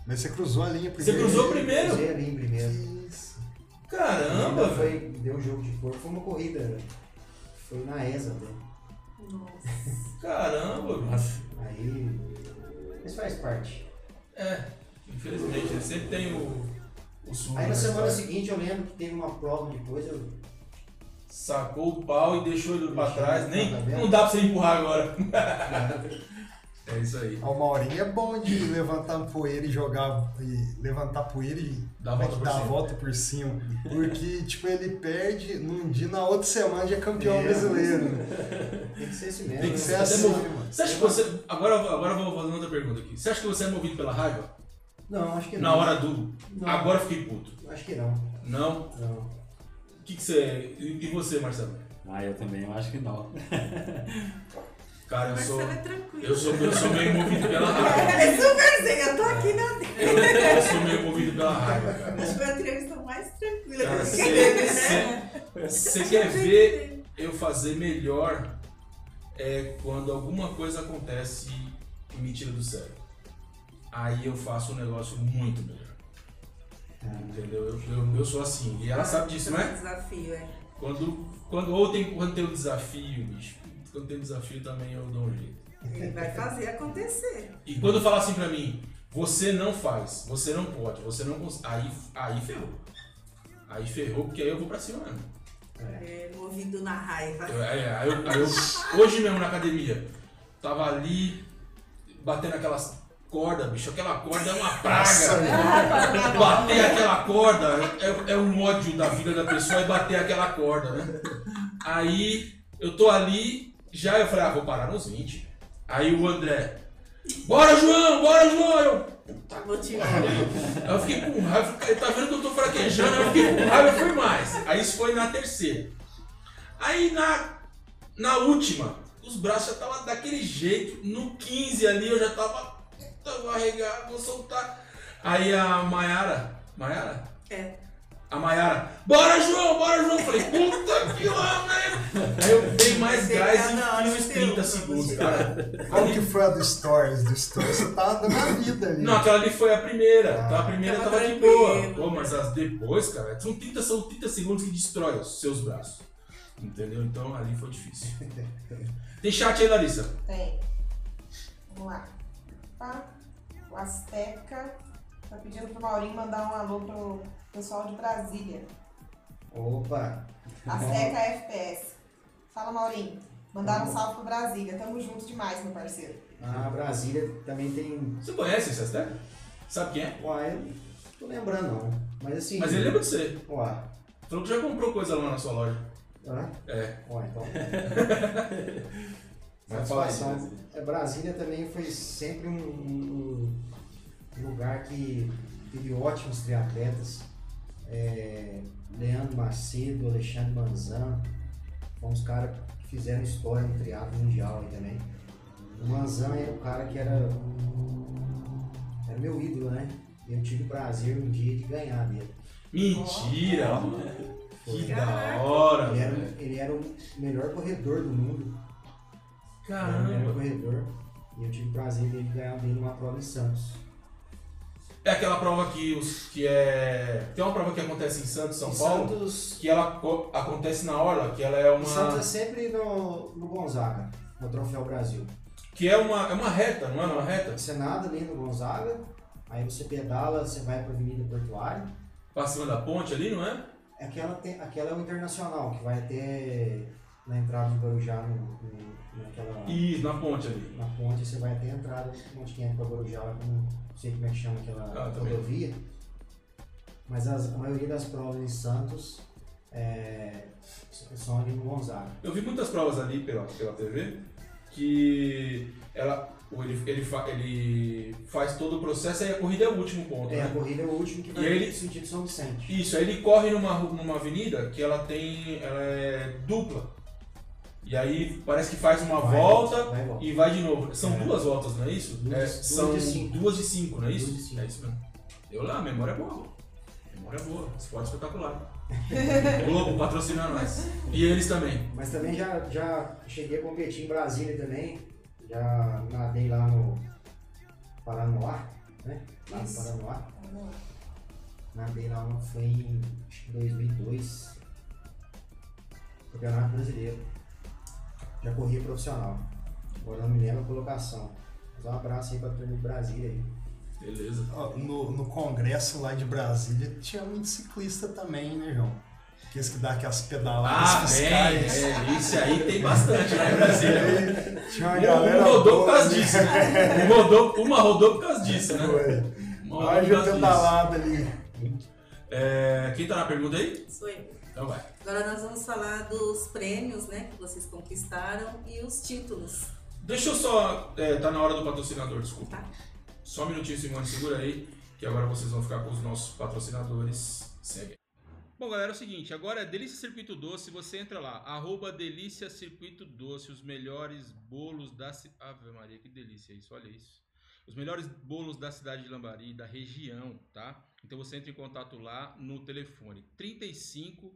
Speaker 3: mas você cruzou a linha
Speaker 1: Você
Speaker 3: primeiro.
Speaker 1: cruzou primeiro?
Speaker 6: cruzei ali em primeiro.
Speaker 3: Isso.
Speaker 1: Caramba,
Speaker 6: Ainda
Speaker 1: velho.
Speaker 6: foi, deu um jogo de corpo, foi uma corrida. Foi na ESA né? até.
Speaker 4: Nossa.
Speaker 1: Caramba, velho.
Speaker 2: Nossa,
Speaker 6: Aí. Mas faz parte.
Speaker 1: É, infelizmente, ele sempre tem o, o sul.
Speaker 6: Aí assim, na
Speaker 1: né?
Speaker 6: semana seguinte eu lembro que teve uma prova depois, eu.
Speaker 1: Sacou o pau e deixou ele pra
Speaker 6: Deixou
Speaker 1: trás.
Speaker 6: ele
Speaker 1: Nem,
Speaker 6: pra trás. tá
Speaker 1: não dá pra você empurrar agora. É isso aí.
Speaker 3: Ah, O Maurinho é bom de levantar poeira e jogar. E levantar poeira e
Speaker 1: Dá a volta por
Speaker 3: dar a
Speaker 1: cima.
Speaker 3: volta por cima. Porque, tipo, ele perde num dia, na outra semana já é campeão
Speaker 6: É.
Speaker 3: brasileiro.
Speaker 6: Tem que ser esse mesmo.
Speaker 3: Tem que
Speaker 6: né?
Speaker 3: ser
Speaker 1: Até
Speaker 3: assim,
Speaker 1: é movido.
Speaker 3: mano.
Speaker 1: Você acha que você. Agora, agora eu vou fazer outra pergunta aqui. Você acha que você é movido pela raiva?
Speaker 6: Não, acho que não.
Speaker 1: Na hora do.
Speaker 6: Não.
Speaker 1: Agora eu fiquei puto.
Speaker 6: Acho que não.
Speaker 1: Não?
Speaker 6: Não.
Speaker 1: O que, que você. é? E e você, Marcelo?
Speaker 2: Ah, eu também, eu acho que não.
Speaker 1: Cara, eu
Speaker 4: Mas
Speaker 1: sou.
Speaker 4: você vai tranquilo.
Speaker 1: Eu sou, eu sou meio movido pela raiva.
Speaker 4: É superzinho, eu tô aqui
Speaker 5: né?
Speaker 4: na
Speaker 1: Eu, eu sou meio movido pela raiva, cara.
Speaker 4: Acho que foi a entrevista mais tranquila
Speaker 1: Cara,
Speaker 4: que eu
Speaker 1: cê- né? Você quer ver eu fazer melhor é quando alguma coisa acontece e me tira do sério. Aí eu faço um negócio muito melhor. Entendeu? Eu, eu, eu sou assim. E ela sabe disso, né?
Speaker 4: Desafio, é.
Speaker 1: Quando, quando, ou tem, quando tem um desafio, bicho. Quando tem um desafio também eu dou um jeito.
Speaker 4: Ele vai fazer acontecer.
Speaker 1: E quando fala assim pra mim, você não faz, você não pode, você não consegue. Aí, aí ferrou. Aí ferrou, porque aí eu vou pra cima mesmo.
Speaker 4: É, movido na raiva.
Speaker 1: Eu- é, aí eu- aí eu- hoje mesmo na academia, tava ali batendo aquelas cordas, bicho. Aquela corda é uma
Speaker 3: Nossa,
Speaker 1: praga. tá Bater aquela corda é, é um ódio da vida da pessoa e bater aquela corda, né? Aí eu tô ali, já eu falei, ah, vou parar nos 20. Aí o André, bora João, bora João! Eu,
Speaker 4: Tá motivado.
Speaker 1: Aí eu fiquei com raiva, falei, tá vendo que eu tô fraquejando, aí eu fiquei com raiva, eu fui mais. Aí isso foi na terceira. Aí na, na última, os braços já estavam daquele jeito, no 15 ali eu já tava, puta, vou arregar, vou soltar. Aí a Maiara, Maiara?
Speaker 4: É.
Speaker 1: A Maiara, bora João, bora João! Eu falei, puta que lá, velho! Aí eu dei mais
Speaker 4: Você
Speaker 1: gás
Speaker 4: tá na
Speaker 1: e
Speaker 4: hora
Speaker 1: fiz uns
Speaker 4: de
Speaker 1: 30
Speaker 4: ter um
Speaker 1: segundos,
Speaker 4: pra você.
Speaker 1: cara.
Speaker 3: Qual que foi a do Stories? Do Stories você tava dando a vida ali.
Speaker 1: Não, aquela ali foi a primeira. Então a primeira
Speaker 4: Tava
Speaker 1: tava, de
Speaker 4: tranquilo.
Speaker 1: boa. Pô, mas as depois, cara, são 30, são 30 segundos que destrói os seus braços. Entendeu? Então ali foi difícil. Tem chat aí, Larissa.
Speaker 5: Tem. Vamos lá. Tá? O Azteca tá pedindo pro Maurinho mandar um alô pro pessoal de Brasília.
Speaker 6: Opa!
Speaker 5: Azteca FPS. Fala, Maurinho. Mandaram um salve pro Brasília. Tamo junto demais, meu parceiro.
Speaker 6: A Brasília também tem.
Speaker 1: Você conhece esse Azteca? Sabe quem é?
Speaker 6: Uai, eu não tô lembrando não. Mas assim.
Speaker 1: Mas ele lembra de você.
Speaker 6: Uai.
Speaker 1: Falou que já comprou coisa lá na sua loja.
Speaker 6: Hã?
Speaker 1: É.
Speaker 6: Uai, tá? então.
Speaker 1: Vai falar aí,
Speaker 6: Satisfação.
Speaker 1: Brasília.
Speaker 6: É, Brasília também foi sempre um, um- um lugar que teve ótimos triatletas. é, Leandro Macedo, Alexandre Manzan, foram os caras que fizeram história no triatlo mundial aí também. O Manzan era o cara que era, era meu ídolo, né? Eu tive o prazer um dia de ganhar dele.
Speaker 1: Mentira,
Speaker 2: Ó.
Speaker 1: mano. Que
Speaker 4: Caraca.
Speaker 1: da hora,
Speaker 6: Ele era,
Speaker 1: velho.
Speaker 6: ele era o melhor corredor do mundo. Ele era o melhor
Speaker 1: Caramba.
Speaker 6: corredor. E eu tive o prazer dele ganhar dele uma prova em Santos.
Speaker 1: É aquela prova que, os, que é. Tem uma prova que acontece em Santos, São
Speaker 6: Em
Speaker 1: Paulo,
Speaker 6: Santos,
Speaker 1: que ela co- acontece na Orla, que ela é
Speaker 6: em Santos é
Speaker 1: uma.
Speaker 6: sempre no, no Gonzaga, no Troféu Brasil.
Speaker 1: Que é uma, é uma reta, não é? Uma reta?
Speaker 6: Você nada ali no Gonzaga, aí você pedala, você vai para a Avenida Portuária.
Speaker 1: Pra cima da ponte ali, não é?
Speaker 6: Aquela, tem, aquela é o internacional, que vai até na entrada de Guarujá, no, no- naquela,
Speaker 1: Isso, na ponte ali.
Speaker 6: na ponte, você vai até a entrada onde quem é para Guarujá, eu não sei como é que chama aquela
Speaker 1: Ah, tá bem.
Speaker 6: rodovia. Mas as- a maioria das provas em Santos é, são ali no Gonzaga.
Speaker 1: Eu vi muitas provas ali pela, pela TV que ela, o- ele, ele, fa- ele faz todo o processo e a corrida é o último ponto.
Speaker 6: É, a
Speaker 1: né?
Speaker 6: corrida é o último que
Speaker 1: E
Speaker 6: vai
Speaker 1: ele-
Speaker 6: no sentido São Vicente.
Speaker 1: Isso, aí ele corre numa, ru- numa avenida que ela tem. Ela é dupla. E aí parece que faz uma
Speaker 6: Vai,
Speaker 1: volta
Speaker 6: vai e volta.
Speaker 1: e vai de novo. São
Speaker 6: É.
Speaker 1: duas voltas, não é isso?
Speaker 6: Duas-
Speaker 1: É,
Speaker 6: duas
Speaker 1: são
Speaker 6: de cinco.
Speaker 1: duas de cinco, não é isso?
Speaker 6: Duas de cinco.
Speaker 1: É isso mesmo. Eu lá, a memória é boa. A Memória é boa, esporte espetacular. Globo patrocina nós. E eles também.
Speaker 6: Mas também já, já cheguei a competir em Brasília também. Já nadei lá no Paranoá, né? Lá no
Speaker 5: Isso.
Speaker 6: Paranoá.
Speaker 5: Vamos lá.
Speaker 6: Nadei lá no, foi em acho que 2002. Campeonato Brasileiro. Já corria profissional. Agora não me lembro a colocação. Mas um abraço aí pra turma de Brasília aí.
Speaker 1: Beleza.
Speaker 3: Ó, No, no congresso lá de Brasília tinha muito ciclista também, né, João? Aqueles que dá aquelas pedaladas
Speaker 1: Ah, bem,
Speaker 3: fiscais.
Speaker 1: é, isso aí tem bastante lá em Brasília.
Speaker 3: Tinha uma galera
Speaker 1: Um rodou por
Speaker 3: boa,
Speaker 1: causa
Speaker 3: né?
Speaker 1: disso. Um rodou- uma rodou por causa disso, né?
Speaker 3: Foi.
Speaker 1: Uma rodou por
Speaker 3: Olha
Speaker 1: causa
Speaker 3: a
Speaker 1: disso.
Speaker 3: pedalada ali.
Speaker 1: É, quem tá na pergunta aí?
Speaker 4: Sou eu.
Speaker 1: Então vai.
Speaker 4: Agora nós vamos falar dos prêmios, né, que vocês conquistaram e os títulos.
Speaker 1: Deixa eu só. é, tá na hora do patrocinador, desculpa.
Speaker 4: Tá.
Speaker 1: Só um minutinho, Simone, segura aí, que agora vocês vão ficar com os nossos patrocinadores. Segue. Bom, galera, é o seguinte, agora é Delícia Circuito Doce, você entra lá, arroba Delícia Circuito Doce, os melhores bolos da cidade... Ave Maria, que delícia isso, olha isso. Os melhores bolos da cidade de Lambari, da região, tá? Então você entra em contato lá no telefone 35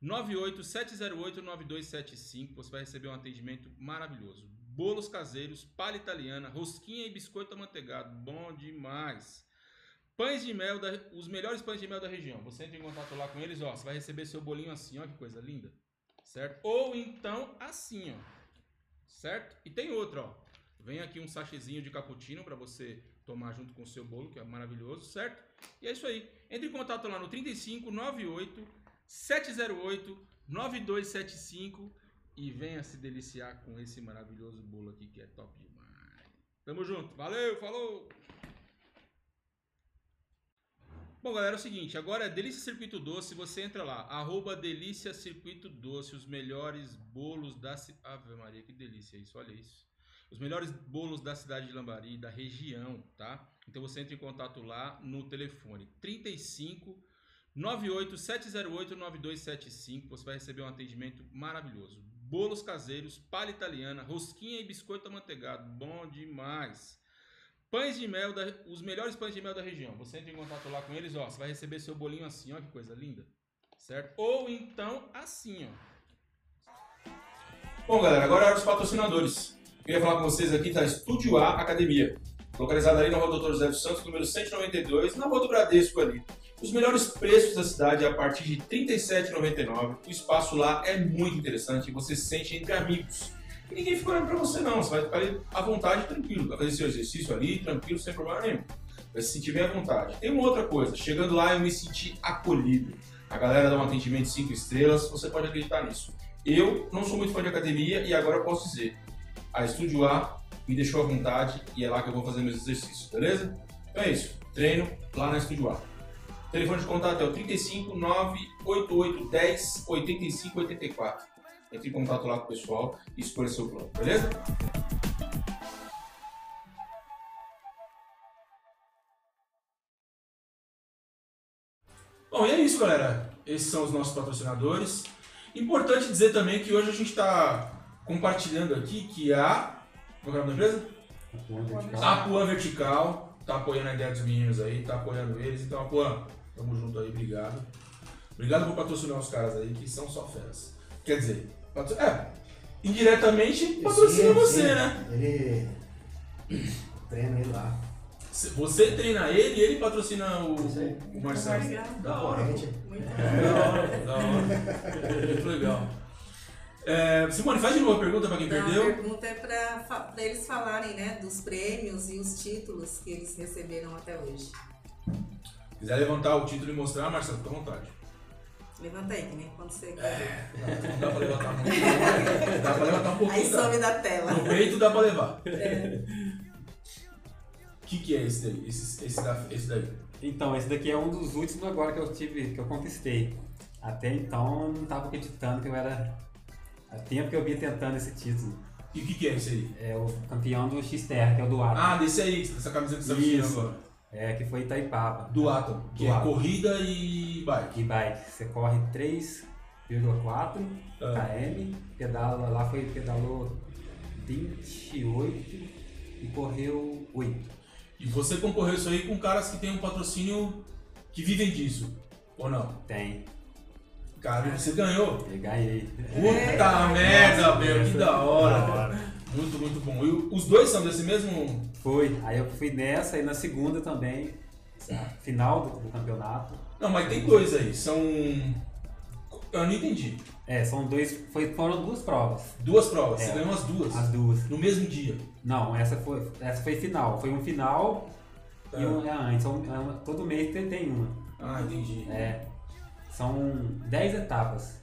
Speaker 1: 98 708 9275, você vai receber um atendimento maravilhoso. Bolos caseiros, palha italiana, rosquinha e biscoito amanteigado, bom demais. Pães de mel, da- os melhores pães de mel da região. Você entra em contato lá com eles, ó, você vai receber seu bolinho assim, ó, que coisa linda. Certo? Ou então assim, ó. Certo? E tem outra, ó. Vem aqui um sachezinho de cappuccino para você tomar junto com o seu bolo, que é maravilhoso, certo? E é isso aí. Entre em contato lá no 3598 708 9275 e venha se deliciar com esse maravilhoso bolo aqui que é top demais. Tamo junto. Valeu, falou. Bom, galera, é o seguinte, agora é Delícia Circuito Doce, você entra lá, arroba Delícia Circuito Doce, os melhores bolos da cidade... Ave Maria, que delícia isso, olha isso. Os melhores bolos da cidade de Lambari, da região, tá? Então você entra em contato lá no telefone 35 98 708 9275, você vai receber um atendimento maravilhoso. Bolos caseiros, palha italiana, rosquinha e biscoito amanteigado, bom demais. Pães de mel, da- os melhores pães de mel da região. Você entra em contato lá com eles, ó. Você vai receber seu bolinho assim, ó, que coisa linda. Certo? Ou então assim, ó. Bom, galera, agora é hora dos patrocinadores. Eu queria falar com vocês aqui da Estúdio A Academia, localizada ali na rua Doutor José dos Santos, número 192, na rua do Bradesco ali. Os melhores preços da cidade é a partir de R$ 37,99. O espaço lá é muito interessante, você se sente entre amigos. E ninguém fica olhando pra você não, você vai ficar ali à vontade, tranquilo. Vai fazer seu exercício ali, tranquilo, sem problema nenhum. Vai se sentir bem à vontade. Tem uma outra coisa, chegando lá eu me senti acolhido. A galera dá um atendimento 5 estrelas, você pode acreditar nisso. Eu não sou muito fã de academia e agora eu posso dizer, a Estúdio A me deixou à vontade e é lá que eu vou fazer meus exercícios, beleza? Então é isso, treino lá na Estúdio A. Telefone de contato é o 35 988 10 85 84. Entre em contato lá com o pessoal e escolha seu plano, beleza? Bom, Bom, e é isso, galera. Esses são os nossos patrocinadores. Importante dizer também que hoje a gente está compartilhando aqui que a. Qual é o nome da empresa? A Puan Vertical tá apoiando a ideia dos meninos aí, tá apoiando eles. Então, Puan, tamo junto aí, obrigado. Obrigado por patrocinar os caras aí, que são só feras. Quer dizer, patro- é, indiretamente patrocina
Speaker 6: Sim,
Speaker 1: você,
Speaker 6: sim.
Speaker 1: né?
Speaker 6: Ele treina ele lá.
Speaker 1: Se- Você treina ele e ele patrocina o,
Speaker 6: Isso aí.
Speaker 1: o Marcelo.
Speaker 4: Legal.
Speaker 1: Da hora, pô.
Speaker 6: Gente,
Speaker 4: Muito
Speaker 1: É. Da hora, da hora. Muito legal. É, Simone, faz de novo a pergunta pra quem
Speaker 4: Não, A
Speaker 1: perdeu.
Speaker 4: pergunta é para eles falarem, né, dos prêmios e os títulos que eles receberam até hoje.
Speaker 1: Quiser levantar o título e mostrar, Marcelo, fica à vontade.
Speaker 4: Levanta aí, né? Quando você.
Speaker 1: Não dá pra levantar muito. não. Dá pra levantar um
Speaker 4: Aí
Speaker 1: pouquinho. dá.
Speaker 4: some da tela.
Speaker 1: No peito dá pra levar. O que, que é esse daí? Esse, esse, da- esse daí?
Speaker 2: Então, esse daqui é um dos últimos agora que eu tive, que eu conquistei. Até então eu não tava acreditando que eu era. Há tempo que eu vinha tentando esse título.
Speaker 1: E o que, que é esse aí?
Speaker 2: É o campeão do XTR, que é o do Atom.
Speaker 1: Ah, desse aí, dessa camisa que você tá vestindo
Speaker 2: Isso.
Speaker 1: agora.
Speaker 2: É, que foi Itaipava.
Speaker 1: Do Atom, que é
Speaker 2: Do Atom.
Speaker 1: corrida e bike.
Speaker 2: E bike. Você corre 3,4 km, pedala lá foi pedalou 28 e correu 8.
Speaker 1: E você concorreu isso aí com caras que tem um patrocínio que vivem disso. Ou não?
Speaker 2: Tem.
Speaker 1: Cara, você ganhou.
Speaker 2: Eu ganhei.
Speaker 1: Puta merda, meu, que da
Speaker 2: Da
Speaker 1: hora. Muito, muito bom. E o- os dois são desse mesmo.
Speaker 2: Foi. Aí eu fui nessa e na segunda também. Final do, do campeonato.
Speaker 1: Não, mas tem dois aí. São. Eu não entendi.
Speaker 2: É, são dois. Foi, foram duas provas.
Speaker 1: Duas provas.
Speaker 2: É.
Speaker 1: Você ganhou as duas.
Speaker 2: As duas.
Speaker 1: No mesmo dia.
Speaker 2: Não, essa foi, essa foi final. Foi um final
Speaker 1: Tá.
Speaker 2: e um é antes. São- é uma- todo mês tem, tem uma.
Speaker 1: Ah, entendi.
Speaker 2: É. São 10 etapas.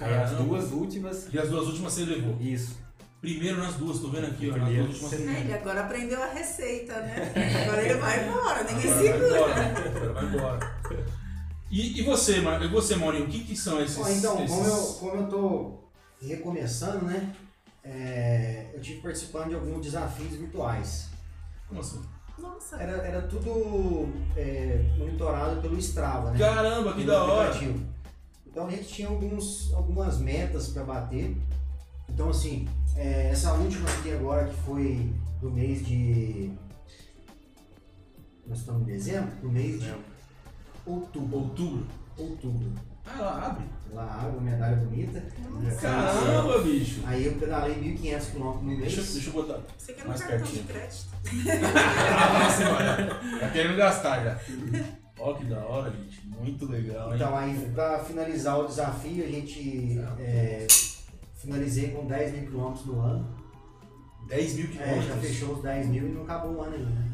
Speaker 2: Aí as
Speaker 1: Caramba.
Speaker 2: duas últimas.
Speaker 1: E as duas últimas você levou.
Speaker 2: Isso.
Speaker 1: Primeiro nas duas, tô vendo aqui, ó. Nas duas
Speaker 2: Primeiro.
Speaker 1: últimas
Speaker 4: Ah, ele
Speaker 1: você
Speaker 4: agora aprendeu a receita, né? Agora ele vai embora, ninguém
Speaker 1: Agora vai
Speaker 4: segura.
Speaker 1: embora, né? Agora vai embora. E, e você, Ma- e você, Maurinho, o que, que são esses.
Speaker 6: Bom, então, como eu,
Speaker 1: esses-
Speaker 6: como eu tô recomeçando, né? é, eu tive participando de alguns desafios virtuais.
Speaker 1: como assim?
Speaker 4: Nossa,
Speaker 6: Era, era tudo é, monitorado pelo Strava, né?
Speaker 1: Caramba, que
Speaker 6: pelo
Speaker 1: da hora!
Speaker 6: aplicativo. Então a gente tinha alguns, algumas metas para bater. Então assim, é, essa última aqui agora que foi do mês de. Nós estamos em dezembro? Do mês de outubro.
Speaker 1: Outubro.
Speaker 6: Outubro.
Speaker 1: Ah, ela abre.
Speaker 6: Lá abre uma medalha bonita.
Speaker 1: Caramba, bicho.
Speaker 6: Aí eu pedalei 1.500 km no mês.
Speaker 1: Deixa, eu- deixa eu botar.
Speaker 4: você quer um
Speaker 1: Mais
Speaker 4: cartão
Speaker 1: pertinho.
Speaker 4: de crédito?
Speaker 1: Tá querendo gastar já. Ó, que da hora, gente. Muito legal, hein?
Speaker 6: Então aí pra finalizar o desafio, a gente é, finalizei com 10 mil quilômetros no ano.
Speaker 1: 10 mil
Speaker 6: É, já
Speaker 1: quilômetros.
Speaker 6: fechou os 10 mil e não acabou o ano ainda. né?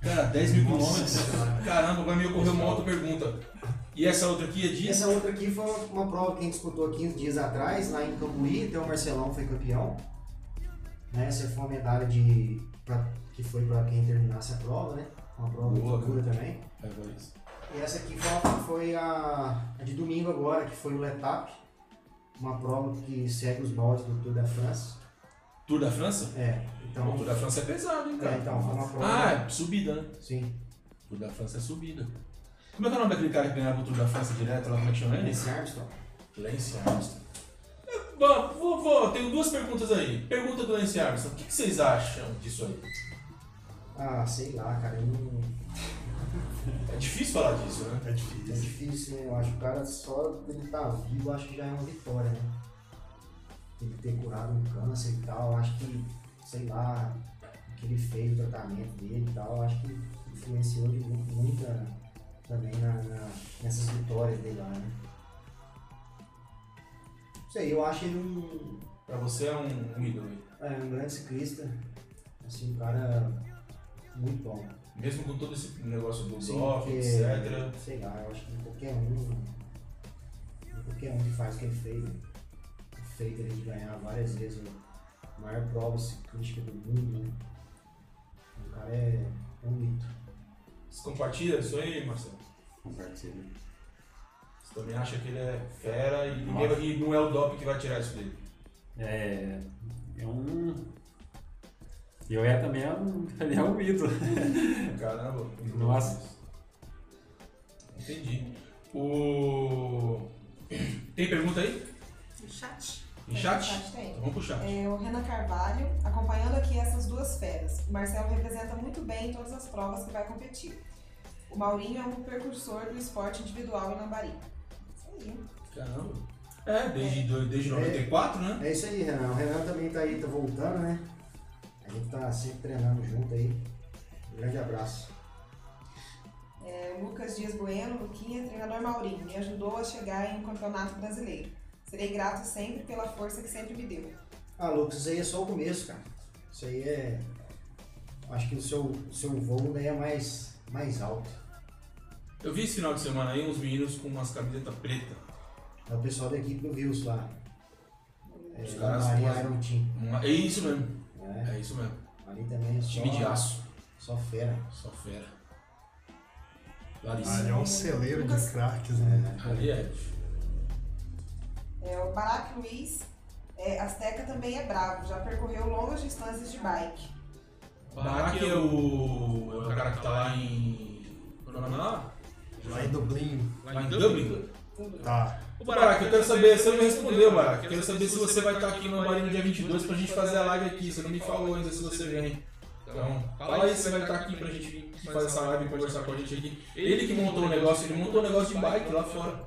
Speaker 1: Cara, 10 mil
Speaker 6: Nossa
Speaker 1: quilômetros.
Speaker 6: Senhora.
Speaker 1: Caramba, vai me ocorrer uma outra pergunta. E essa outra aqui é
Speaker 6: E
Speaker 1: de.
Speaker 6: essa outra aqui foi uma prova que a gente disputou há 15 dias atrás, lá em Cambuí, até o Marcelão foi campeão. Né, Essa foi uma medalha de, pra- que foi para quem terminasse a prova, né? Uma prova
Speaker 1: Boa,
Speaker 6: muito dura também.
Speaker 1: É, vai isso.
Speaker 6: E essa aqui foi, foi a, a de domingo agora, que foi o Letap, uma prova que segue os moldes do Tour da França.
Speaker 1: Tour da França?
Speaker 6: É,
Speaker 1: Então, o
Speaker 6: então.
Speaker 1: Tour da França é pesado, hein, cara?
Speaker 6: É, então, foi uma prova.
Speaker 1: Ah, é subida, né?
Speaker 6: Sim.
Speaker 1: Tour da França é subida. Como é que é o nome daquele cara que ganhava o Tour da França direto lá? Como é que chama ele?
Speaker 6: Nesse Armstrong.
Speaker 1: Lance Armstrong. É, Bom, vou, vou, tenho duas perguntas aí. Pergunta do Lance Armstrong. O que, que vocês acham disso aí?
Speaker 6: Ah, sei lá, cara. eu não-
Speaker 1: É difícil falar disso, né?
Speaker 3: É
Speaker 6: É
Speaker 3: difícil.
Speaker 6: difícil, né? Eu acho que o cara só ele tá vivo, eu acho que já é uma vitória, né? Ele ter curado um câncer e tal, eu acho que, sei lá, o que ele fez, o tratamento dele e tal, eu acho que influenciou de mu- muita também na, na- nessas vitórias dele lá, né? Não sei, eu acho ele um,
Speaker 1: Pra você é um, um ídolo. hein?
Speaker 6: é, um grande ciclista, assim, um cara muito bom.
Speaker 1: Mesmo com todo esse negócio do
Speaker 6: Sim,
Speaker 1: golfe,
Speaker 6: porque,
Speaker 1: etc.
Speaker 6: Sei lá, eu acho que qualquer um. Qualquer um que faz o que ele fez. né? O feito ele de ganhar várias vezes a maior prova ciclística do mundo, né? O cara é, é um mito.
Speaker 1: Você compartilha isso aí, Marcelo?
Speaker 2: Compartilha.
Speaker 1: Você também acha que ele é fera e ninguém
Speaker 2: Nossa.
Speaker 1: vai- e não é o Dop que vai tirar isso dele.
Speaker 2: É. É um. Eu é também é um, ele é um ídolo.
Speaker 1: Caramba.
Speaker 2: Nossa.
Speaker 1: Entendi. O... Tem pergunta aí?
Speaker 4: No Um chat.
Speaker 1: Em chat?
Speaker 5: tem.
Speaker 1: Então vamos pro chat.
Speaker 5: É, o Renan Carvalho, acompanhando aqui essas duas feras. O Marcelo representa muito bem em todas as provas que vai competir. O Maurinho é um precursor do esporte individual em Lambari. Isso aí.
Speaker 1: Caramba. É, desde, do- desde
Speaker 6: É.
Speaker 1: 94, né?
Speaker 6: É isso aí, Renan. O Renan também tá aí, tá voltando, né? A gente tá sempre treinando junto aí. Um grande abraço.
Speaker 5: É, o Lucas Dias Bueno, Luquinha, treinador Maurinho, me ajudou a chegar em um campeonato brasileiro. Serei grato sempre pela força que sempre me deu.
Speaker 6: Ah, Lucas, isso aí é só o começo, cara. Isso aí é. Acho que o seu, o seu voo daí é mais, mais alto.
Speaker 1: Eu vi esse final de semana aí uns meninos com umas camisetas preta,
Speaker 6: É o pessoal da equipe do Vils lá. É,
Speaker 1: Os
Speaker 6: da
Speaker 1: caras
Speaker 6: Maria
Speaker 1: fazem-
Speaker 6: Iron Team.
Speaker 1: Uma- É isso mesmo.
Speaker 6: Né?
Speaker 1: É isso mesmo.
Speaker 6: Ali também é só,
Speaker 1: Time de aço.
Speaker 6: só fera.
Speaker 1: Só fera. Larissa.
Speaker 3: Ali é um celeiro de craques, né?
Speaker 1: Ali é. bicho.
Speaker 5: É, o Barack Luiz, é, Azteca também é bravo, já percorreu longas distâncias de bike.
Speaker 1: Barack é o. É o cara que tá lá em. Qual é o nome lá?
Speaker 3: Lá em Dublin.
Speaker 1: Lá em Dublin?
Speaker 3: Tá.
Speaker 1: Ô Barack, é eu quero saber, você não me respondeu, Barack. Eu quero saber né? se você vai estar aqui no Bahia no dia 22 pra gente fazer a live aqui. Você não me falou ainda Então, se você vem. Então, fala aí se você vai estar aqui pra gente vir fazer essa live e conversar com a gente aqui. Ele que montou o negócio, ele montou um negócio de bike lá fora.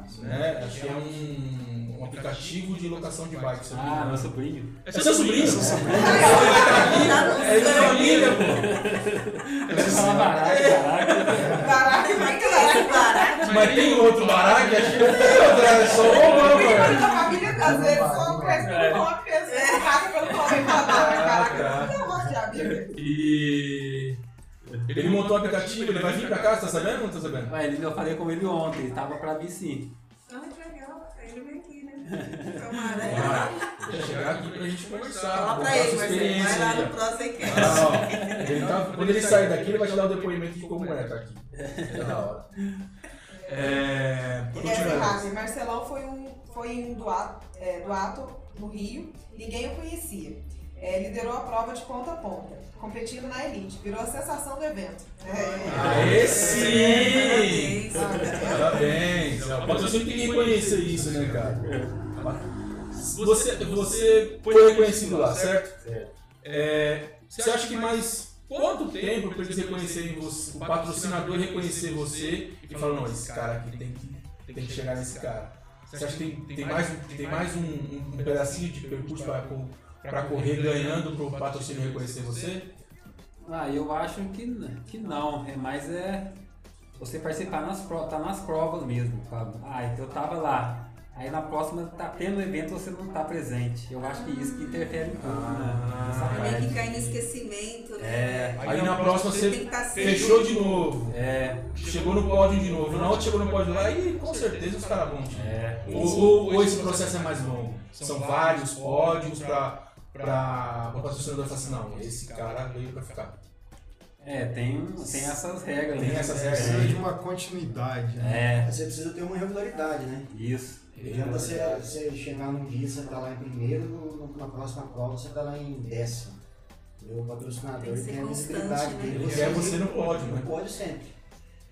Speaker 6: Nossa,
Speaker 1: Né? Acho que é um, um aplicativo de locação de bike. se eu não me
Speaker 2: Ah,
Speaker 1: engano.
Speaker 2: meu sobrinho.
Speaker 1: É seu sobrinho? É seu
Speaker 4: Tá
Speaker 1: sobrinho. É de família, pô. É
Speaker 2: Eu falo barato, barato.
Speaker 5: Barack vai
Speaker 4: Esse barato.
Speaker 1: Mas tem outro Barack, acho que não tem outro, é só um, mano.
Speaker 5: A família às vezes só conhece pelo nome, às vezes casa assim, pelo nome
Speaker 1: Caraca.
Speaker 5: caraca, eu "Ah, não gosto de amigo.
Speaker 1: E. Ele montou um aplicativo, ele vai vir pra cá, você tá sabendo ou não tá sabendo?
Speaker 2: Ué, ele- eu falei com ele ontem, ele tava pra vir sim.
Speaker 4: Ai, Ah, que legal. Ele vem aqui, né? Tomara.
Speaker 1: Vai. Vai chegar aqui pra gente conversar.
Speaker 4: Fala
Speaker 1: contar
Speaker 4: pra ele,
Speaker 1: sua
Speaker 4: Marcelo. Vai
Speaker 1: experiência
Speaker 4: lá
Speaker 1: aí,
Speaker 4: no próximo
Speaker 1: ó.
Speaker 4: cast.
Speaker 1: Ah, ó. Ele tá- quando ele sair daqui, ele vai te dar o depoimento de como é tá aqui. É da hora. É.
Speaker 5: Ele é
Speaker 1: Continuando.
Speaker 5: errado. Marcelão foi um, foi um doato, é, doato no Rio, ninguém o conhecia. É, liderou a prova de ponta a ponta, competindo na elite, virou a sensação do evento. É.
Speaker 1: Aê, sim!
Speaker 4: É, Parabéns, olha.
Speaker 1: Parabéns! Mas eu sempre queria reconhecer isso, né, cara? Você, você foi reconhecido lá, certo? É, você acha que mais quanto tempo para eles reconhecerem você, o patrocinador reconhecer você e falar, não, esse cara aqui tem que, tem que chegar nesse cara? Você acha que tem, tem mais, um- tem mais um, um- um pedacinho de percurso para correr ganhando para o patrocínio reconhecer você?
Speaker 2: Ah, eu acho que, n- que não, é mais é você participar nas, pro- tá nas provas mesmo, sabe? Ah, então eu tava lá. Aí na próxima tá tendo evento você não tá presente. Eu acho que isso que interfere um pouco
Speaker 1: Ah.
Speaker 2: né, nessa
Speaker 4: Tem
Speaker 2: parte.
Speaker 4: que cair no esquecimento, né?
Speaker 2: É,
Speaker 1: Aí na próxima
Speaker 4: Ele tem
Speaker 1: você
Speaker 4: que estar sempre.
Speaker 1: fechou de novo.
Speaker 2: é,
Speaker 1: Chegou no pódio de novo. Na outra chegou no pódio lá e com certeza os caras vão te.
Speaker 2: é.
Speaker 1: Ou, ou- ou esse processo é mais longo. São vários pódios pra, pra o patrocinador falar assim, não, esse cara veio pra ficar.
Speaker 2: É, tem, um- tem essas regras.
Speaker 1: Tem
Speaker 2: né?
Speaker 1: essas
Speaker 3: Precisa É de
Speaker 1: regras.
Speaker 3: uma continuidade, né?
Speaker 2: É,
Speaker 6: Você precisa ter uma regularidade, né?
Speaker 2: isso.
Speaker 6: Não
Speaker 1: tá
Speaker 6: adianta você, você chegar num dia, você tá lá em primeiro, no- na próxima prova você tá lá em décimo. Entendeu? O patrocinador
Speaker 4: Tem que
Speaker 6: tem,
Speaker 4: ser
Speaker 6: a
Speaker 4: constante,
Speaker 6: visibilidade
Speaker 4: né?
Speaker 6: dele.
Speaker 1: Ele quer você no pódio,
Speaker 6: não
Speaker 1: né?
Speaker 6: pode sempre.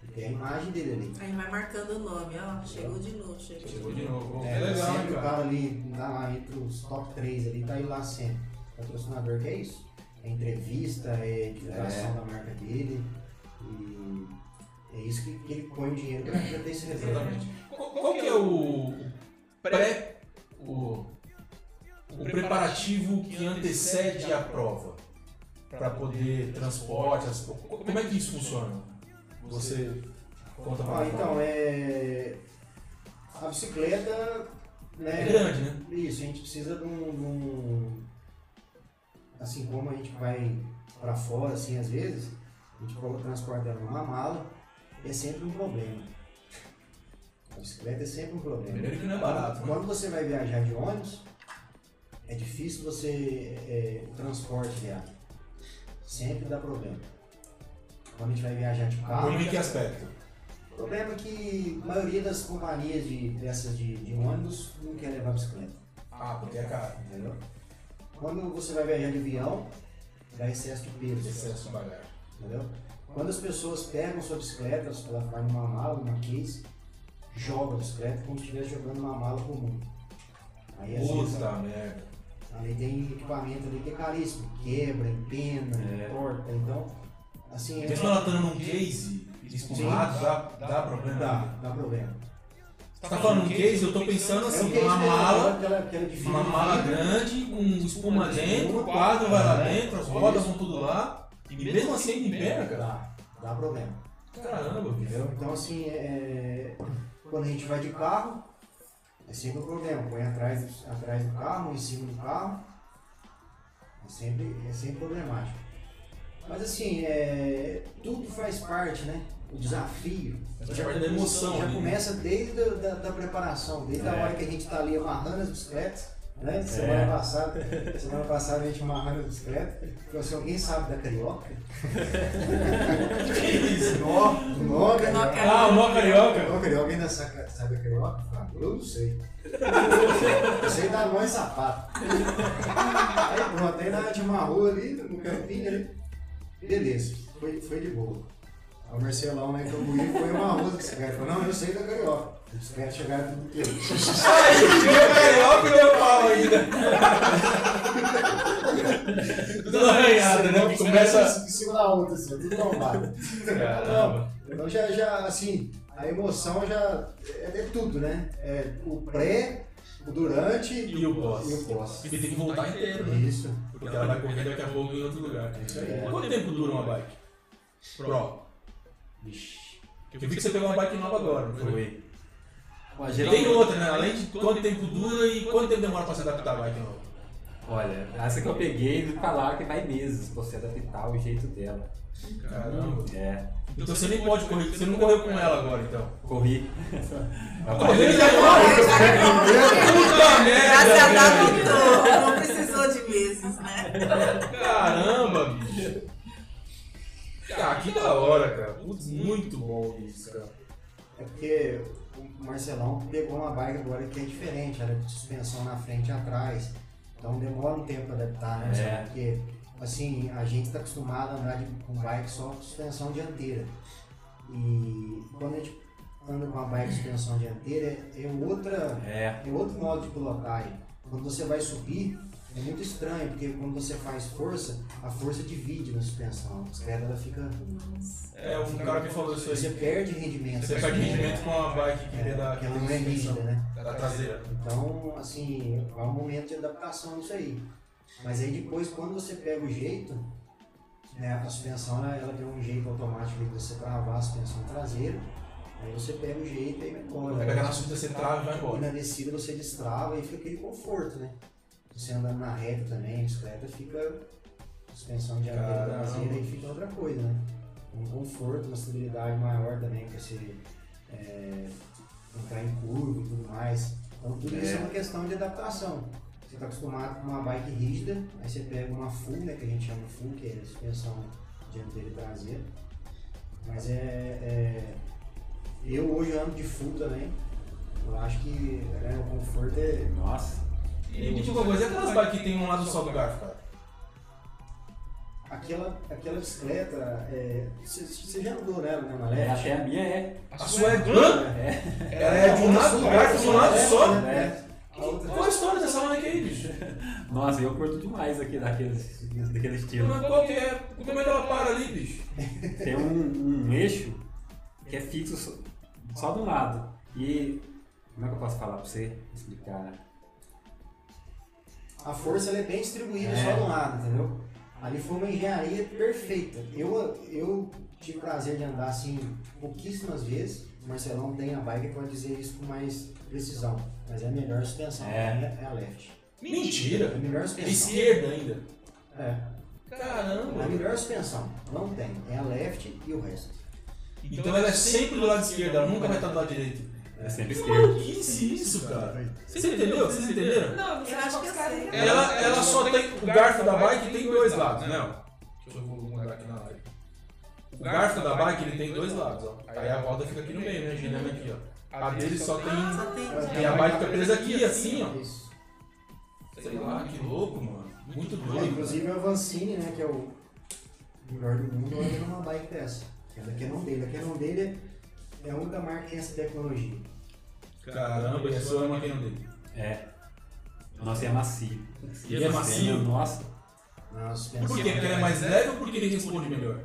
Speaker 6: Ele tem a imagem dele ali.
Speaker 4: Aí vai marcando o nome, ó. Chegou de novo, chegou de
Speaker 1: Chegou
Speaker 4: novo.
Speaker 1: de novo. É
Speaker 6: É,
Speaker 1: legal, hein,
Speaker 6: sempre o
Speaker 1: cara.
Speaker 6: cara ali, tá lá entre os top 3 ali, tá aí lá sempre. O patrocinador que é isso. É entrevista, é divulgação da marca dele. E é isso que, que ele põe o dinheiro pra, pra ter esse resultado.
Speaker 1: Exatamente. Qual, qual que é o pré. O, o preparativo que antecede a prova? Pra poder transporte, as- como é que isso funciona? Você conta pra
Speaker 6: Ah,
Speaker 1: mim.
Speaker 6: então, é. A bicicleta,
Speaker 1: É
Speaker 6: né?
Speaker 1: grande, né?
Speaker 6: Isso, a gente precisa de um. de um- assim como a gente vai pra fora, assim, às vezes, a gente coloca transporta ela numa mala, é sempre um problema. A bicicleta é sempre um problema.
Speaker 1: Primeiro que não é barato, né?
Speaker 6: Quando você vai viajar de ônibus, é difícil você. é, o transporte dela. Sempre dá problema. Quando a gente vai viajar de carro.
Speaker 1: Problema em que aspecto?
Speaker 6: O problema é que a maioria das companhias de peças de, de ônibus não quer levar bicicleta,
Speaker 1: Ah, porque é caro.
Speaker 6: entendeu? Quando você vai viajar de avião, dá excesso de peso,
Speaker 1: Excesso de bagagem.
Speaker 6: entendeu? Quando as pessoas pegam sua bicicleta, ela vai numa mala, numa case, joga discreto como se estivesse jogando uma mala comum.
Speaker 1: é
Speaker 6: Aí às vezes
Speaker 1: Puta merda.
Speaker 6: ali tem equipamento ali que é caríssimo, quebra, empena,
Speaker 1: É.
Speaker 6: torta, então assim é,
Speaker 1: Mesmo ela estando num case espumado, dá, dá problema.
Speaker 6: dá, dá problema.
Speaker 7: Você
Speaker 1: Você tá falando um case? Eu tô pensando
Speaker 6: É um
Speaker 1: assim,
Speaker 6: case
Speaker 1: uma
Speaker 6: melhor,
Speaker 1: mala,
Speaker 6: aquela, aquela de
Speaker 1: uma
Speaker 6: fibra.
Speaker 1: mala grande, com espuma dentro, o quadro vai lá dentro, as rodas vão tudo lá, e mesmo assim ele pega, cara.
Speaker 6: Dá, dá problema.
Speaker 1: Caramba, bicho.
Speaker 6: Entendeu? Então assim, é, quando a gente vai de carro, é sempre o problema. Põe atrás, atrás do carro, em cima do carro. É sempre, é sempre problemático. Mas assim, é, tudo faz parte, né? O desafio.
Speaker 1: Faz parte da emoção
Speaker 6: Já
Speaker 1: ali, né? É.
Speaker 6: começa desde a da, da preparação, desde a hora que a gente está ali amarrando as bicicletas. Né? Semana, passada, semana passada a gente amarrando as bicicletas. Então, se alguém sabe da carioca, nó, nó,
Speaker 4: Nó
Speaker 6: carioca.
Speaker 4: Ah, o
Speaker 1: nó carioca.
Speaker 6: Ô, carioca ainda saca- sabe a carioca? Ah, Eu não sei. Eu sei dar mão em sapato. Aí pronto, aí na de uma rua ali, no campinho ali. Beleza, foi, foi de boa. Aí o Marcelão né, lá em Cambuí foi uma rua dos caras. Falou, não, eu sei da carioca. Os caras chegaram tudo inteiro.
Speaker 1: Meu carioca e meu pau ainda. Tudo arranhado, né? Começa.
Speaker 6: Em cima da outra, assim, tudo tombado.
Speaker 1: Caramba.
Speaker 6: Então já, já, assim, a emoção já é de tudo, né? É o pré, o durante
Speaker 1: E o pós.
Speaker 6: E o pós.
Speaker 1: E tem que voltar inteiro, né?
Speaker 6: Isso.
Speaker 1: Porque ela vai correr daqui a pouco em outro lugar. É
Speaker 6: aí.
Speaker 1: Quanto tempo dura uma bike? Pro.
Speaker 6: Vixe.
Speaker 1: Eu vi que você pegou uma bike nova agora, não foi?
Speaker 2: Ó,
Speaker 1: Tem
Speaker 2: geralmente,
Speaker 1: outra, né? Além de quanto tempo dura e quanto tempo demora pra se adaptar a bike nova.
Speaker 2: olha, essa que eu peguei, eles falaram que vai meses pra você adaptar o jeito dela.
Speaker 1: Caramba.
Speaker 2: É,
Speaker 1: Então você nem pode correr, você não correu com ela agora então.
Speaker 2: corri.
Speaker 1: Correu já correu! Puta
Speaker 4: Graças a
Speaker 1: merda!
Speaker 4: Deus
Speaker 1: velho.
Speaker 4: voltou, não precisou de meses, né?
Speaker 1: Caramba, bicho! Cara, que da hora, cara. Putz, muito bom isso, cara.
Speaker 6: É porque o Marcelão pegou uma bike agora que é diferente, ela é de suspensão na frente e atrás. Então demora um tempo pra adaptar, né?
Speaker 2: É.
Speaker 6: Porque, assim, a gente está acostumado a andar de, com bike só com suspensão dianteira. E quando a gente anda com uma bike de suspensão dianteira, é, é outra
Speaker 2: É,
Speaker 6: é outro modo de colocar aí. Quando você vai subir, é muito estranho, porque quando você faz força, a força divide na suspensão. A bicicleta ela fica.
Speaker 1: É, um cara que falou isso
Speaker 6: Você
Speaker 1: aí.
Speaker 6: perde rendimento.
Speaker 1: Você perde rendimento com uma bike que vem da,
Speaker 6: Porque ela não é rígida, né?
Speaker 1: da traseira.
Speaker 6: Então, assim, é um momento de adaptação nisso aí. Mas aí depois, quando você pega o jeito, né, a suspensão ela, ela tem um jeito automático de você travar a suspensão traseira, aí você pega o jeito e vai embora.
Speaker 1: Vai pegar na subida, você trava e vai
Speaker 6: E
Speaker 1: embora.
Speaker 6: na descida você destrava e fica aquele conforto, né? Você andando na reta também, a bicicleta fica suspensão de areia
Speaker 1: Caramba.
Speaker 6: traseira e fica outra coisa, né? Um conforto, uma estabilidade maior também pra você é, entrar em curva e tudo mais. Então tudo isso é uma questão de adaptação. Você está acostumado com uma bike rígida, aí você pega uma full, né, que a gente chama full, que é suspensão dianteira e traseira. Mas é, é- Eu hoje ando de full também. Eu acho que né, o conforto é.
Speaker 2: nossa.
Speaker 1: E me diga uma coisa, e aquelas bikes que tem um lado só do garfo, cara?
Speaker 6: Aquela, aquela bicicleta, é, você você já andou nela, né,
Speaker 2: É,
Speaker 6: Malé?
Speaker 2: até a minha é.
Speaker 1: A sua é branca?
Speaker 2: É,
Speaker 1: Ela é de um lado do garfo, de um lado só?
Speaker 6: Né? A outra-
Speaker 1: Qual a história dessa bike aí, bicho?
Speaker 2: nossa, eu curto demais aqui daquele, daquele estilo.
Speaker 1: Mas Qual que é? Como é que ela para ali, bicho?
Speaker 2: Tem um, um eixo que é fixo só, só de um lado. E como é que eu posso falar pra você? Explicar.
Speaker 6: a força ela é bem distribuída
Speaker 2: É.
Speaker 6: só de um lado, entendeu? Ali foi uma engenharia perfeita. Eu, eu tive o prazer de andar assim pouquíssimas vezes. O Marcelão tem a bike e pode dizer isso com mais precisão. Mas é a melhor suspensão,
Speaker 2: É.
Speaker 6: né? é a left. É a
Speaker 1: Mentira! É
Speaker 6: melhor suspensão.
Speaker 1: Esquerda ainda.
Speaker 6: É. A
Speaker 1: Caramba!
Speaker 6: melhor suspensão. Não tem. É a left e o resto.
Speaker 1: Então ela é sempre do lado esquerdo, ela nunca vai estar do lado direito.
Speaker 2: É sempre
Speaker 1: Que
Speaker 2: esquerdo.
Speaker 1: maluquice isso, cara! Você entendeu? Vocês entenderam?
Speaker 5: Não, eu não sei
Speaker 4: Eu acho
Speaker 5: qual
Speaker 4: que
Speaker 5: que
Speaker 4: eu
Speaker 5: os caras
Speaker 4: sei.
Speaker 5: entendem.
Speaker 1: Ela, ela é só tem. O garfo da bike tem dois lados, né? ó? Deixa eu mudar aqui na live. O garfo da bike ele tem dois lados, ó. Aí a roda fica aqui no meio, né? Girando aqui, ó. A dele só tem.
Speaker 4: Só tem.
Speaker 1: E a bike fica presa aqui, assim, ó.
Speaker 6: É Isso.
Speaker 1: Sei lá, que louco, mano. Muito
Speaker 6: É,
Speaker 1: doido.
Speaker 6: inclusive o Avancini, né, que é o melhor do mundo, anda um numa bike dessa. Que é da Canon dele. A Canon dele é a única marca que tem essa tecnologia.
Speaker 1: Caramba, esse só é uma quem não tem.
Speaker 2: É. O nosso é macio.
Speaker 7: E é
Speaker 2: Esse
Speaker 7: macio?
Speaker 2: tema, Nossa.
Speaker 6: Na
Speaker 1: Por
Speaker 6: suspensão.
Speaker 1: quê? Porque ele é mais leve ou porque ele responde melhor?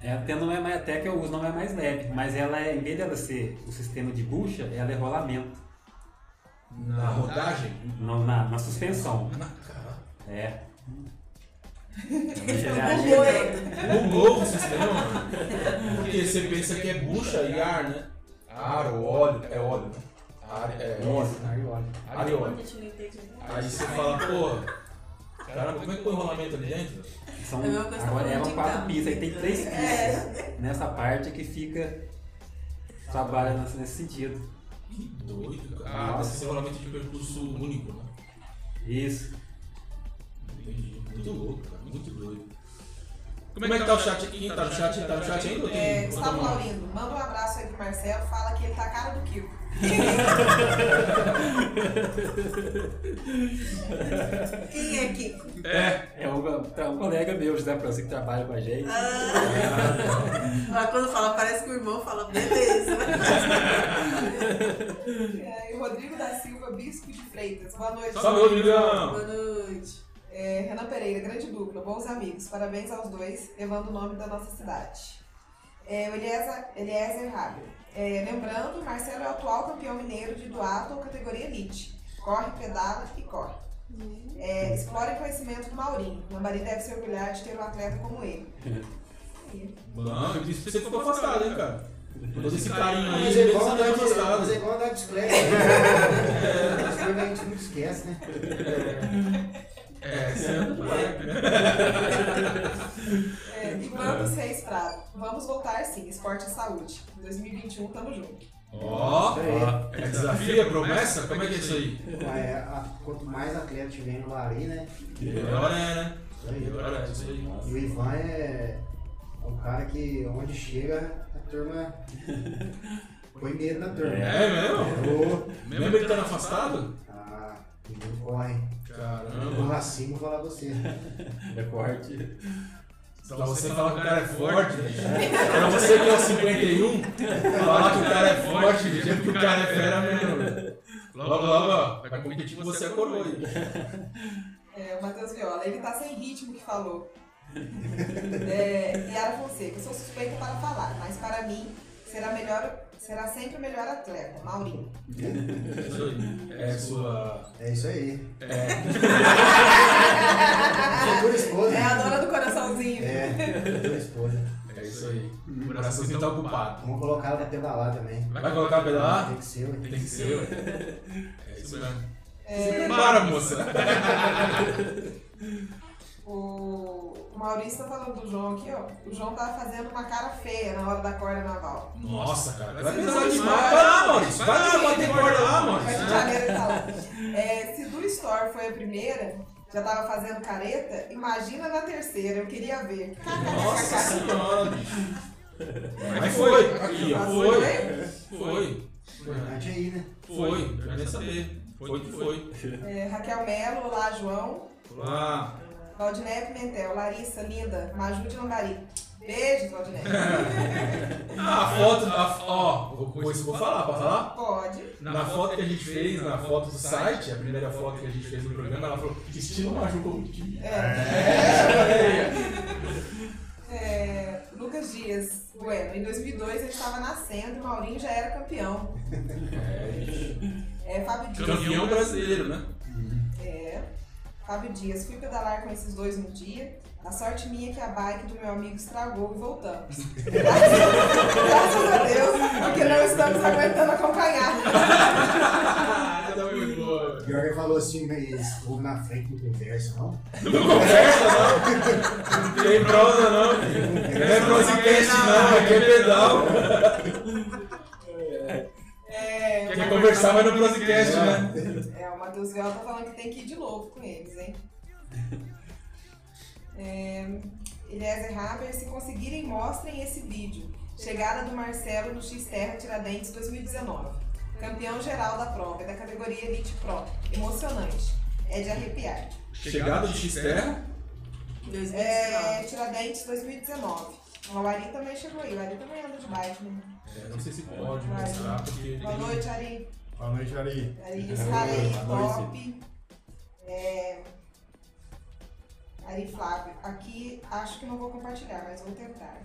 Speaker 2: É, até não é mais, até que eu uso não é mais leve, mas ela é, em vez dela ser o sistema de bucha, ela é rolamento.
Speaker 1: Na rodagem?
Speaker 2: no- na, na suspensão. É. Ela é-
Speaker 5: Bugou, hein?
Speaker 1: Bugou o Um sistema, mano. Porque você pensa que é bucha e ar, né? Ar, ou óleo, é óleo, né? Ar, é óleo.
Speaker 2: Isso.
Speaker 6: Aí, olha.
Speaker 1: Ar e óleo.
Speaker 4: Gente, não entendi nada.
Speaker 1: Aí você fala, porra, caramba, como é que põe o rolamento ali dentro?
Speaker 2: São,
Speaker 4: É a mesma coisa que
Speaker 2: agora
Speaker 4: tá
Speaker 2: eram
Speaker 4: falando de
Speaker 2: quatro
Speaker 4: carro.
Speaker 2: pistas, aí tem três pistas né?
Speaker 5: É.
Speaker 2: nessa parte que fica trabalha nesse, nesse sentido.
Speaker 1: Que doido, cara. Ah,
Speaker 2: Nossa.
Speaker 1: esse rolamento de percurso único, né?
Speaker 2: Isso.
Speaker 1: Entendi. Muito louco, cara. Muito doido. Como é que tá o chat aqui? Tá no chat? Tá no chat ainda ou
Speaker 5: É,
Speaker 1: tem?
Speaker 5: Gustavo
Speaker 1: ou tem uma-
Speaker 5: Laurindo, manda um abraço aí pro Marcelo, fala que ele tá a cara do Kiko.
Speaker 4: Quem é Kiko?
Speaker 7: É,
Speaker 2: É um, tá um colega meu, José Francisco, que trabalha com a gente.
Speaker 4: Ela quando fala, parece que o irmão fala, beleza.
Speaker 5: É, e o Rodrigo da Silva, Bispo de Freitas. Boa noite.
Speaker 1: Salve, Rodrigão!
Speaker 4: Boa noite.
Speaker 5: É, Renan Pereira, grande dupla, bons amigos, parabéns aos dois, levando o nome da nossa cidade. É, o Eliezer, Eliezer Raber. É, lembrando, Marcelo é o atual campeão mineiro de duato ou categoria elite. Corre, pedala e corre. É, explore o conhecimento do Maurinho. O Lambari deve se orgulhar de ter um atleta como ele.
Speaker 1: Não, eu disse que você ficou afastado, hein, cara. Todo esse carinho tá aí,
Speaker 6: Mas
Speaker 1: você
Speaker 6: é igual
Speaker 1: tá
Speaker 6: andar de- mas é
Speaker 1: afastado.
Speaker 6: igual andar de bicicleta. né? As coisas a gente não esquece, né?
Speaker 1: É, você anda pro parque, né?
Speaker 5: É, Ivan dos Reis Prado. Vamos voltar sim, esporte e saúde. 2021, tamo junto.
Speaker 1: Ó,
Speaker 6: Isso
Speaker 1: é desafio, é promessa? Como é que é isso aí?
Speaker 6: aí. Mas, a- quanto mais atleta tiver no Lari, né?
Speaker 1: Agora é, né?
Speaker 6: Isso aí.
Speaker 1: Agora é, isso aí.
Speaker 6: E o Ivan é é um cara que onde chega, a turma põe medo na turma.
Speaker 1: É mesmo?
Speaker 6: Ô,
Speaker 1: Lembra ele estando afastado?
Speaker 6: ah, ninguém corre. O
Speaker 1: Caramba.
Speaker 6: Racinho vou falar pra você.
Speaker 2: É corte.
Speaker 1: Pra você falar que o cara é forte, bicho. Pra você que é o 51, falar que o cara é forte, bicho, é porque o cara é fera mesmo. Logo, logo, ó, vai competir com você a coroa aí.
Speaker 5: É, o Matheus Viola, ele tá sem ritmo que falou. é, Yara Fonseca, eu sou suspeita para falar, mas para mim será melhor, será sempre o melhor atleta, Maurinho.
Speaker 1: Isso aí. É sua.
Speaker 6: É isso aí. É. Futura esposa.
Speaker 5: É a dona do coraçãozinho.
Speaker 6: É, futura esposa.
Speaker 1: É isso aí. O coraçãozinho tá ocupado.
Speaker 6: Vamos colocar ela pra pedalar também.
Speaker 1: Vai colocar a pedalar?
Speaker 6: Tem que ser, ué.
Speaker 1: Tem que ser, ué. É isso mesmo. Se
Speaker 5: É,
Speaker 1: prepara, moça.
Speaker 5: o o Maurício tá falando do João aqui, ó. O João tá fazendo uma cara feia na hora da corda naval.
Speaker 1: Nossa, cara. Vai
Speaker 7: Vai
Speaker 1: pesar demais.
Speaker 7: pesar
Speaker 1: Vai lá, Maurício. Vai lá, bater corda lá,
Speaker 5: Mas
Speaker 1: Maurício.
Speaker 5: de janeiro ele tá lá. É, se do Store foi a primeira, já tava fazendo careta, imagina na terceira, eu queria ver.
Speaker 1: Nossa senhora, bicho. Mas foi. Aqui, ó.
Speaker 5: né?
Speaker 1: Foi. Foi.
Speaker 6: O importante é ir, né?
Speaker 1: Foi. Já nem saber. Foi que foi.
Speaker 5: É, Raquel Mello, olá João.
Speaker 1: Olá.
Speaker 5: Valdinei Pimentel, Larissa, linda, Maju de Lambari. Beijos, Valdinei.
Speaker 1: Ah, a foto. a- Ó, vou- vou- isso eu vou falar. Posso falar?
Speaker 5: Pode.
Speaker 1: Na foto que a gente fez, na foto do site, a primeira foto que a gente fez no programa, ela falou, estilo Maju Coutinho.
Speaker 5: É.
Speaker 1: É,
Speaker 5: É, Lucas Dias, bueno, em 2002 ele estava nascendo e Maurinho já era campeão. É, Fábio Dias.
Speaker 1: campeão brasileiro, né?
Speaker 5: É. Fábio Dias, fui pedalar com esses dois um dia. A sorte minha é que a bike do meu amigo estragou e voltamos. Graças a Deus, porque não estamos aguentando acompanhar.
Speaker 1: Ah, tá muito boa.
Speaker 6: O Jorge falou assim, mas o povo na frente não conversa, não?
Speaker 1: Não conversa, não. Não tem prosa, não. Não é prosicast, não. Aqui é pedal.
Speaker 5: É,
Speaker 1: Quer conversar, mas não prosicast, né?
Speaker 5: É, o Matheus Vial tá falando que tem que ir de novo com eles, hein? É, Eliezer Haber, se conseguirem, mostrem esse vídeo. Chegada do Marcelo no X-Terra Tiradentes 2019. Campeão geral da prova, é da categoria Elite Pro. Emocionante. É de arrepiar.
Speaker 1: Chegada de X-Terra.
Speaker 4: 2019.
Speaker 5: É, Tiradentes 2019. O Ari também chegou aí. O Ari também anda de bike, né?
Speaker 1: É, não sei se pode mostrar, porque...
Speaker 5: Boa noite, Ari.
Speaker 3: Boa noite, Ari.
Speaker 6: É
Speaker 5: Ari, Ari
Speaker 2: Boa
Speaker 5: top. É, Ari Flávio, aqui acho que não vou compartilhar, mas vou tentar.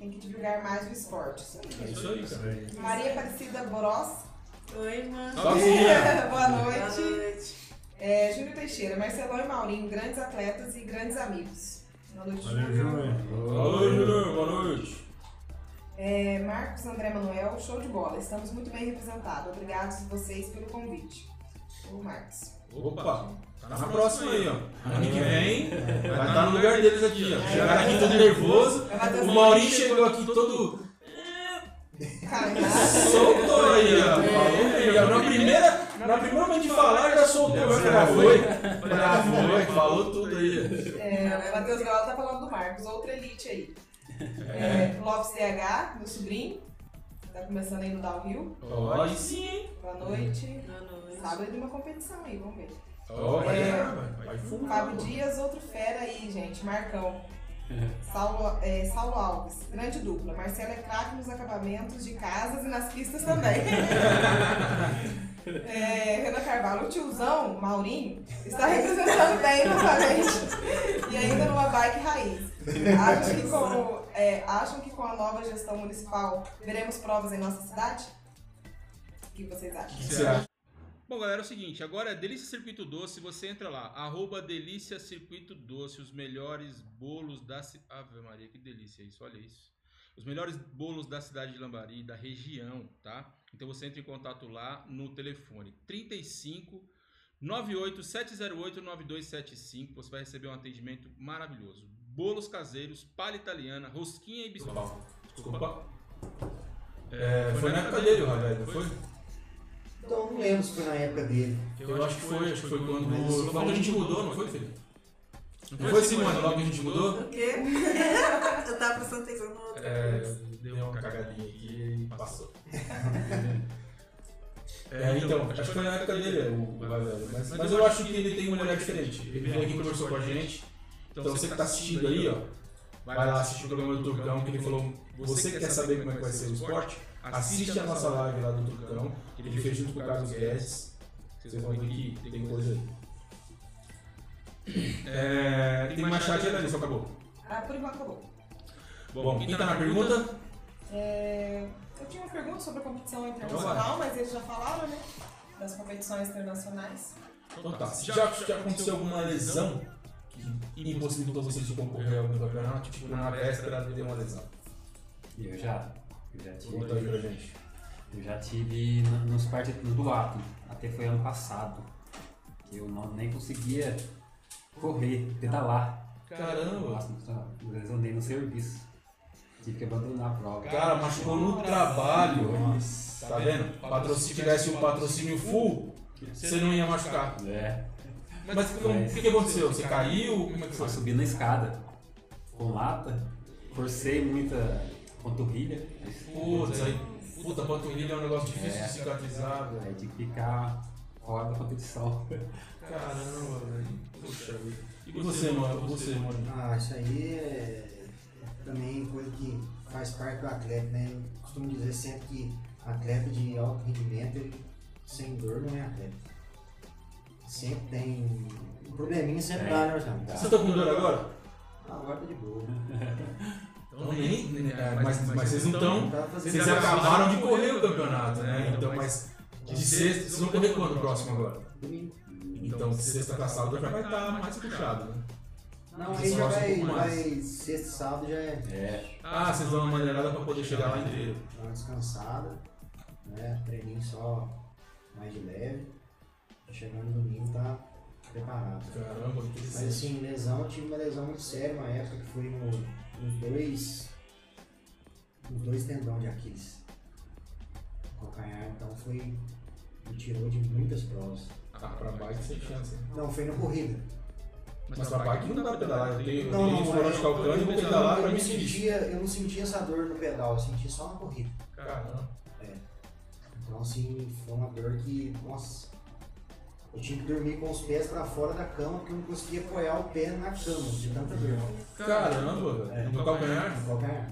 Speaker 5: Tem que divulgar mais o esporte. Isso aí.
Speaker 1: É isso aí, cara.
Speaker 5: Maria Aparecida Boros.
Speaker 4: Oi, mano.
Speaker 1: Salve, Maria.
Speaker 5: Boa
Speaker 4: Boa
Speaker 5: noite.
Speaker 4: noite.
Speaker 5: É, Júlio Teixeira, Marcelão e Maurinho, grandes atletas e grandes amigos. Boa noite,
Speaker 3: Valeu,
Speaker 5: Júlio.
Speaker 3: Júnior.
Speaker 1: Alô, Júnior, boa noite.
Speaker 5: É, Marcos André Manuel, show de bola. Estamos muito bem representados. Obrigados vocês pelo convite. O Marcos.
Speaker 1: Opa, tá na,
Speaker 7: Na
Speaker 1: próxima
Speaker 7: próxima
Speaker 1: aí, ó. Ano que vem, vai estar no lugar
Speaker 7: lugar
Speaker 1: deles aqui, ó.
Speaker 5: É.
Speaker 1: Chegaram aqui todo nervoso.
Speaker 5: Vai bater
Speaker 1: O
Speaker 5: essa-
Speaker 1: Maurinho chegou aqui todo
Speaker 5: Caralho.
Speaker 1: soltou aí, ó. Falou mesmo. Na primeira, na primeira momento de falar, já soltou. É. Já foi. Já foi, falou tudo aí.
Speaker 5: É, o Matheus Gala tá falando do Marcos, outra elite aí. É, Lopes DH, meu sobrinho, tá começando aí no Downhill.
Speaker 1: Ó, Aí sim, hein?
Speaker 5: Boa noite.
Speaker 4: Boa noite.
Speaker 5: Sábado é de uma competição aí, vamos ver.
Speaker 1: Ó, vai,
Speaker 5: É.
Speaker 1: vai, vai fumar.
Speaker 5: Fábio Dias, outro fera aí, gente. Marcão. Saulo, é, Saulo Alves, grande dupla. Marcelo é craque nos acabamentos de casas e nas pistas também. é, Renan Carvalho, o tiozão, Maurinho, está representando bem novamente. E ainda numa bike raiz. Acho que com, é, acham que com a nova gestão municipal veremos provas em nossa cidade? O que vocês acham?
Speaker 1: O que você acha?
Speaker 7: Bom, galera, é o seguinte, agora é Delícia Circuito Doce, você entra lá, arroba Delícia Circuito Doce, os melhores bolos da cidade... Ave Maria, que delícia isso, olha isso. Os melhores bolos da cidade de Lambari, da região, tá? Então você entra em contato lá no telefone 35 98 708 9275, você vai receber um atendimento maravilhoso. Bolos caseiros, palha italiana, rosquinha e biscoito.
Speaker 1: Desculpa. Desculpa. É, foi na época dele,
Speaker 7: né?
Speaker 1: Rogério, não foi?
Speaker 6: Então não lembro se foi na época dele.
Speaker 1: Eu acho que foi, acho que foi quando.
Speaker 6: Mas isso
Speaker 1: Logo que a gente mudou, não foi, Felipe? Não foi, Simone? Logo que a gente mudou?
Speaker 4: O quê? Eu tava prestando atenção no outro.
Speaker 1: É, deu uma cagadinha aqui e passou. É, então, acho que foi na época dele, o Valério. Mas, mas eu acho que ele tem um olhar diferente. Ele veio aqui e conversou com a gente. Então você que tá assistindo aí, ó, vai lá assistir o programa do Turcão, que ele falou. Você que quer saber como é que vai ser o esporte, assiste a nossa live lá do Turcão, que ele fez junto com o Carlos Guedes. Vocês vão ver que tem coisa aí. É, tem mais chat aí, né, só acabou.
Speaker 5: Ah, por enquanto acabou.
Speaker 1: Bom, quem tá na pergunta?
Speaker 5: É, eu tinha uma pergunta sobre a competição
Speaker 1: Então
Speaker 5: internacional, mas eles já falaram, né? Das competições internacionais.
Speaker 1: Então tá, se já, já aconteceu alguma lesão que impossibilitou vocês de concorrer a algum campeonato, tipo, na véspera deu uma lesão.
Speaker 2: E eu já. Eu já tive.
Speaker 1: Conta aí pra gente.
Speaker 2: Eu já tive na- nos partidos do ato, até foi ano passado, que eu não, nem conseguia correr, pedalar.
Speaker 1: Caramba!
Speaker 2: Nossa, eu lesionei no serviço. Tive que abandonar a prova.
Speaker 1: Cara, machucou no trabalho. Tá vendo? Patrocínio, se tivesse o patrocínio full, você não ia machucar.
Speaker 2: É,
Speaker 1: Mas como- o que, que aconteceu? Você caiu? Como é que
Speaker 2: eu
Speaker 1: foi?
Speaker 2: subi na escada com lata, forcei muita panturrilha,
Speaker 1: Putz, aí, puta, panturrilha é um negócio difícil de cicatrizar, velho.
Speaker 2: aí tive que ficar fora da competição.
Speaker 1: Caramba, velho. Poxa vida. E você, mano? Você, mano?
Speaker 6: Ah, isso aí é também coisa que faz parte do atleta, né? Eu costumo dizer sempre que atleta de alto rendimento, ele sem dor não é atleta. Sempre tem. Um probleminha sempre dá, né, Orlando?
Speaker 1: Você tá com dor agora?
Speaker 6: Agora tá de boa.
Speaker 1: Então, nem, nem- é, mas, mas, vocês não estão.
Speaker 6: Tá
Speaker 1: Vocês acabaram de correr o campeonato, né? Então, mas de sexta, vocês vão correr quando o próximo agora?
Speaker 6: Domingo.
Speaker 1: Então, de sexta pra sábado já vai estar mais puxado, né?
Speaker 6: Não, aí
Speaker 1: Vocês
Speaker 6: já
Speaker 1: gostam um
Speaker 6: vai,
Speaker 1: pouco mais.
Speaker 6: vai. Sexta, sábado já é
Speaker 2: É,
Speaker 1: Ah, vocês dão uma maneirada pra poder chegar lá inteiro.
Speaker 6: dá uma descansada, né? Treininho só mais de leve. Chegando no domingo tá preparado.
Speaker 1: Caramba, que é
Speaker 6: Mas
Speaker 1: interessante.
Speaker 6: assim, lesão, eu tive uma lesão muito séria uma época que foi no, nos dois. Nos dois tendões de Aquiles. O calcanhar, então foi. Me tirou de muitas provas.
Speaker 1: Ah, pra bike sem chance. né?
Speaker 6: Não, foi na corrida.
Speaker 1: Mas pra bike não dá pra pedalar. Eu tenho, eu
Speaker 6: Não,
Speaker 1: tenho
Speaker 6: não,
Speaker 1: esporão de
Speaker 6: é-
Speaker 1: calcânio e vou pedalar
Speaker 6: Eu
Speaker 1: pra
Speaker 6: não
Speaker 1: mim seguir.
Speaker 6: sentia, eu não sentia essa dor no pedal, eu sentia só na corrida.
Speaker 1: Caramba.
Speaker 6: Então assim, foi uma dor que. Nossa. Eu tive que dormir com os pés pra fora da cama porque eu não conseguia apoiar o pé na cama, de tanta dor.
Speaker 1: Caramba, velho. É, No calcanhar.
Speaker 6: um. No calcanhar.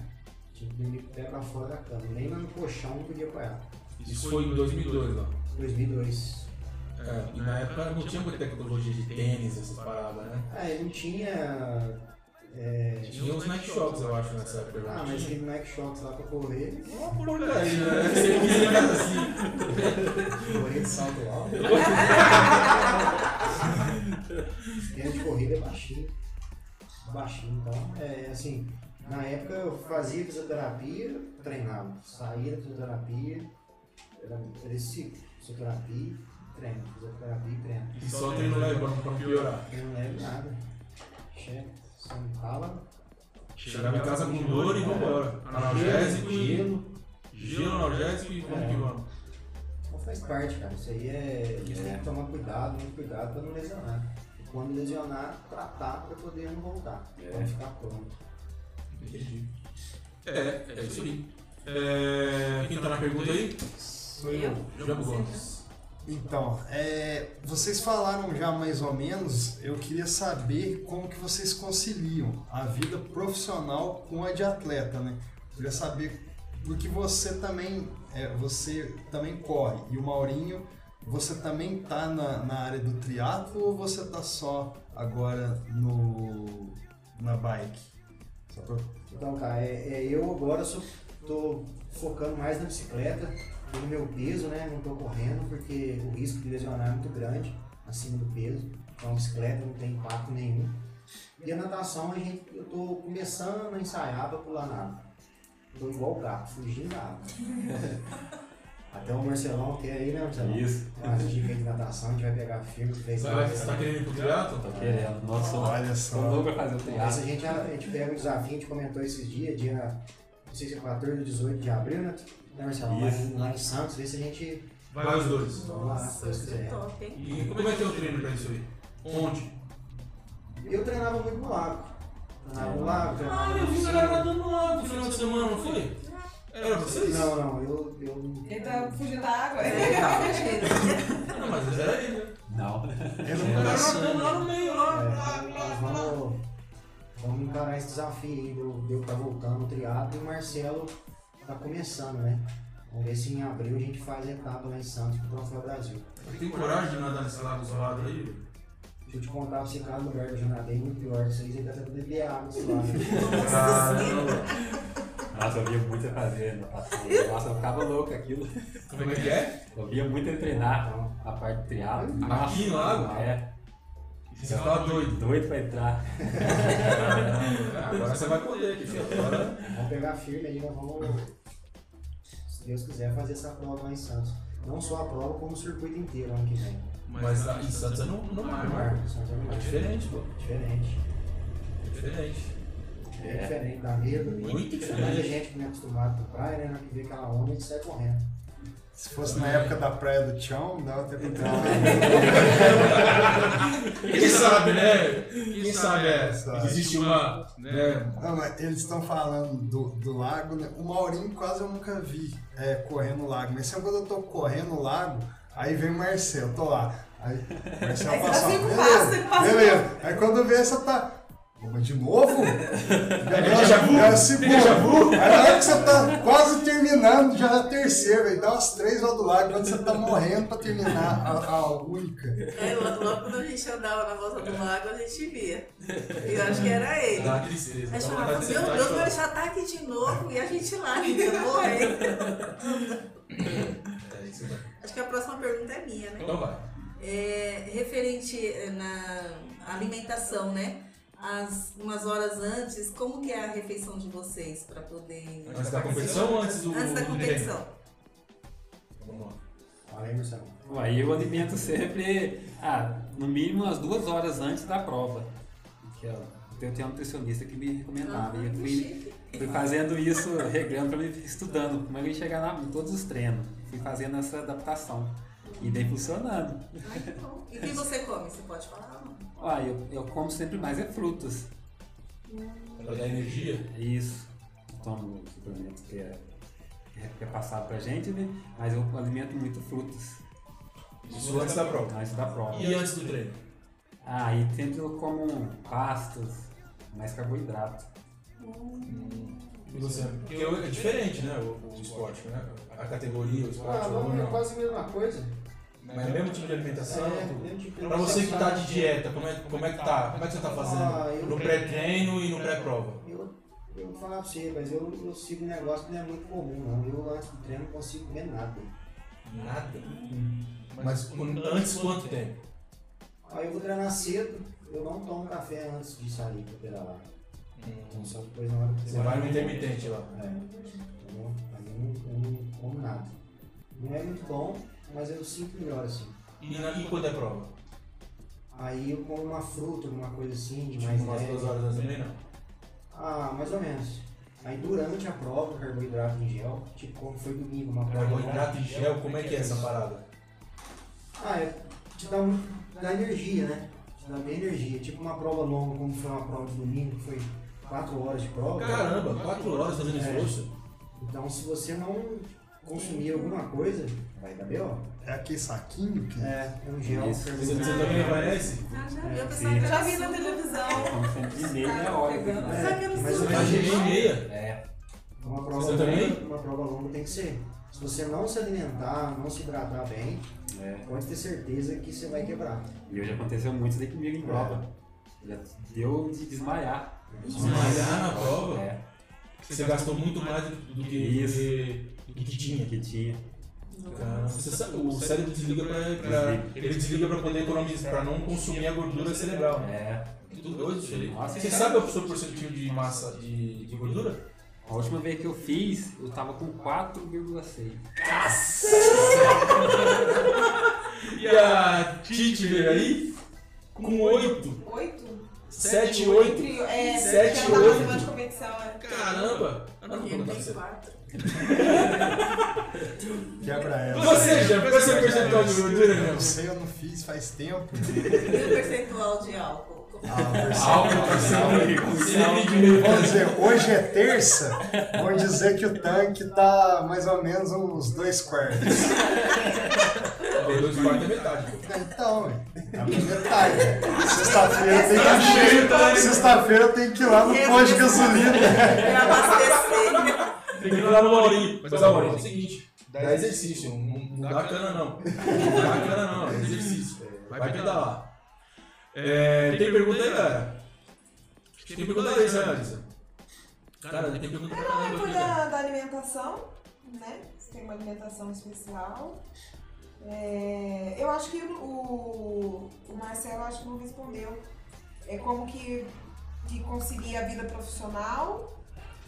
Speaker 6: Tinha que dormir com o pé pra fora da cama. Nem lá no colchão não podia apoiar.
Speaker 7: Isso, foi em 2002, lá.
Speaker 6: 2002.
Speaker 1: É, e na época não tinha muita tecnologia de tênis, essas paradas, né?
Speaker 6: Ah, ele não tinha. é,
Speaker 1: Tinha os Nike né? Shocks, eu acho, nessa época.
Speaker 6: Ah, mas aquele Nike Shox lá pra correr,
Speaker 1: É uma porcaria, né? Você quis assim.
Speaker 6: correr de salto alto. Tênis de corrida é baixinho. Baixinho, então. É assim, na época eu fazia fisioterapia, treinava. Saía da fisioterapia, era era esse ciclo. Fisioterapia, treino. Fisioterapia, treino.
Speaker 1: E só treino levando pra piorar.
Speaker 6: Eu não lembro nada. Chega, só me fala.
Speaker 1: Chegava em casa com dor e vambora. Analgésico e.
Speaker 6: gelo.
Speaker 1: Gelo analgésico e vamos que vamos.
Speaker 6: Não faz parte, cara. Isso aí é. Isso tem que tomar cuidado, muito cuidado pra não lesionar. E quando lesionar, tratar pra poder não voltar.
Speaker 2: É.
Speaker 6: Pra não ficar pronto.
Speaker 1: É, é isso aí. É, quem tá na pergunta aí?
Speaker 3: Sou eu.
Speaker 1: Jambo Gomes.
Speaker 3: Então, é, vocês falaram já mais ou menos, eu queria saber como que vocês conciliam a vida profissional com a de atleta, né? Queria saber porque você também é, você também corre e o Maurinho você também tá na, na área do triatlo ou você tá só agora no na bike? Só pra-
Speaker 6: Então, cara, é, é, eu agora sou, tô focando mais na bicicleta, no meu peso, né? Não tô correndo, porque o risco de lesionar é muito grande, acima do peso. Então, a bicicleta não tem impacto nenhum. E a natação, a gente, eu tô começando a ensaiar pra pular na água. Tô igual o gato, fugindo da água. Até o Marcelão que é aí, né, Marcelão?
Speaker 2: Isso.
Speaker 6: Mas a gente vem de natação, a gente vai pegar firme, três
Speaker 1: Vai,
Speaker 6: vezes.
Speaker 1: Você tá querendo ir pro triatlo?
Speaker 2: Tá querendo. Nós somos
Speaker 3: Olha
Speaker 1: Ah.
Speaker 2: somos
Speaker 3: só.
Speaker 2: loucos pra fazer o
Speaker 6: Mas
Speaker 2: triatlo.
Speaker 6: a gente, a gente pega o desafio, a gente comentou esses dias, dia não sei se é 14 ou 18 de abril, né? Né, Marcelo? Lá, em- lá em Santos, ver se a gente.
Speaker 1: Vai os dois.
Speaker 6: Vamos lá, se Deus
Speaker 4: isso é
Speaker 6: quiser.
Speaker 4: top, hein?
Speaker 1: E como é que é o treino pra isso aí? Onde?
Speaker 6: Eu treinava muito no lago. Treinava no lago, treinava
Speaker 1: Ah, eu
Speaker 6: no
Speaker 1: vi o
Speaker 6: piscina.
Speaker 1: galera nadando lá no final de semana, não foi? Era vocês?
Speaker 6: Não, não, É, eu. eu
Speaker 5: Ele tá fugindo da água.
Speaker 1: É. Ah, Não, mas era ele, né?
Speaker 2: Não.
Speaker 3: Era
Speaker 1: O
Speaker 3: um
Speaker 1: cara
Speaker 3: braço-
Speaker 1: nadando lá no meio, lá,
Speaker 6: é,
Speaker 1: lá,
Speaker 6: nós
Speaker 1: lá, lá.
Speaker 6: vamos, vamos encarar esse desafio aí, deu, deu tá voltando o triatlo e o Marcelo tá começando, né? Vamos ver se em abril a gente faz a etapa lá em Santos pro Troféu Brasil.
Speaker 1: Tem coragem de nadar nesse lago isolado aí? velho?
Speaker 6: Deixa eu te contar, você cada lugar que eu já nadei muito pior. Isso aí você tá tentando beber água, sei lá. né?
Speaker 1: Ah, Caramba.
Speaker 2: Nossa, eu via muito ele fazer natação. Nossa, eu ficava louco aquilo.
Speaker 1: Como é que é?
Speaker 2: Eu via muito ele treinar a parte do triatlo. Nossa,
Speaker 1: Aqui no lago?
Speaker 2: É,
Speaker 1: Você tava doido.
Speaker 2: doido pra entrar.
Speaker 1: Caramba. Agora você vai poder aqui, filho. Agora...
Speaker 6: Vamos pegar firme aí, nós vamos, se Deus quiser, fazer essa prova lá em Santos. Não só a prova, como o circuito inteiro ano que vem.
Speaker 1: Mas a- em Santos é no, no mar, mar.
Speaker 6: Marco, Santos é
Speaker 1: É
Speaker 6: melhor.
Speaker 1: diferente, pô.
Speaker 6: Diferente.
Speaker 1: É diferente.
Speaker 6: É diferente, dá medo.
Speaker 1: Muito
Speaker 6: Mas a
Speaker 1: diferente.
Speaker 6: gente que não é acostumado com praia, né? Na que vê aquela onda, a gente sai correndo.
Speaker 1: É
Speaker 3: Se fosse na época da praia do Tchão, dava tempo de entrar.
Speaker 1: Quem sabe, né? Quem sabe é,
Speaker 3: sabe?
Speaker 1: existe uma, né?
Speaker 3: Não, mas eles estão falando do, do lago, né? O Maurinho quase eu nunca vi é, correndo no lago. Mas sempre quando eu tô correndo no lago, aí vem o Marcel, tô lá. Aí o Marcel
Speaker 5: Aí você
Speaker 3: passa,
Speaker 5: dá
Speaker 3: ó,
Speaker 5: cinco
Speaker 3: beleza,
Speaker 5: passos, cinco passos.
Speaker 3: beleza. Aí quando vê, você tá... "Pô, Mas de novo? Já
Speaker 1: Tem É déjà vu?
Speaker 3: já se
Speaker 1: Tem déjà vu?
Speaker 3: Aí na hora que você tá quase terminando, já é a terceira, aí dá umas três lá do lago, quando você tá morrendo pra terminar a, a única.
Speaker 4: É, logo, logo quando a gente andava na volta do lago, a gente via. E eu acho que era ele.
Speaker 1: né? Dá tristeza.
Speaker 4: Aí
Speaker 1: dá
Speaker 4: falava,
Speaker 1: vontade de
Speaker 4: meu
Speaker 1: sentar e
Speaker 4: Deus,
Speaker 1: chorar.
Speaker 4: mas já tá aqui de novo e a gente lá, ainda morrendo.
Speaker 1: É isso aí.
Speaker 4: Acho que a próxima pergunta é minha, né?
Speaker 1: Então vai.
Speaker 4: É, referente eh, na alimentação, né? As, umas horas antes, como que é a refeição de vocês para poder...
Speaker 1: Antes da competição ou antes do
Speaker 4: Antes da
Speaker 1: do treino?
Speaker 4: competição.
Speaker 1: Vamos lá.
Speaker 6: Olha aí, Marcelo.
Speaker 2: Bom, Aí eu alimento sempre, ah, no mínimo umas duas horas antes da prova. Que eu, eu tinha um nutricionista que me recomendava. e eu fui,
Speaker 4: Ah, chique.
Speaker 2: fui fazendo isso, regrando pra mim, estudando, como é eu ia chegar lá, em todos os treinos. Fui fazendo essa adaptação. E vem funcionando.
Speaker 4: Ai, que bom. E o que você come? Você pode falar? Ah, ou não?
Speaker 2: Ó, eu, eu como sempre mais é frutas.
Speaker 1: Pra dar energia.
Speaker 2: É Isso. Eu tomo um suplemento que é, que é- que é passado pra gente, né? Mas eu alimento muito frutas.
Speaker 1: Isso antes da prova.
Speaker 2: Antes da prova.
Speaker 1: E antes do treino?
Speaker 2: Ah, e sempre eu como pastas, mais carboidrato.
Speaker 1: Luciano, porque é diferente, né? O, o esporte, né? A categoria, o esporte,
Speaker 6: Ah,
Speaker 1: o
Speaker 6: não,
Speaker 1: nome,
Speaker 6: é
Speaker 1: não.
Speaker 6: quase a mesma coisa. né?
Speaker 1: Mas é o mesmo tipo de alimentação,
Speaker 6: É,
Speaker 1: tudo.
Speaker 6: mesmo tipo de
Speaker 1: Pra você que tá de
Speaker 6: alimentação.
Speaker 1: dieta, como é, como é que tá? Como é que você tá
Speaker 6: Ah,
Speaker 1: fazendo?
Speaker 6: eu-
Speaker 1: No pré-treino e no pré-prova.
Speaker 6: Eu, eu vou falar pra você, mas eu, eu sigo um negócio que não é muito comum, não. Eu antes do treino não consigo comer nada.
Speaker 1: Nada.
Speaker 3: Mas
Speaker 1: Antes quanto tempo?
Speaker 6: Aí eu vou treinar cedo, eu não tomo café antes de sair pra pedalar. Então só depois na hora que
Speaker 1: Você vai no intermitente lá.
Speaker 6: É, entendeu? Aí eu não, eu não como nada. Não é muito bom, mas eu sinto melhor assim.
Speaker 1: E, na, e quando é prova?
Speaker 6: Aí eu como uma fruta, alguma coisa assim, de mais
Speaker 1: Tipo, umas
Speaker 6: leve.
Speaker 1: duas horas antes também não.
Speaker 6: Ah, mais ou menos. Aí durante a prova, carboidrato em gel, tipo como foi domingo, uma prova.
Speaker 1: Carboidrato e gel, como é que é essa parada?
Speaker 6: Ah, é, te dá, um, dá energia, né? Te dá bem energia. Tipo uma prova longa, como foi uma prova de domingo, que foi 4 horas de prova.
Speaker 1: Caramba, quatro horas fazendo esforço?
Speaker 6: Então se você não consumir alguma coisa, vai dar B.O.
Speaker 3: É aquele saquinho que.
Speaker 6: É, é um gel.
Speaker 2: Isso.
Speaker 6: fermentado.
Speaker 1: Você, você também vai nesse?
Speaker 4: Ah, já vi, eu
Speaker 2: sim.
Speaker 4: pensava
Speaker 5: Já vi na televisão.
Speaker 2: Quando foi de meia hora.
Speaker 4: Pegando.
Speaker 2: né?
Speaker 4: Só que um eu não
Speaker 6: Mas
Speaker 4: sei.
Speaker 6: eu
Speaker 1: Imagina e meia.
Speaker 2: É,
Speaker 6: Uma prova,
Speaker 1: Você
Speaker 6: longa,
Speaker 1: também?
Speaker 6: uma prova longa tem que ser. Se você não se alimentar, não se hidratar bem,
Speaker 2: é.
Speaker 6: pode ter certeza que você vai quebrar.
Speaker 2: E hoje aconteceu muito isso daí comigo em prova. Já deu de desmaiar.
Speaker 1: Desmaiar ah, na prova?
Speaker 2: É.
Speaker 1: Você gastou muito mais do, do que, do
Speaker 2: Isso.
Speaker 1: que, do que tinha.
Speaker 2: Que tinha.
Speaker 1: Cara, Ah, você sabe, o cérebro desliga pra, pra- ele desliga pra poder economizar, pra não consumir a gordura cerebral. né?
Speaker 2: É.
Speaker 1: Tudo doido isso aí.
Speaker 2: Nossa,
Speaker 1: Você sabe é o seu percentil de massa de, de gordura?
Speaker 2: A última vez que eu fiz, eu tava com 4,6.
Speaker 1: E a Tite veio aí com 8,
Speaker 5: Oito?
Speaker 1: 7, 8.
Speaker 5: Trio, é,
Speaker 1: Sete,
Speaker 5: já tava na
Speaker 1: oito.
Speaker 5: semana de competição, é.
Speaker 1: Caramba! Eu não vou contar pra
Speaker 4: Tem
Speaker 1: você.
Speaker 4: quatro.
Speaker 3: Quebra ela.
Speaker 1: Você, já qual é o seu percentual de gordura,
Speaker 3: Eu
Speaker 1: meu?
Speaker 3: não sei, eu não fiz faz tempo.
Speaker 4: E o percentual de álcool?
Speaker 3: Ah,
Speaker 1: Álcool,
Speaker 3: Vamos dizer, hoje é terça, vamos dizer que o tanque tá mais ou menos uns dois quartos.
Speaker 1: Dois quartos é metade. pô.
Speaker 3: Então, ué, tá na metade. Sexta-feira tem que
Speaker 1: Sexta-feira tá aí.
Speaker 3: Sexta-feira eu tenho que ir lá no posto de gasolina.
Speaker 4: Pra abastecer.
Speaker 1: Tem que ir lá no Maurinho. Mas, ó, Maurinho, é o seguinte: dá exercício. Não, não dá cana, não. Não dá cana, não. É exercício. Vai pedalar. É, tem pergunta aí, galera? Acho que Tem pergunta aí, né, Alisa? Cara, tem pergunta pra
Speaker 5: Aí
Speaker 1: caramba
Speaker 5: foi
Speaker 1: aqui, cara.
Speaker 5: Tipo da, da alimentação, né? Você tem uma alimentação especial. É, eu acho que o, o Marcelo acho que não respondeu. É como que, que conseguir a vida profissional,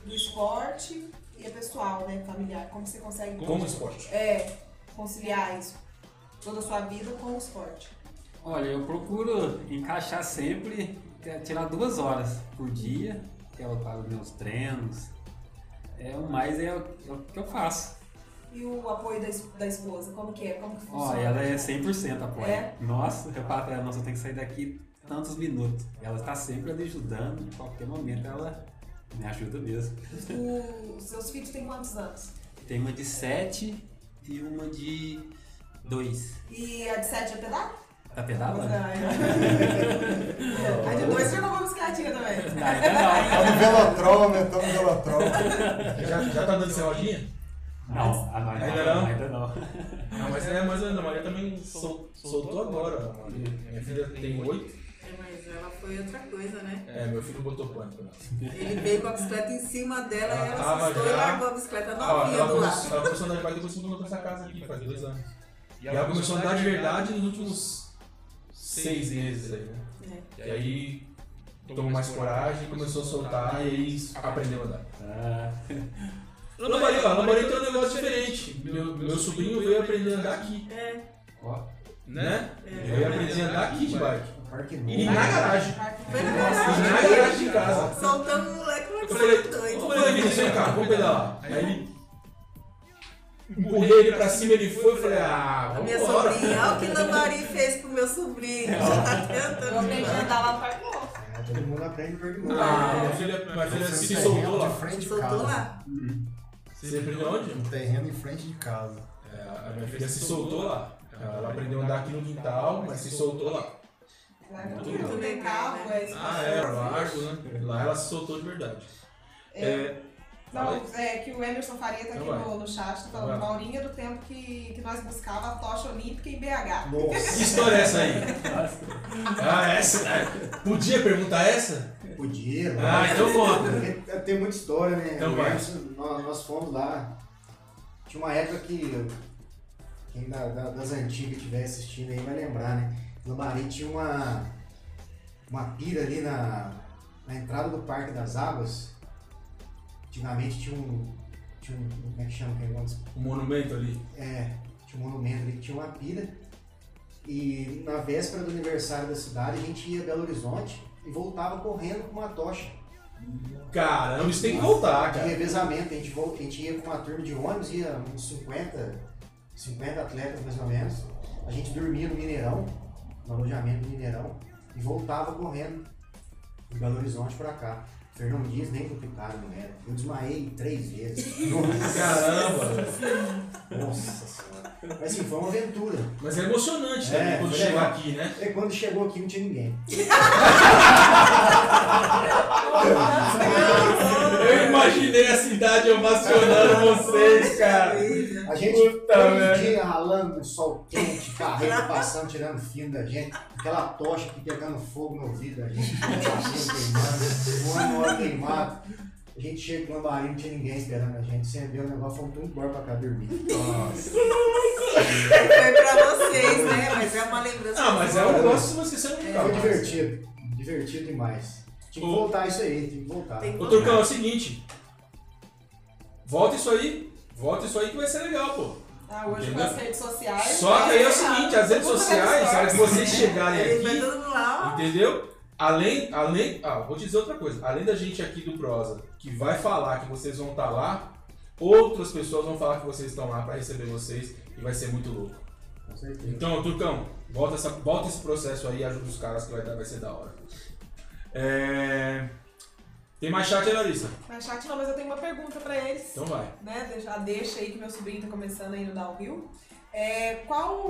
Speaker 5: do esporte e a pessoal, né? Familiar. Como você consegue
Speaker 1: Como esporte.
Speaker 5: é, conciliar isso? Toda a sua vida com o esporte.
Speaker 2: Olha, eu procuro encaixar sempre, t- tirar duas horas por dia, que é o- para os meus treinos. É, o mais é o, é o que eu faço.
Speaker 5: E o apoio da, es- da esposa, como que é? Como que
Speaker 2: Ó,
Speaker 5: funciona?
Speaker 2: ela
Speaker 1: um
Speaker 2: é 100% apoia.
Speaker 5: É?
Speaker 2: Nossa, eu falo pra ela, nossa, eu tenho que sair daqui tantos minutos. Ela está sempre ali ajudando, em qualquer momento ela me ajuda mesmo.
Speaker 5: O- os seus filhos têm quantos anos?
Speaker 2: Tem uma de 7 e uma de 2.
Speaker 5: E a de 7 é pedaço?
Speaker 2: Tá pedalando?
Speaker 5: é. Aí depois você jogou uma bicicletinha também.
Speaker 2: Tá, ainda não.
Speaker 3: Tá no Velotrol, né? Tá no Velotrol.
Speaker 1: Já, já tá dando serrodinha?
Speaker 2: Não, a-
Speaker 1: Ainda não?
Speaker 2: Ainda não.
Speaker 1: Não, mas é, mas a Ana Maria também sol- soltou agora. Ana Maria. Minha filha tem oito.
Speaker 4: É, Mas ela foi outra coisa, né?
Speaker 1: É, meu filho botou né? pânico. nela.
Speaker 4: Ele veio com a bicicleta em cima dela
Speaker 1: Ela
Speaker 4: e ela
Speaker 1: tava
Speaker 4: assustou e
Speaker 1: já-
Speaker 4: largou a bicicleta
Speaker 1: Ah,
Speaker 4: novinha
Speaker 1: ela
Speaker 4: do
Speaker 1: começou-
Speaker 4: lado.
Speaker 1: ela começou a andar de bike depois que mudou pra essa casa aqui, faz dois anos. E ela começou a andar de verdade nos últimos seis meses aí, né? E aí tomou mais coragem, começou a soltar e aí aprendeu a andar.
Speaker 2: Ah,
Speaker 1: Lambari, ó, Lambari tem um negócio diferente. um Meu, meu sobrinho veio aprender a andar aqui,
Speaker 4: É,
Speaker 2: ó.
Speaker 1: né?
Speaker 4: É.
Speaker 1: Ele veio aprender a andar aqui de bike.
Speaker 6: Um parque
Speaker 1: E
Speaker 6: novo.
Speaker 1: na garagem.
Speaker 4: foi na
Speaker 1: E na
Speaker 4: garagem.
Speaker 1: garagem de casa.
Speaker 4: Soltando o moleque, mas
Speaker 1: Eu falei,
Speaker 4: foi doido.
Speaker 1: eu falei, Vinícius, vem cá, vamos pedalar. Aí ele empurrei ele pra cima, ele foi, eu falei, ah,
Speaker 4: A
Speaker 1: vamos
Speaker 4: minha
Speaker 1: embora.
Speaker 4: sobrinha, olha o que Lambari fez pro meu sobrinho. Já tá tentando. demais.
Speaker 5: andar lá no Parque Novo.
Speaker 6: É, todo mundo aprende no parque novo.
Speaker 1: Ah, minha filha, minha filha se soltou
Speaker 3: de
Speaker 1: lá.
Speaker 3: frente de
Speaker 4: Soltou
Speaker 3: casa.
Speaker 4: lá.
Speaker 1: Você aprendeu onde?
Speaker 3: Um terreno em frente de casa.
Speaker 1: É, a minha filha se soltou lá. Ela aprendeu a andar aqui no quintal, mas se soltou lá.
Speaker 5: Lá no
Speaker 1: Muito
Speaker 5: Parque Novo tem carro, é
Speaker 1: Ah, é, largo, né? Lá ela se soltou de verdade. É,
Speaker 5: Não,
Speaker 1: Fala
Speaker 5: é que o Emerson Faria tá aqui
Speaker 1: Então vai.
Speaker 5: no, no chat, tá
Speaker 1: Vai.
Speaker 5: falando, Maurinha do tempo que, que nós buscava a tocha olímpica em BH.
Speaker 1: Que
Speaker 6: Nossa,
Speaker 1: história é essa aí?
Speaker 2: Nossa,
Speaker 1: Ah, essa? é. Podia perguntar essa?
Speaker 6: podia.
Speaker 1: é. Ah, então conta.
Speaker 6: Porque É, Tem muita história, né?
Speaker 1: Então
Speaker 6: O
Speaker 1: vai.
Speaker 6: Emerson, nós, nós fomos lá. Tinha uma época que quem da- da- das antigas estiver assistindo aí vai lembrar, né? Lambari tinha uma, uma pira ali na, na entrada do Parque das Águas. Antigamente tinha um. Tinha um. Como é que chama? aquele negócio?
Speaker 1: O monumento ali.
Speaker 6: Tinha um monumento ali que tinha uma pira. E na véspera do aniversário da cidade, a gente ia a Belo Horizonte e voltava correndo com uma tocha.
Speaker 1: Caramba, isso tem que voltar,
Speaker 6: De
Speaker 1: cara.
Speaker 6: revezamento, a gente, vol- a gente ia com uma turma de ônibus, ia uns 50, 50 atletas mais ou menos. A gente dormia no Mineirão, no alojamento do Mineirão, e voltava correndo de Belo Horizonte pra cá. Fernão Dias nem complicado não era. Eu desmaiei três vezes.
Speaker 1: Caramba.
Speaker 6: Nossa senhora. Mas assim, foi uma aventura.
Speaker 1: Mas é emocionante
Speaker 6: É,
Speaker 1: também quando
Speaker 6: foi
Speaker 1: chegou
Speaker 6: legal.
Speaker 1: aqui, né?
Speaker 6: E quando chegou aqui não tinha ninguém.
Speaker 1: Eu imaginei a cidade ovacionando vocês, cara.
Speaker 6: A gente
Speaker 1: Puta merda.
Speaker 6: todo dia ralando, sol quente, carrego passando, tirando fio da gente, aquela tocha que pegando fogo no ouvido da gente, tocha queimando, voando hora queimado. A gente chega no lambarinho, não tinha ninguém esperando a gente, acendeu o negócio, fomos tudo embora pra cá dormir.
Speaker 1: Então,
Speaker 4: Foi pra vocês, né? Mas é uma lembrança.
Speaker 1: Ah, mas é um negócio que você sabe nunca
Speaker 6: Foi
Speaker 1: mais.
Speaker 6: É divertido, divertido demais. Tinha que
Speaker 1: Ô.
Speaker 6: voltar isso aí, tinha que voltar.
Speaker 4: Tem que
Speaker 1: Ô,
Speaker 4: voltar.
Speaker 1: Turcão, é o seguinte. Volta isso aí. Volta isso aí que vai ser legal, pô.
Speaker 5: Ah, hoje com
Speaker 1: Entendeu?
Speaker 5: as redes sociais.
Speaker 1: Só que aí é o
Speaker 5: Ah,
Speaker 1: seguinte, as redes
Speaker 5: tudo
Speaker 1: sociais,
Speaker 5: nas
Speaker 1: a hora que
Speaker 5: stories,
Speaker 1: vocês
Speaker 5: né?
Speaker 1: chegarem
Speaker 4: Ele vai um
Speaker 1: aqui,
Speaker 4: todo mundo lá, ó.
Speaker 1: Entendeu? Além, além, ah, vou te dizer outra coisa. Além da gente aqui do Prosa, que vai falar que vocês vão estar lá, outras pessoas vão falar que vocês estão lá pra receber vocês e vai ser muito louco.
Speaker 6: Com certeza.
Speaker 1: Então, Turcão, volta, essa, volta esse processo aí e ajuda os caras que vai, dar- vai ser da hora. É... Tem mais chat aí, Larissa?
Speaker 5: Mas chat não, mas eu tenho uma pergunta pra eles.
Speaker 1: Então vai.
Speaker 5: né? Deixa, deixa aí que meu sobrinho tá começando aí no downhill. É, qual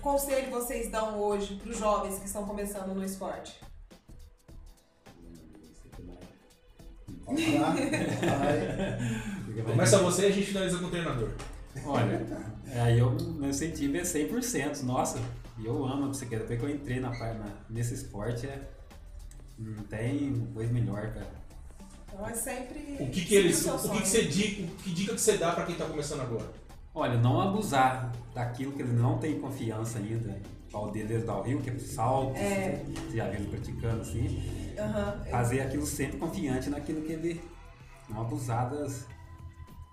Speaker 5: conselho vocês dão hoje pros jovens que estão começando no esporte?
Speaker 6: Vamos falar, vamos falar aí.
Speaker 2: fica mais-
Speaker 1: Começa você e a gente finaliza com o treinador.
Speaker 2: Olha, aí eu, meu incentivo é 100%, nossa, e eu amo a bicicleta, depois que eu entrei na, par- na- nesse esporte, é, não tem coisa melhor, cara.
Speaker 5: Então é sempre.
Speaker 1: O que, que
Speaker 5: sempre
Speaker 1: eles.
Speaker 5: seu
Speaker 1: O que,
Speaker 5: sonho.
Speaker 1: que você dica, que dica que você dá pra quem tá começando agora?
Speaker 2: Olha, não abusar daquilo que ele não tem confiança ainda, ao dedo do Rio, que é salto,
Speaker 5: É.
Speaker 2: você já viu ele praticando assim,
Speaker 5: Aham,
Speaker 1: Ah,
Speaker 5: eu-
Speaker 2: fazer aquilo sempre confiante naquilo que ele, não abusar das,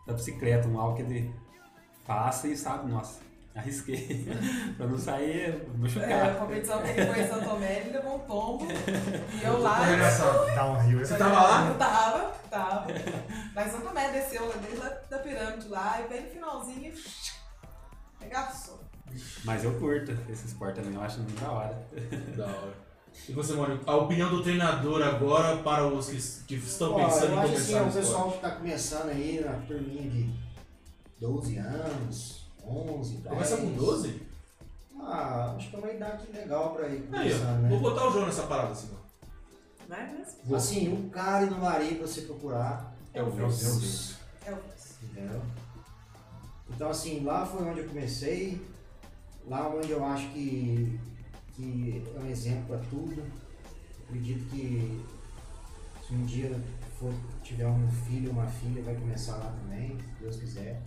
Speaker 2: da bicicleta, um algo que ele faça e sabe, nossa, arrisquei, pra não sair
Speaker 5: é,
Speaker 2: machucar.
Speaker 5: a competição que ele foi em Santo Tomé, ele levou um tombo. e eu lá.
Speaker 1: Arregaçado.
Speaker 3: Downhill.
Speaker 1: Você tava lá?
Speaker 5: Eu tava, tava. Mas Santo Tomé desceu lá desde a- da pirâmide lá, e bem no finalzinho. Regaçou.
Speaker 2: Mas eu curto esse esporte também, eu acho muito da hora.
Speaker 1: Da hora. E você, Mônio, a opinião do treinador agora para os que, que estão
Speaker 6: Ó,
Speaker 1: pensando
Speaker 6: eu
Speaker 1: em
Speaker 6: acho assim,
Speaker 1: começar no
Speaker 6: o
Speaker 1: esporte?
Speaker 6: pessoal que tá começando aí na turminha de 12 anos, 11, 10.
Speaker 1: Começa com 12?
Speaker 6: Ah, acho que é uma idade legal pra ir
Speaker 1: Aí, ó,
Speaker 6: começando,
Speaker 1: vou
Speaker 6: né?
Speaker 1: botar o João nessa parada, assim, ó.
Speaker 4: Vai
Speaker 5: né?
Speaker 4: mesmo.
Speaker 6: Assim, um cara no marido pra você procurar,
Speaker 1: É o
Speaker 6: meu
Speaker 1: Wilson.
Speaker 6: Deus,
Speaker 5: É o isso.
Speaker 6: entendeu? Então assim, lá foi onde eu comecei, lá onde eu acho que, que é um exemplo pra tudo. Acredito que se um dia for, tiver um filho, uma filha, vai começar lá também, se Deus quiser.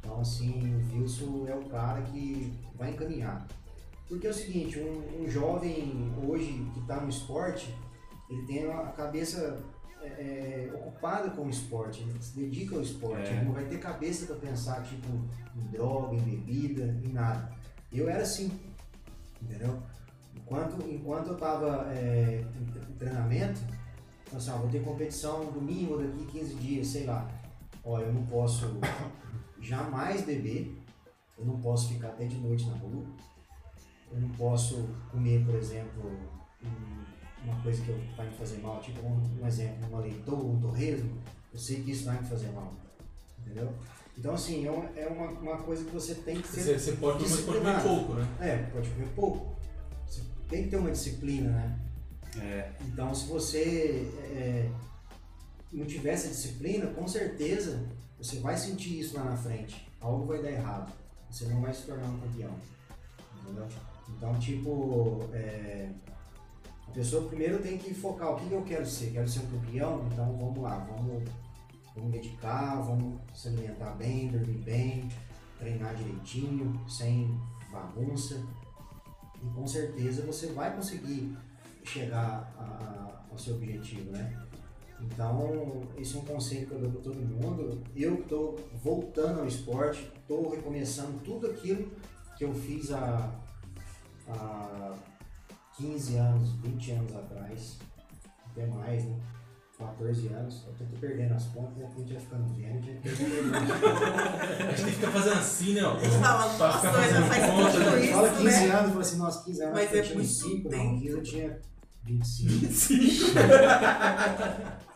Speaker 6: Então assim, o Wilson é o cara que vai encaminhar. Porque é o seguinte, um, um jovem hoje que está no esporte, ele tem a cabeça é, é, ocupada com o esporte, ele se dedica ao esporte,
Speaker 2: É.
Speaker 6: ele não vai ter cabeça para pensar tipo, em droga, em bebida, em nada. Eu era assim, entendeu? Enquanto, enquanto eu estava em tre- em treinamento, então, assim, ó, vou ter competição domingo, daqui 15 dias, sei lá. Ó, eu não posso jamais beber, eu não posso ficar até de noite na rua, eu não posso comer, por exemplo, um- uma coisa que eu- vai me fazer mal, tipo um, um exemplo, uma leitoa, um torresmo, eu sei que isso vai me fazer mal, entendeu? Então, assim, é, uma, é uma, uma coisa que você tem que ser
Speaker 1: Você, você pode comer, pode comer
Speaker 6: Disciplinado.
Speaker 1: pouco, né?
Speaker 6: é, pode comer pouco. Você tem que ter uma disciplina, né?
Speaker 2: É.
Speaker 6: Então, se você é, não tiver essa disciplina, com certeza você vai sentir isso lá na frente. Algo vai dar errado. Você não vai se tornar um campeão. Entendeu? Então, tipo, é, a pessoa primeiro tem que focar o que eu quero ser. Quero ser um campeão? Então vamos lá, vamos, vamos dedicar, vamos se alimentar bem, dormir bem, treinar direitinho, sem bagunça. E com certeza você vai conseguir chegar a- a- ao seu objetivo, né? Então, esse é um conselho que eu dou para todo mundo. Eu estou voltando ao esporte, estou recomeçando tudo aquilo que eu fiz há, há 15 anos, 20 anos atrás, até mais, né? 14 anos, eu tô perdendo as contas, né? a gente vai ficando velho, a gente vai
Speaker 1: A gente fica fazendo assim, né? ó.
Speaker 4: A gente fala,
Speaker 1: Pra
Speaker 4: nossa,
Speaker 1: ficar
Speaker 4: mas
Speaker 1: fazendo
Speaker 4: ela faz
Speaker 1: conta,
Speaker 4: tudo
Speaker 1: né?
Speaker 4: isso,
Speaker 6: Fala 15
Speaker 4: né?
Speaker 6: anos, eu falei assim, nossa, 15 anos,
Speaker 4: Mas
Speaker 6: eu
Speaker 4: é
Speaker 6: tinha
Speaker 4: muito
Speaker 6: 25,
Speaker 4: tempo.
Speaker 6: não, 15 eu tinha 25.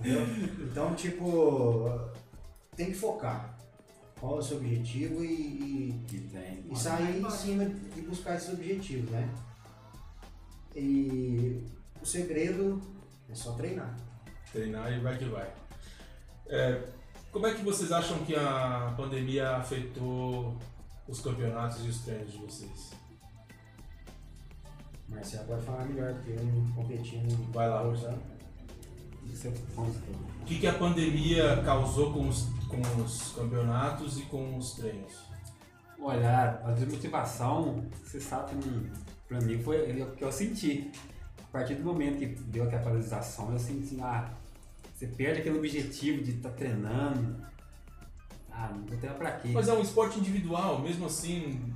Speaker 6: Entendeu? então, tipo, tem que focar. Qual é o seu objetivo e,
Speaker 2: Que tem.
Speaker 1: é
Speaker 6: e, e sair em cima e buscar esses objetivos, né? E o segredo é só treinar.
Speaker 1: Treinar e vai que vai. É, como é que vocês acham que a pandemia afetou os campeonatos e os treinos de vocês?
Speaker 6: Marcelo pode falar melhor, porque eu não competi no
Speaker 1: Vai lá,
Speaker 6: Marcelo.
Speaker 2: Isso é bom, isso é bom.
Speaker 1: O que, que a pandemia causou com os, com os campeonatos e com os treinos?
Speaker 2: Olha, a desmotivação, você sabe que não- pra mim foi o que eu senti. A partir do momento que deu aquela paralisação, eu senti, ah, você perde aquele objetivo de estar treinando. Ah, não vou treinar pra quê?
Speaker 1: Mas é um esporte individual, mesmo assim.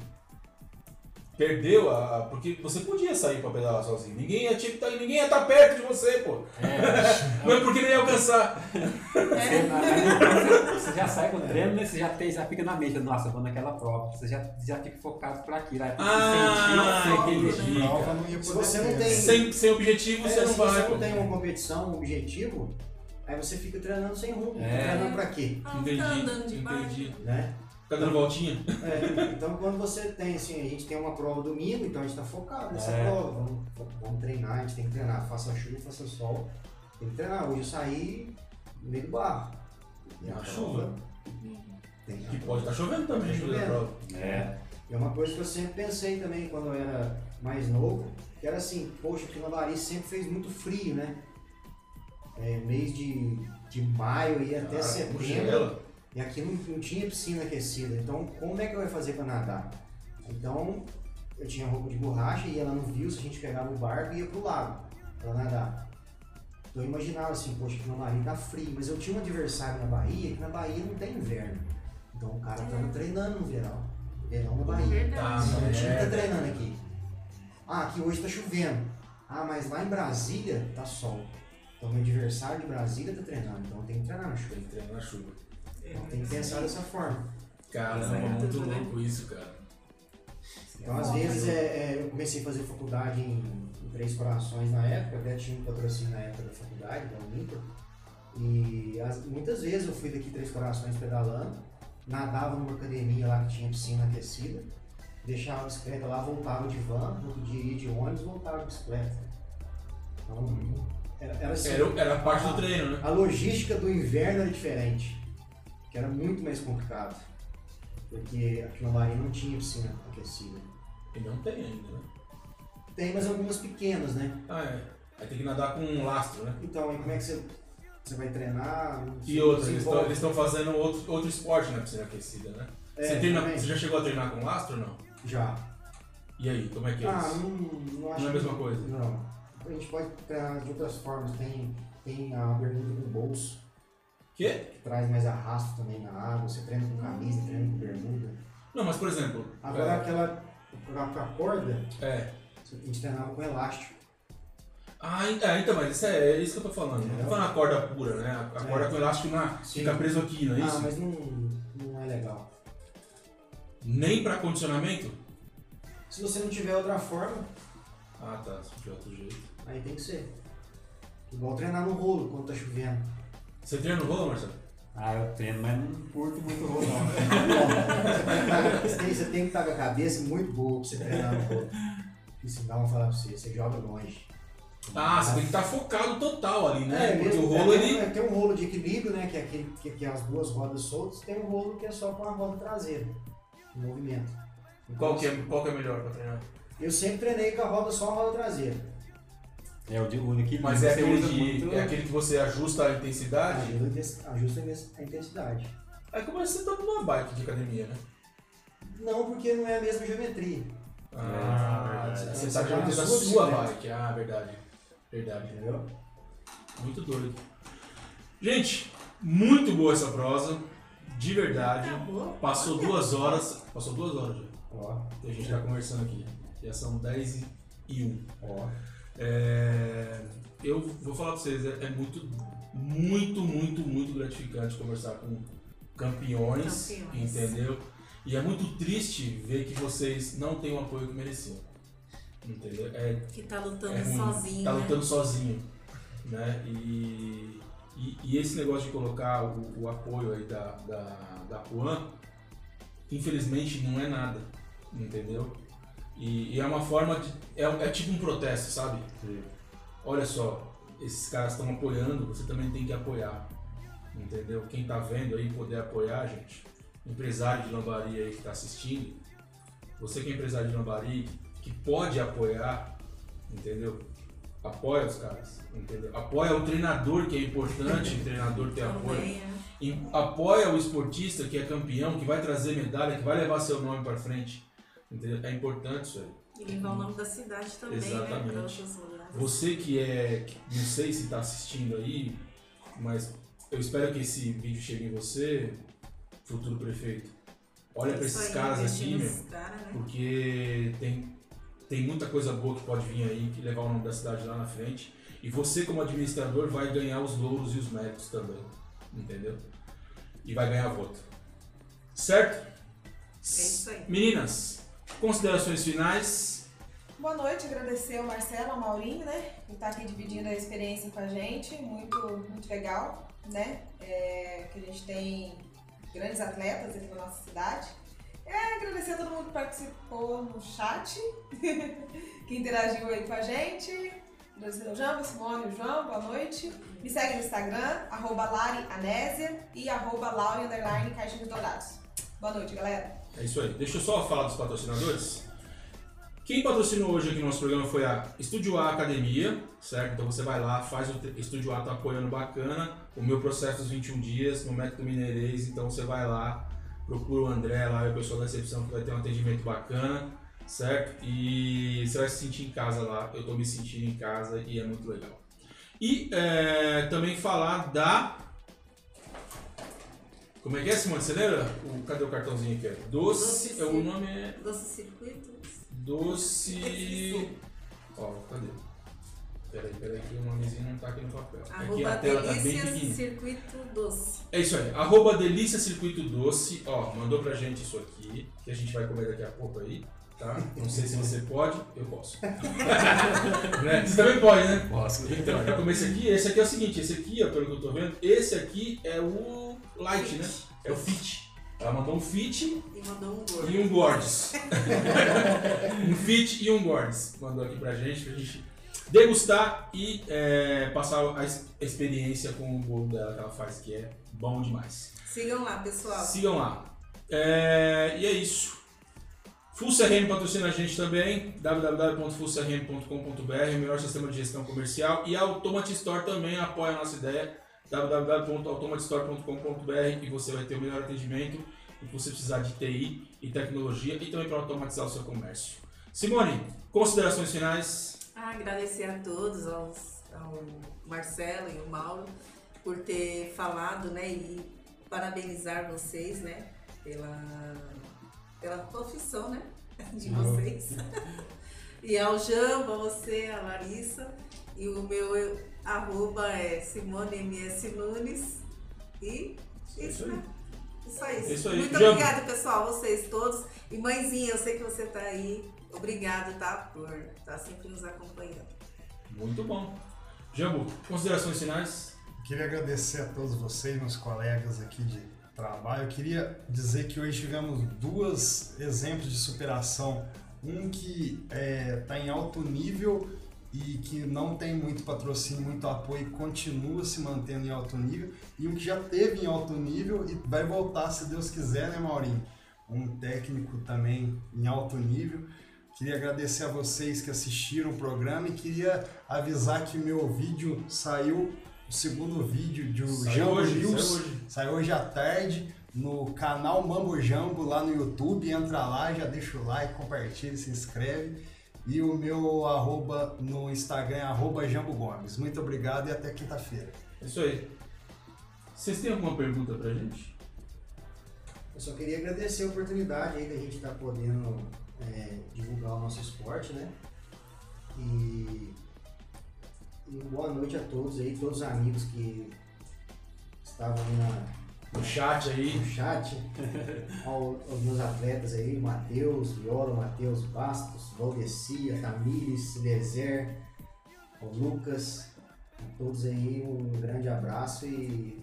Speaker 1: Perdeu a. Porque você podia sair pra pedalar sozinho. Ninguém ia estar ninguém ia estar perto de você, pô.
Speaker 2: É,
Speaker 1: Não é porque nem ia alcançar. é.
Speaker 2: você,
Speaker 4: É.
Speaker 2: na- na minha- você já sai com o treino, né? Você já, tem, já fica na mente, nossa, eu vou naquela prova. Você já, já fica focado pra aquilo. Aí
Speaker 1: Ah,
Speaker 2: você sentiu, né, você
Speaker 1: entendi.
Speaker 2: energia.
Speaker 3: Prova não ia
Speaker 6: Se
Speaker 3: poder
Speaker 6: você não
Speaker 3: ter.
Speaker 6: tem-
Speaker 1: Sem, sem objetivo você
Speaker 6: É,
Speaker 1: não
Speaker 6: se
Speaker 1: vai.
Speaker 6: você
Speaker 1: pô.
Speaker 6: não tem uma competição, um objetivo, aí você fica treinando sem rumo.
Speaker 2: É.
Speaker 6: Treinando pra quê?
Speaker 4: Ah,
Speaker 1: Entendi,
Speaker 4: tá andando de
Speaker 1: entendi.
Speaker 4: barco.
Speaker 6: Né?
Speaker 1: Fica dando voltinha.
Speaker 6: É, então quando você tem, assim, a gente tem uma prova domingo, então a gente tá focado nessa
Speaker 2: É.
Speaker 6: prova. Vamos, vamos treinar, a gente tem que treinar, faça chuva, faça sol. Tem que treinar. Hoje eu saí no meio do barro. E a
Speaker 1: Na
Speaker 6: prova-
Speaker 1: chuva?
Speaker 6: Tem a
Speaker 1: Que
Speaker 6: prova.
Speaker 1: pode estar chovendo também, né,
Speaker 6: Tá
Speaker 1: ajuda a
Speaker 6: chovendo.
Speaker 1: prova.
Speaker 2: É,
Speaker 6: É uma coisa que eu sempre pensei também quando eu era mais novo, que era assim, poxa, aqui no Lari sempre fez muito frio, né? É, mês de, de maio e É até
Speaker 1: Ah,
Speaker 6: setembro.
Speaker 1: mochila.
Speaker 6: E aqui não, não tinha piscina aquecida, então como é que eu ia fazer para nadar? Então eu tinha roupa de borracha, ia lá no rio, se a gente pegava o barco e ia pro lago para nadar. Então eu imaginava assim, poxa, aqui na Bahia tá frio, mas eu tinha um adversário na Bahia, que na Bahia não tem inverno. Então o cara tava treinando no verão. Verão na Bahia.
Speaker 1: Tá,
Speaker 6: Então eu tinha que
Speaker 1: é.
Speaker 6: estar treinando aqui. Ah, aqui hoje tá chovendo. Ah, mas lá em Brasília tá sol. Então meu adversário de Brasília tá treinando, então eu tenho que treinar na chuva.
Speaker 1: Tem que treinar na chuva.
Speaker 6: Então tem que pensar dessa forma.
Speaker 1: Caramba,
Speaker 4: Exato,
Speaker 1: muito
Speaker 4: né?
Speaker 1: louco isso, cara.
Speaker 6: Então, às vezes, é, é, eu comecei a fazer faculdade em, em Três Corações na época, até tinha um patrocínio na época da faculdade, da Unicor. E as- muitas vezes eu fui daqui Três Corações pedalando, nadava numa academia lá que tinha piscina aquecida, deixava a bicicleta lá, voltava de van, no outro dia ia de ônibus, voltava de bicicleta. Então, era, era assim.
Speaker 1: Era, era parte do treino, né?
Speaker 6: A logística do inverno era diferente, que era muito mais complicado, porque aqui no Bahia não tinha piscina aquecida.
Speaker 1: E não tem ainda, né?
Speaker 6: Tem, mas algumas pequenas, né?
Speaker 1: Ah, é. Aí tem que nadar com um lastro, né?
Speaker 6: Então, e como é que você, você vai treinar? Não sei,
Speaker 1: E outra,
Speaker 6: você
Speaker 1: eles
Speaker 6: envolve-
Speaker 1: estão fazendo outro, outro esporte na piscina aquecida, né?
Speaker 6: É,
Speaker 1: você, treina-
Speaker 6: também.
Speaker 1: você já chegou a treinar com lastro ou não?
Speaker 6: Já.
Speaker 1: E aí, como é que é
Speaker 6: Ah,
Speaker 1: isso?
Speaker 6: não, não acho
Speaker 1: Não é a
Speaker 6: que-
Speaker 1: mesma coisa?
Speaker 6: Não. A gente pode treinar de outras formas. Tem, tem a bermuda com bolso,
Speaker 1: Quê?
Speaker 6: que traz mais arrasto também na água. Você treina com camisa, treina com bermuda.
Speaker 1: Não, mas por exemplo.
Speaker 6: Agora aquela aquela com a corda,
Speaker 1: é, é.
Speaker 6: a gente treinava com elástico.
Speaker 1: Ah, en- é, então, mas isso é, é isso que eu tô falando.
Speaker 6: É.
Speaker 1: Não tô falando a corda pura, né? A a
Speaker 6: É.
Speaker 1: corda com elástico na,
Speaker 6: Sim.
Speaker 1: fica preso aqui, não é isso?
Speaker 6: Ah, mas não, não é legal.
Speaker 1: Nem pra condicionamento?
Speaker 6: Se você não tiver outra forma,
Speaker 1: Ah, tá. Se tiver outro jeito.
Speaker 6: aí tem que ser. Igual treinar no rolo quando tá chovendo.
Speaker 1: Você treina no rolo, Marcelo?
Speaker 2: ah, eu treino, mas não curto muito o rolo, não.
Speaker 6: Você tem- você tem que estar com a cabeça muito boa pra você treinar no rolo. Isso não vou falar pra você, você joga longe.
Speaker 1: Ah, você tem que estar focado total ali, né?
Speaker 6: É,
Speaker 1: Porque
Speaker 6: mesmo,
Speaker 1: o rolo
Speaker 6: é,
Speaker 1: ele.
Speaker 6: tem um rolo de equilíbrio, né? Que é, aquele, que, que é as duas rodas soltas, tem um rolo que é só com a roda traseira, em movimento. Então,
Speaker 1: Qual que, é, qual que é melhor pra treinar?
Speaker 6: Eu sempre treinei com a roda só a roda traseira.
Speaker 2: É o de olho aqui.
Speaker 1: Mas
Speaker 2: você
Speaker 1: é aquele,
Speaker 2: usa
Speaker 1: de-
Speaker 2: muito-
Speaker 1: é aquele que você ajusta a intensidade?
Speaker 6: Ajuda a intens- Ajusta a intens- a intensidade.
Speaker 1: Aí começa você tá numa bike de academia, né?
Speaker 6: Não, porque não é a mesma geometria.
Speaker 1: Ah,
Speaker 2: É, verdade.
Speaker 1: você tá
Speaker 6: Você
Speaker 1: jogando
Speaker 6: tá
Speaker 1: na
Speaker 6: na
Speaker 1: sua,
Speaker 6: sua bicicleta.
Speaker 1: bike. Ah, verdade. Verdade.
Speaker 6: Entendeu?
Speaker 1: Muito doido. Gente, muito boa essa prosa. De verdade.
Speaker 4: Acabou.
Speaker 1: Passou duas horas. Passou duas horas já.
Speaker 6: Ó,
Speaker 1: que A gente tá conversando aqui. Já são 10 e 1.
Speaker 6: ó.
Speaker 1: É, eu vou falar pra vocês, é, é muito, muito, muito, muito gratificante conversar com campeões,
Speaker 4: Campeões.
Speaker 1: entendeu? E é muito triste ver que vocês não têm o apoio que mereciam, entendeu? É,
Speaker 4: Que tá lutando
Speaker 1: é ruim,
Speaker 4: sozinho.
Speaker 1: tá
Speaker 4: né?
Speaker 1: lutando sozinho, né? E, e, e esse negócio de colocar o, o apoio aí da, da, da Puan, infelizmente não é nada, entendeu? E, e é uma forma de, é, é tipo um protesto, sabe? olha só, esses caras estão apoiando, você também tem que apoiar. Entendeu? Quem tá vendo aí poder apoiar, gente. Empresário de lambari aí que tá assistindo, você que é empresário de lambari, que pode apoiar, entendeu? Apoia os caras, entendeu? Apoia o treinador, que é importante o treinador ter apoio.
Speaker 4: Também, né?
Speaker 1: E apoia o esportista que é campeão, que vai trazer medalha, que vai levar seu nome para frente. Entendeu? É importante isso aí.
Speaker 4: E levar o nome da cidade também, né?
Speaker 1: Exatamente.
Speaker 4: Pra outros lugares.
Speaker 1: Você que é, que- não sei se está assistindo aí, mas eu espero que esse vídeo chegue em você, futuro prefeito. Olha para
Speaker 4: Isso
Speaker 1: esses
Speaker 4: aí,
Speaker 1: caras
Speaker 4: investir
Speaker 1: aqui, meu,
Speaker 4: nesses caras, né?
Speaker 1: porque tem, tem muita coisa boa que pode vir aí, que levar o nome da cidade lá na frente. E você, como administrador, vai ganhar os louros e os méritos também, entendeu? E vai ganhar voto. Certo?
Speaker 4: É isso aí.
Speaker 1: Meninas, considerações finais.
Speaker 5: Boa noite, agradecer ao Marcelo, ao Maurinho, né? Por estar aqui dividindo a experiência com a gente. Muito, muito legal, né? É, que a gente tem grandes atletas aqui na nossa cidade. É, agradecer a todo mundo que participou no chat, que interagiu aí com a gente. Agradecer ao João, ao Simone, o João, boa noite. Me segue no Instagram, arroba Lari Anésia e arroba Lauri Underline Caixa de Dourados. Boa noite, galera.
Speaker 1: É isso aí. Deixa eu só falar dos patrocinadores. Quem patrocinou hoje aqui no nosso programa foi a Estúdio A Academia, certo? Então você vai lá, faz o te- Estúdio A tá apoiando bacana, o meu processo dos 21 dias no método Mineirês, então você vai lá, procura o André lá e o pessoal da recepção que vai ter um atendimento bacana, certo? E você vai se sentir em casa lá, eu tô me sentindo em casa e é muito legal. E é, também falar da como é que é, Simone? Você lembra? O- cadê o cartãozinho aqui? Doce,
Speaker 4: Doce.
Speaker 1: é, o nome é
Speaker 4: Doce circuitos.
Speaker 1: Doce. Ó, cadê? Peraí, peraí, que o nomezinho não tá aqui no papel. É que
Speaker 4: Arroba
Speaker 1: a tela tá bem
Speaker 4: delícias
Speaker 1: pequenininha.
Speaker 4: circuito doce.
Speaker 1: É isso aí. Arroba Delícia Circuito Doce. Ó, mandou pra gente isso aqui, que a gente vai comer daqui a pouco aí, tá? Não sei se você pode, eu posso. Né? Você também pode, né?
Speaker 2: Posso.
Speaker 1: Então, já comer esse aqui. Esse aqui é o seguinte, esse aqui, ó, pelo que eu tô vendo, esse aqui é o light, né? É o fit. Ela mandou um fit
Speaker 4: E mandou um gordo.
Speaker 1: e um Gordes. um Fit e um Gordes. Mandou aqui pra gente, pra gente degustar e é, passar a ex- experiência com o bolo dela que ela faz, que é bom demais.
Speaker 4: Sigam lá, pessoal.
Speaker 1: Sigam lá. É, e é isso. FulCRM patrocina a gente também, www.fulcrm.com.br, o melhor sistema de gestão comercial. E a Automate Store também apoia a nossa ideia, www.automatestore.com.br e você vai ter o melhor atendimento o que você precisar de TI e tecnologia e também para automatizar o seu comércio. Simone, considerações finais?
Speaker 4: Ah, agradecer a todos, aos- ao Marcelo e ao Mauro, por ter falado, né? E parabenizar vocês, né? Pela, pela profissão, né? De vocês. e ao Jamba, a você, a Larissa. E o meu arroba é Simone MS Nunes. E isso, né? Isso aí.
Speaker 1: É Isso aí.
Speaker 4: Muito
Speaker 1: Jamba.
Speaker 4: obrigada, pessoal, vocês todos. E mãezinha, eu sei que você tá aí. Obrigado, tá? Por estar sempre nos acompanhando.
Speaker 1: Muito bom. Jambu, considerações finais?
Speaker 3: Queria agradecer a todos vocês, meus colegas aqui de trabalho. Eu queria dizer que hoje tivemos é, duas exemplos de superação. Um que está em alto tá nível e que não tem muito patrocínio, muito apoio, continua se mantendo em alto nível, e um que já teve em alto nível e vai voltar, se Deus quiser, né, Maurinho? Um técnico também em alto nível. Queria agradecer a vocês que assistiram o programa e queria avisar que meu vídeo saiu, o segundo vídeo de um o
Speaker 1: Saiu
Speaker 3: Jambo
Speaker 1: hoje,
Speaker 3: News,
Speaker 1: saiu
Speaker 3: saiu
Speaker 1: hoje.
Speaker 3: hoje. à tarde no canal Mambo Jambo lá no YouTube. Entra lá, já deixa o like, compartilha, se inscreve. E o meu arroba no Instagram é arroba Jambo Gomes. Muito obrigado e até quinta-feira.
Speaker 1: É Isso aí. Vocês têm alguma pergunta pra gente?
Speaker 6: Eu só queria agradecer a oportunidade aí da gente estar podendo é, divulgar o nosso esporte, né? E, e boa noite a todos aí, todos os amigos que estavam aí na-
Speaker 1: No chat aí.
Speaker 6: no chat, ao- aos meus atletas aí, Matheus, Viola, Matheus Bastos, Valdecia, Tamires, Dezer, o Lucas, a todos aí um grande abraço e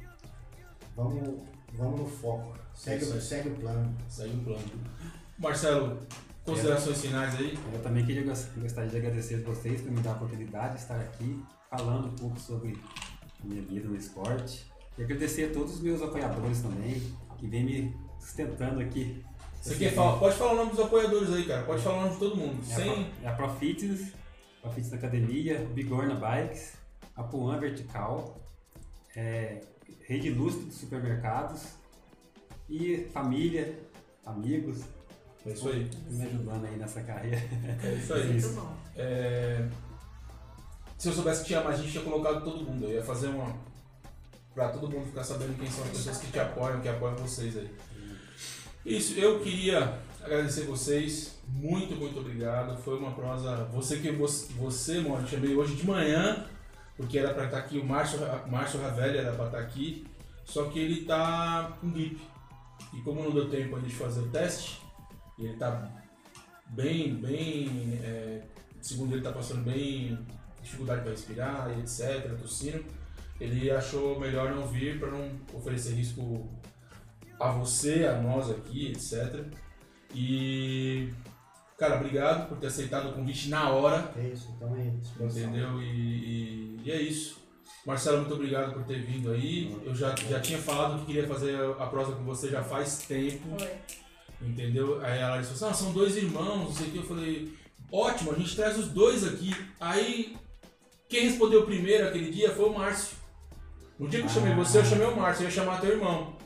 Speaker 6: vamos, vamos no foco. Segue,
Speaker 1: Isso aí.
Speaker 6: o- segue o plano.
Speaker 1: Segue o um plano. né? Marcelo, considerações finais aí?
Speaker 2: Eu também queria gos- gostaria de agradecer a vocês por me dar a oportunidade de estar aqui falando um pouco sobre a minha vida no esporte. E agradecer a todos os meus apoiadores também, que vem me sustentando aqui.
Speaker 1: Você quer falar? Pode falar o nome dos apoiadores aí, cara. Pode falar o nome de todo mundo.
Speaker 2: É a,
Speaker 1: Sem.
Speaker 2: Pro- é a Profitness, Profitness da Academia, Bigorna Bikes, a Puan Vertical, é, Rede Ilustre de Supermercados e família, amigos,
Speaker 1: É isso aí.
Speaker 2: me ajudando aí nessa carreira.
Speaker 1: É isso aí.
Speaker 4: Muito bom.
Speaker 1: É, Se eu soubesse que tinha mais gente, tinha colocado todo mundo. Eu ia fazer uma. Pra todo mundo ficar sabendo quem são as pessoas que te apoiam, que apoiam vocês aí. Isso, eu queria agradecer vocês. Muito, muito obrigado. Foi uma prosa. Você que você, você mano, chamei hoje de manhã, porque era pra estar aqui, o Márcio, Ra- Márcio Ravelli era pra estar aqui. Só que ele tá com gripe. E como não deu tempo ainda de fazer o teste, ele tá bem, bem é, segundo ele tá passando bem, dificuldade para respirar e etc, tossindo. Ele achou melhor não vir para não oferecer risco a você, a nós aqui, etc. E cara, obrigado por ter aceitado o convite na hora,
Speaker 6: É isso, então é isso.
Speaker 1: entendeu? E, e- e é isso. Marcelo, muito obrigado por ter vindo aí. Eu já, já tinha falado que queria fazer a prosa com você já faz tempo.
Speaker 5: Oi.
Speaker 1: Entendeu? Aí a Larissa falou assim, ah, são dois irmãos, não sei o que. Eu falei, ótimo, a gente traz os dois aqui. Aí, quem respondeu primeiro aquele dia foi o Márcio. No dia que eu chamei você, eu chamei o Márcio, eu ia chamar teu irmão.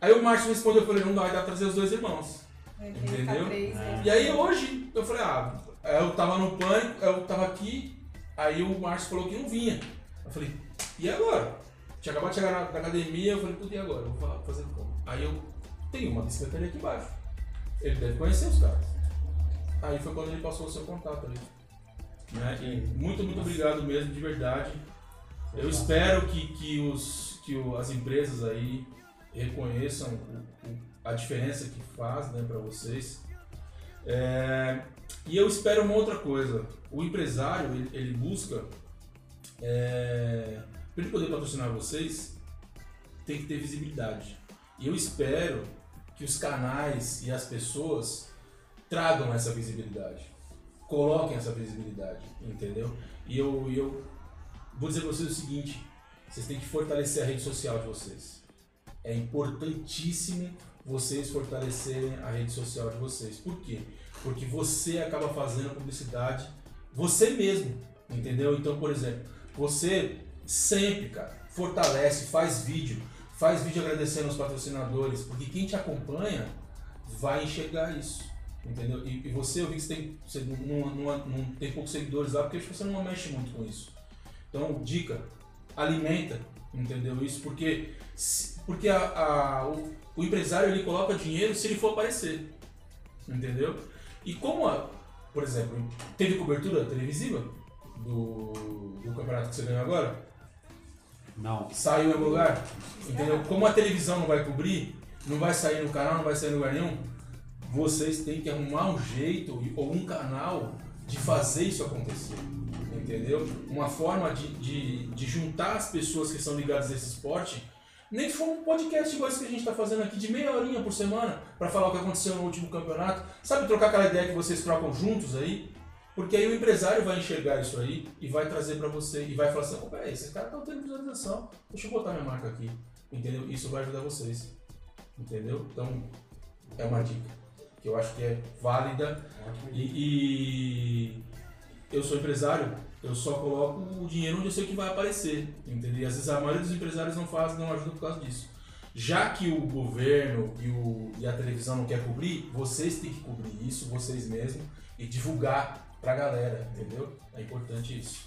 Speaker 1: Aí o Márcio respondeu, eu falei, não dá, dá pra trazer os dois irmãos.
Speaker 5: Vai ter que ficar
Speaker 1: Entendeu? Ah.
Speaker 5: três, né?
Speaker 1: E aí hoje, eu falei, ah, eu tava no pânico, eu tava aqui, aí o Márcio falou que não vinha. Eu falei, e agora? Tinha acabado de chegar na, na academia, eu falei, puta, e agora? Eu vou fa- fazer como? Aí eu, tem uma da secretaria aqui embaixo. Ele deve conhecer os caras. Aí foi quando ele passou o seu contato ali. Né? E muito, muito obrigado mesmo, de verdade. Eu espero que, que, os, que o- as empresas aí reconheçam o- o- a diferença que faz né, para vocês. É, e eu espero uma outra coisa. O empresário, ele, ele busca, é, para ele poder patrocinar vocês, tem que ter visibilidade. E eu espero que os canais e as pessoas tragam essa visibilidade. Coloquem essa visibilidade, entendeu? E eu, e eu vou dizer pra vocês o seguinte, vocês têm que fortalecer a rede social de vocês. É importantíssimo vocês fortalecerem a rede social de vocês. Por quê? Porque você acaba fazendo publicidade você mesmo, entendeu? Então, por exemplo, você sempre, cara, fortalece, faz vídeo, faz vídeo agradecendo aos patrocinadores, porque quem te acompanha vai enxergar isso, entendeu? E, e você, eu vi que você, tem, você não, não- não- não tem poucos seguidores lá, porque acho que você não mexe muito com isso. Então, dica, alimenta, entendeu? Isso porque, se- porque a, a- o, o empresário ele coloca dinheiro se ele for aparecer, entendeu? E como, a, por exemplo, teve cobertura televisiva do, do campeonato que você ganhou agora?
Speaker 2: Não,
Speaker 1: Saiu em algum lugar? Entendeu? Como a televisão não vai cobrir, não vai sair no canal, não vai sair em lugar nenhum, vocês têm que arrumar um jeito e- ou um canal de fazer isso acontecer. Entendeu? Uma forma de, de, de juntar as pessoas que são ligadas a esse esporte, nem que for um podcast igual esse que a gente está fazendo aqui, de meia horinha por semana, para falar o que aconteceu no último campeonato. Sabe, trocar aquela ideia que vocês trocam juntos aí? Porque aí o empresário vai enxergar isso aí e vai trazer para você e vai falar assim: oh, peraí, esses caras estão tendo visualização, deixa eu botar minha marca aqui. Entendeu? Isso vai ajudar vocês. Entendeu? Então, é uma dica que eu acho que é válida. E, e eu sou empresário, eu só coloco o dinheiro onde eu sei que vai aparecer. Entendeu? E às vezes a maioria dos empresários não faz, não ajuda por causa disso. Já que o governo e, o, e a televisão não quer cobrir, vocês têm que cobrir isso, vocês mesmos, e divulgar pra galera, entendeu? É importante isso.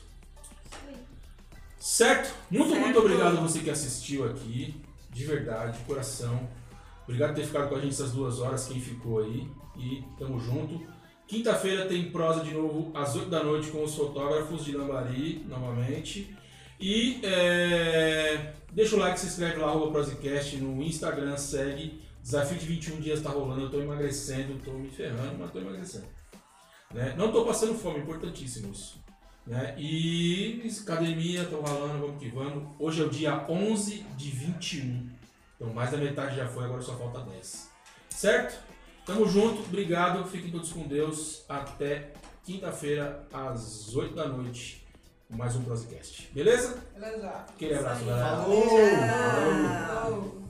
Speaker 1: Certo? Muito,
Speaker 4: Certo.
Speaker 1: muito obrigado a você que assistiu aqui, de verdade, de coração. Obrigado por ter ficado com a gente essas duas horas, quem ficou aí, e tamo junto. Quinta-feira tem prosa de novo às 8 da noite com os fotógrafos de Lambari, novamente. E é, deixa o like, se inscreve lá, arroba Prosecast no Instagram, segue. Desafio de 21 dias tá rolando, eu tô emagrecendo, tô me ferrando, mas tô emagrecendo. Né? Não tô passando fome, importantíssimo isso. Né? E academia, tô ralando, vamos que vamos. Hoje é o dia 11 de 21. Então mais da metade já foi, agora só falta 10. Certo? Tamo junto, obrigado, fiquem todos com Deus. Até quinta-feira, às 8 da noite, com mais um podcast. Beleza?
Speaker 5: Beleza?
Speaker 1: Aquele abraço, galera.
Speaker 3: Falou!
Speaker 4: Tchau.
Speaker 5: Falou.